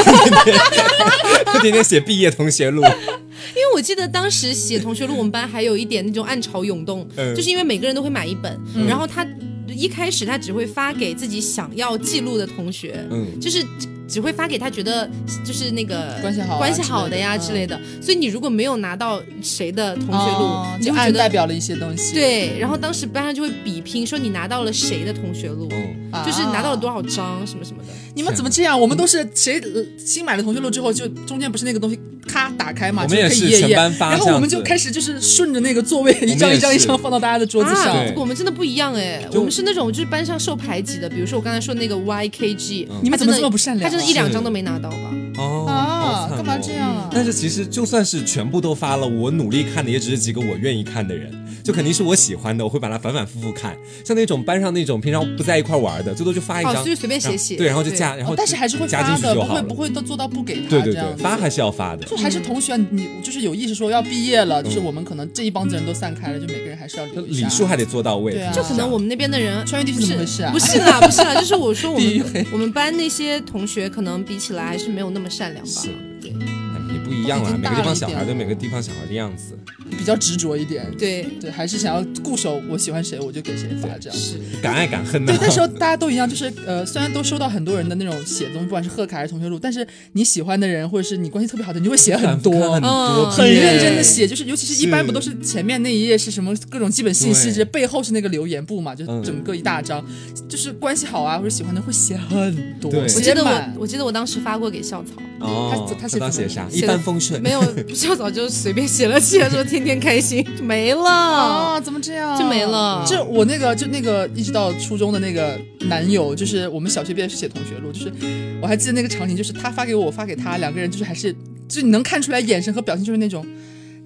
Speaker 2: 就天天写毕业同学录，
Speaker 1: 因为我记得当时写同学录，我们班还有一点那种暗潮涌动，
Speaker 2: 嗯
Speaker 1: 就是因为每个人都会买一本，
Speaker 3: 嗯
Speaker 1: 然后他一开始他只会发给自己想要记录的同学，
Speaker 2: 嗯，
Speaker 1: 就是只只会发给他觉得就是那个
Speaker 3: 关系好啊
Speaker 1: 关系好的呀之
Speaker 3: 之
Speaker 1: 类
Speaker 3: 类嗯
Speaker 1: 的。所以你如果没有拿到谁的同学录，
Speaker 3: 哦
Speaker 1: 你
Speaker 3: 就
Speaker 1: 会
Speaker 3: 按
Speaker 1: 觉
Speaker 3: 代
Speaker 1: 得。
Speaker 3: 表了一些东西。，
Speaker 1: 对，然后当时班上就会比拼，说你拿到了谁的同学录，
Speaker 2: 嗯
Speaker 3: 啊
Speaker 1: 就是拿到了多
Speaker 3: 少？
Speaker 1: 少张什么什么的。
Speaker 3: 你们怎么这样？我们都是谁呃新买的同学录之后，就中间不是那个东西咔打开嘛，
Speaker 2: 我
Speaker 3: 就
Speaker 2: 们
Speaker 3: 可
Speaker 2: 也
Speaker 3: 以
Speaker 2: 是
Speaker 3: 一页一
Speaker 2: 全
Speaker 3: 页。
Speaker 2: 班发
Speaker 3: 然后
Speaker 2: 这
Speaker 3: 我
Speaker 2: 样
Speaker 3: 们就
Speaker 2: 子
Speaker 3: 开始就是顺着那个座位一张一张一
Speaker 2: 也
Speaker 3: 张
Speaker 2: 是
Speaker 3: 放到大家的桌子上。
Speaker 1: 啊
Speaker 2: 对，
Speaker 1: 我们真的不一样哎，
Speaker 2: 就
Speaker 1: 我们是那种就是班上受排挤的，比如说我刚才说那个 YKG，
Speaker 2: 嗯
Speaker 3: 你们
Speaker 1: 他真
Speaker 3: 怎么
Speaker 1: 的
Speaker 3: 这么不善良
Speaker 1: 他
Speaker 3: 啊？
Speaker 1: 真的一两
Speaker 2: 是
Speaker 1: 张都没拿到吧？
Speaker 2: 哦，好
Speaker 3: 啊，
Speaker 2: 惨
Speaker 3: 干嘛
Speaker 2: 哦
Speaker 3: 这样啊？
Speaker 2: 但是其实就算是全部都发了，我努力看的也只是几个我愿意看的人，就肯定是我喜欢的，我会把它反反复复看。像那种班上那种平常不在一块玩的，最多就发一
Speaker 1: 哦
Speaker 2: 张，
Speaker 1: 所以随便写
Speaker 2: 然后
Speaker 1: 写
Speaker 2: 对，然后就
Speaker 1: 对
Speaker 2: 加，然后
Speaker 3: 哦但是还是会
Speaker 2: 加
Speaker 3: 发
Speaker 2: 进去就
Speaker 3: 的，不
Speaker 2: 好
Speaker 3: 会
Speaker 2: 了。
Speaker 3: 不会都做到不给他
Speaker 2: 对对
Speaker 3: 这样
Speaker 2: 对，
Speaker 3: 子
Speaker 2: 发还是要发的。
Speaker 3: 就还是同学，你就是有意识说要毕业了，就是
Speaker 2: 嗯
Speaker 3: 我们可能这一帮子人都散开了，就每个人还是要
Speaker 2: 就
Speaker 3: 留一下。
Speaker 2: 礼数还得做到位，
Speaker 3: 对啊
Speaker 1: 就可能我们那边的 人
Speaker 3: 穿越地
Speaker 1: 不
Speaker 3: 图怎
Speaker 1: 是
Speaker 3: 么回事啊？
Speaker 1: 不是啦，不是啦，就是我说我
Speaker 3: 地狱
Speaker 1: 们
Speaker 3: 黑
Speaker 1: 我们班那些同学可能比起来还是没有那么善良吧
Speaker 2: 是。
Speaker 1: 对
Speaker 2: 哎也不一样啦，
Speaker 3: 已经
Speaker 2: 每
Speaker 3: 大
Speaker 2: 个地
Speaker 3: 了
Speaker 2: 方
Speaker 3: 一
Speaker 2: 小
Speaker 3: 点
Speaker 2: 孩对
Speaker 3: 了
Speaker 2: 每个地方小孩的样子。
Speaker 3: 比较执着一点，
Speaker 1: 对
Speaker 3: 对，还是想要固守我喜欢谁我就给谁发这样。
Speaker 1: 是，
Speaker 2: 敢爱敢恨的
Speaker 3: 对，。那时候大家都一样，就是呃，虽然都收到很多人的那种写东西，不管是贺卡还是同学录，但是你喜欢的人或者是你关系特别好的，你就会写很多，
Speaker 2: 看很多
Speaker 1: 嗯
Speaker 3: 很
Speaker 2: 遍
Speaker 3: 认真的写，就是尤其是一般
Speaker 2: 是
Speaker 3: 不都是前面那一页是什么各种基本信息，
Speaker 2: 对
Speaker 3: 这背后是那个留言部嘛，就
Speaker 2: 嗯
Speaker 3: 整个一大张，就是关系好啊或者喜欢的会写很多，
Speaker 2: 对
Speaker 1: 我
Speaker 2: 我
Speaker 1: 记
Speaker 3: 写
Speaker 1: 得
Speaker 3: 满
Speaker 1: 我。我记得我当时发过给校草，
Speaker 2: 哦，
Speaker 3: 他他写
Speaker 2: 当
Speaker 3: 怎么
Speaker 2: 写啥？
Speaker 1: 写
Speaker 2: 一
Speaker 1: 的
Speaker 2: 帆风顺。
Speaker 1: 没有校草就随便写了写了说天天开心没了。
Speaker 3: 啊，怎么这样？
Speaker 1: 哦就没了
Speaker 3: 就我那个，就那个，一直到初中的那个男友，就是我们小学毕业是写同学录，就是我还记得那个场景，就是他发给我，我发给他，两个人就是还是，就是你能看出来眼神和表情，就是那种。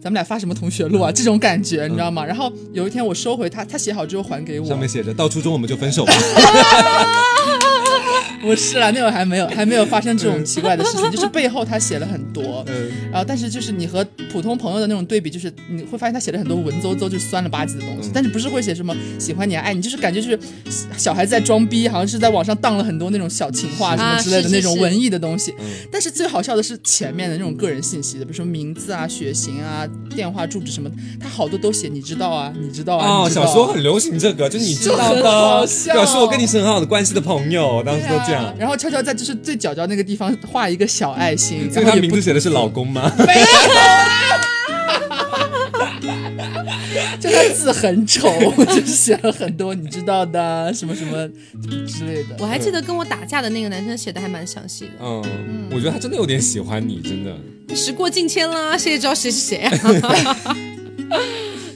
Speaker 3: 咱们俩发什么同学录啊？这种感觉你知道吗？然后有一天我收回他，他写好之后还给我，
Speaker 2: 上面写着到初中我们就分手吧。
Speaker 3: 不是啦，那会儿还没有还没有发生这 种奇怪的事情，就是背后他写了很多，
Speaker 2: 嗯
Speaker 3: 然后呃但是就是你和普通朋友的那种对比，就是你会发现他写了很多文绉绉，就是酸了吧唧的东西，
Speaker 2: 嗯
Speaker 3: 但是不是会写什么喜欢你啊、爱你，就是感觉就是小孩子在装逼，好像是在网上当了很多那种小情话什么之类
Speaker 1: 啊是
Speaker 3: 的
Speaker 1: 是
Speaker 3: 那种文艺的东西。
Speaker 2: 嗯，
Speaker 3: 但是最好笑的是前面的那种个人信息的，比如说名字啊、血型啊、电话、住址什么的，他好多都写你知道啊，你知道啊，
Speaker 2: 哦，
Speaker 3: 你知道
Speaker 2: 小
Speaker 3: 啊
Speaker 2: 时候很流行这个，就是你知道
Speaker 3: 就很好
Speaker 2: 的，
Speaker 3: 笑
Speaker 2: 表示我跟你是很好的关系的朋友，当时都这样。
Speaker 3: 啊然后悄悄在就是最角角那个地方画一个小爱心，
Speaker 2: 所以
Speaker 3: 然后
Speaker 2: 他嗯
Speaker 3: 也
Speaker 2: 名
Speaker 3: 不
Speaker 2: 字写的是老公吗？
Speaker 3: 就他字很丑， 我就是写了很多你知道的啊什么什么之类的
Speaker 1: 我。还记得跟我打架的那个男生写的还蛮详细的，
Speaker 2: 嗯，我觉得他真的有点喜欢你，真的。
Speaker 1: 时过境迁啦，谁也知道谁是 谁啊。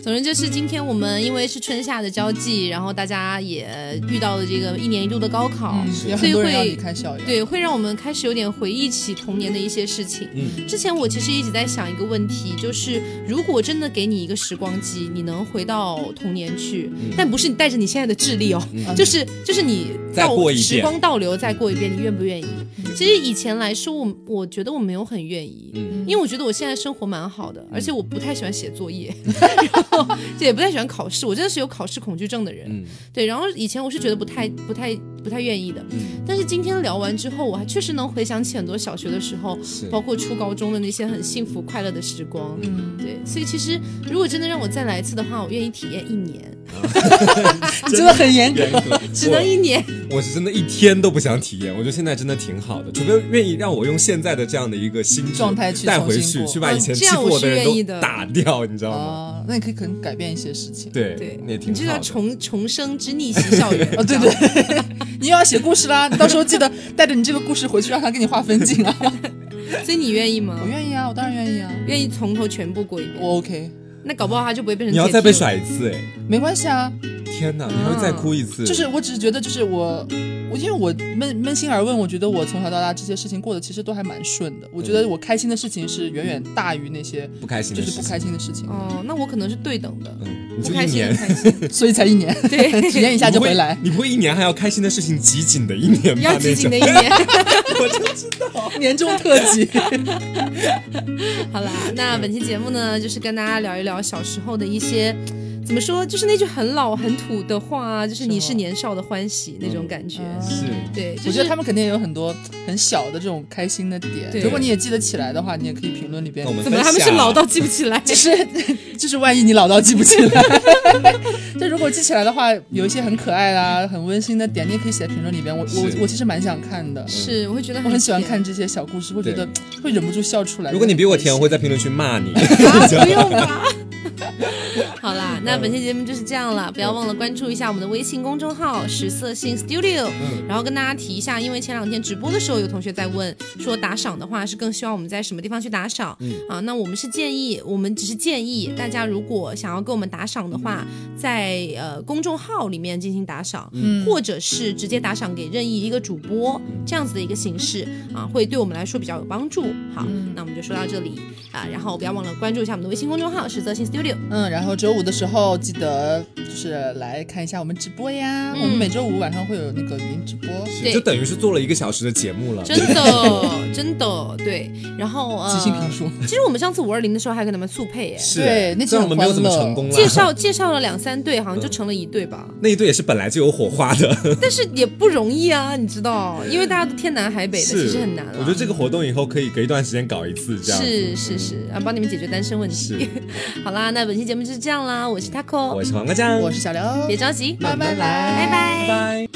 Speaker 1: 总之就是今天我们因为是春夏的交际，然后大家也遇到了这个一年一度的高考，
Speaker 3: 嗯，有很多人让你看校园。
Speaker 1: 对，会让我们开始有点回忆起童年的一些事情。
Speaker 2: 嗯
Speaker 1: 之前我其实一直在想一个问题，就是如果真的给你一个时光机，你能回到童年去，
Speaker 2: 嗯
Speaker 1: 但不是你带着你现在的智力哦，就是就是你
Speaker 2: 再
Speaker 1: 倒
Speaker 2: 过一遍
Speaker 1: 时光倒流再过一遍，你愿不愿意？其实以前来说，我我觉得我没有很愿意，
Speaker 2: 嗯
Speaker 1: 因为我觉得我现在生活蛮好的，而且我不太喜欢写作业，
Speaker 2: 嗯
Speaker 1: 然后也不太喜欢考试，我真的是有考试恐惧症的人。
Speaker 2: 嗯，
Speaker 1: 对，然后以前我是觉得不太不太不太愿意的。
Speaker 2: 嗯，
Speaker 1: 但是今天聊完之后，我还确实能回想起很多小学的时候，
Speaker 2: 是
Speaker 1: 包括初高中的那些很幸福快乐的时光。
Speaker 3: 嗯，
Speaker 1: 对，所以其实如果真的让我再来一次的话，我愿意体验一年，
Speaker 3: 啊真的很严格。
Speaker 2: 严格
Speaker 1: 只能一 年。
Speaker 2: 我是真的一天都不想体验，我觉得现在真的挺好的，除非愿意让我用现在的这样的一个心智
Speaker 3: 状态去
Speaker 2: 带回
Speaker 3: 重新
Speaker 2: 去，
Speaker 3: 过
Speaker 2: 去把以前
Speaker 1: 嗯
Speaker 2: 欺
Speaker 1: 这样
Speaker 2: 负我
Speaker 1: 我是
Speaker 2: 人
Speaker 1: 愿意
Speaker 2: 都
Speaker 1: 的
Speaker 2: 打掉，你知道吗？
Speaker 3: 啊，那你可以可能改变一些事情。
Speaker 2: 对，
Speaker 1: 对，
Speaker 2: 那也挺
Speaker 1: 你就
Speaker 2: 好
Speaker 1: 叫
Speaker 2: 的。
Speaker 1: 重重生之逆袭校 园。
Speaker 3: 哦，对对， 你又要写故事啦，你到时候记得带着你这个故事回去，让他给你画分镜啊。
Speaker 1: 所以你愿意吗
Speaker 3: 我？愿意啊，我当然愿意啊，
Speaker 1: 愿意从头全部过一遍，
Speaker 3: 我 OK，
Speaker 1: 那搞不好他就不会变成
Speaker 2: 你要
Speaker 1: 铁
Speaker 2: 再被
Speaker 1: 蹄了
Speaker 2: 甩一次，哎，
Speaker 3: 没关系啊。
Speaker 2: 天哪，你还会再哭一次？
Speaker 3: 就是我只是觉得，就是我，我因为我扪扪心而问，我觉得我从小到大这些事情过得其实都还蛮顺的。我觉得我开心的事情是远远大于那些
Speaker 2: 不开心的
Speaker 3: 就
Speaker 2: 事
Speaker 3: 是
Speaker 2: 情，
Speaker 3: 不开心的事情，
Speaker 1: 哦，那我可能是对等的，
Speaker 2: 嗯，你
Speaker 1: 不
Speaker 2: 就一
Speaker 1: 开心
Speaker 2: 年
Speaker 1: 不。开心，
Speaker 3: 所以才一 年，
Speaker 1: 对，
Speaker 3: 体验一下就回来。
Speaker 2: 你不会，你不会一年还要开心的事情集锦的一年吧？
Speaker 1: 要积极的
Speaker 2: 那
Speaker 1: 一
Speaker 2: 种，
Speaker 1: 年。
Speaker 2: 我真知道。
Speaker 3: 年终特辑，
Speaker 1: 好啦，那本期节目呢，就是跟大家聊一聊小时候的一些，怎么说，就是那句很老很土的话啊，就是
Speaker 3: 是吗
Speaker 1: 你是年少的欢喜那种感觉。
Speaker 3: 嗯
Speaker 2: 是，
Speaker 1: 对，就是、
Speaker 3: 我觉得他们肯定也有很多很小的这种开心的点。
Speaker 1: 对
Speaker 3: 如果你也记得起来的话，你也可以评论里边
Speaker 2: 那我们
Speaker 1: 怎么
Speaker 2: 分
Speaker 1: 他们是
Speaker 3: 啊
Speaker 2: 享
Speaker 1: 老到记不起 来？
Speaker 3: 就是就是，万一你老到记不起 来，就如果记起来的话，有一些很可爱啊、很温馨的点，你也可以写在评论里边。我我
Speaker 2: 是
Speaker 3: 我其实蛮想看的，
Speaker 1: 是，我会觉得
Speaker 3: 我很喜欢
Speaker 1: 甜
Speaker 3: 看这些小故事，会觉得会忍不住笑出来。
Speaker 2: 如果你比我甜，我会在评论区 骂你。
Speaker 1: 啊，不用 吧。好啦，那本期节目就是这样了，不要忘了关注一下我们的微信公众号“十色性 Studio”，、然后
Speaker 2: 嗯
Speaker 1: 跟大家提一下，因为前两天直播的时候有同学在问说打赏的话是更希望我们在什么地方去打赏、啊？那我们是建议，我们只是建议大家如果想要给我们打赏的话，在呃公众号里面进行打赏，或者是直接打赏给任意一个主播这样子的一个形式啊，会对我们来说比较有帮助。好，那我们就说到这里啊，然后不要忘了关注一下我们的微信公众号“实则性 Studio”。
Speaker 3: 嗯，然后周五的时候记得就是来看一下我们直播呀，
Speaker 1: 嗯
Speaker 3: 我们每周五晚上会有那个语音直播。
Speaker 1: 对
Speaker 2: 就等于是做了一个小时的节目了。
Speaker 1: 真的，真的，对。然后呃
Speaker 3: 即，兴评书，
Speaker 1: 其实我们上次五二零的时候还跟他们速配耶，
Speaker 2: 是，
Speaker 3: 对那期
Speaker 2: 虽然我们没有怎么
Speaker 3: 很欢乐
Speaker 2: 成 功了，
Speaker 1: 介绍介绍了两三对，好像就成了一对吧。
Speaker 2: 那一对也是本来就有火花的，
Speaker 1: 但是也不容易啊，你知道，因为大家都天南海北的，其
Speaker 2: 是
Speaker 1: 实很难了。
Speaker 2: 我觉得这个活动以后可以隔一段时间搞一次，这样子
Speaker 1: 是是是啊，帮你们解决单身问题。 好啦，那嗯本期节目就是这样啦，我是 Taco，
Speaker 2: 嗯我是黄瓜酱，
Speaker 3: 我是小刘，
Speaker 1: 别着急，
Speaker 3: 慢慢
Speaker 1: 拜
Speaker 3: 来，
Speaker 1: 拜
Speaker 2: 拜。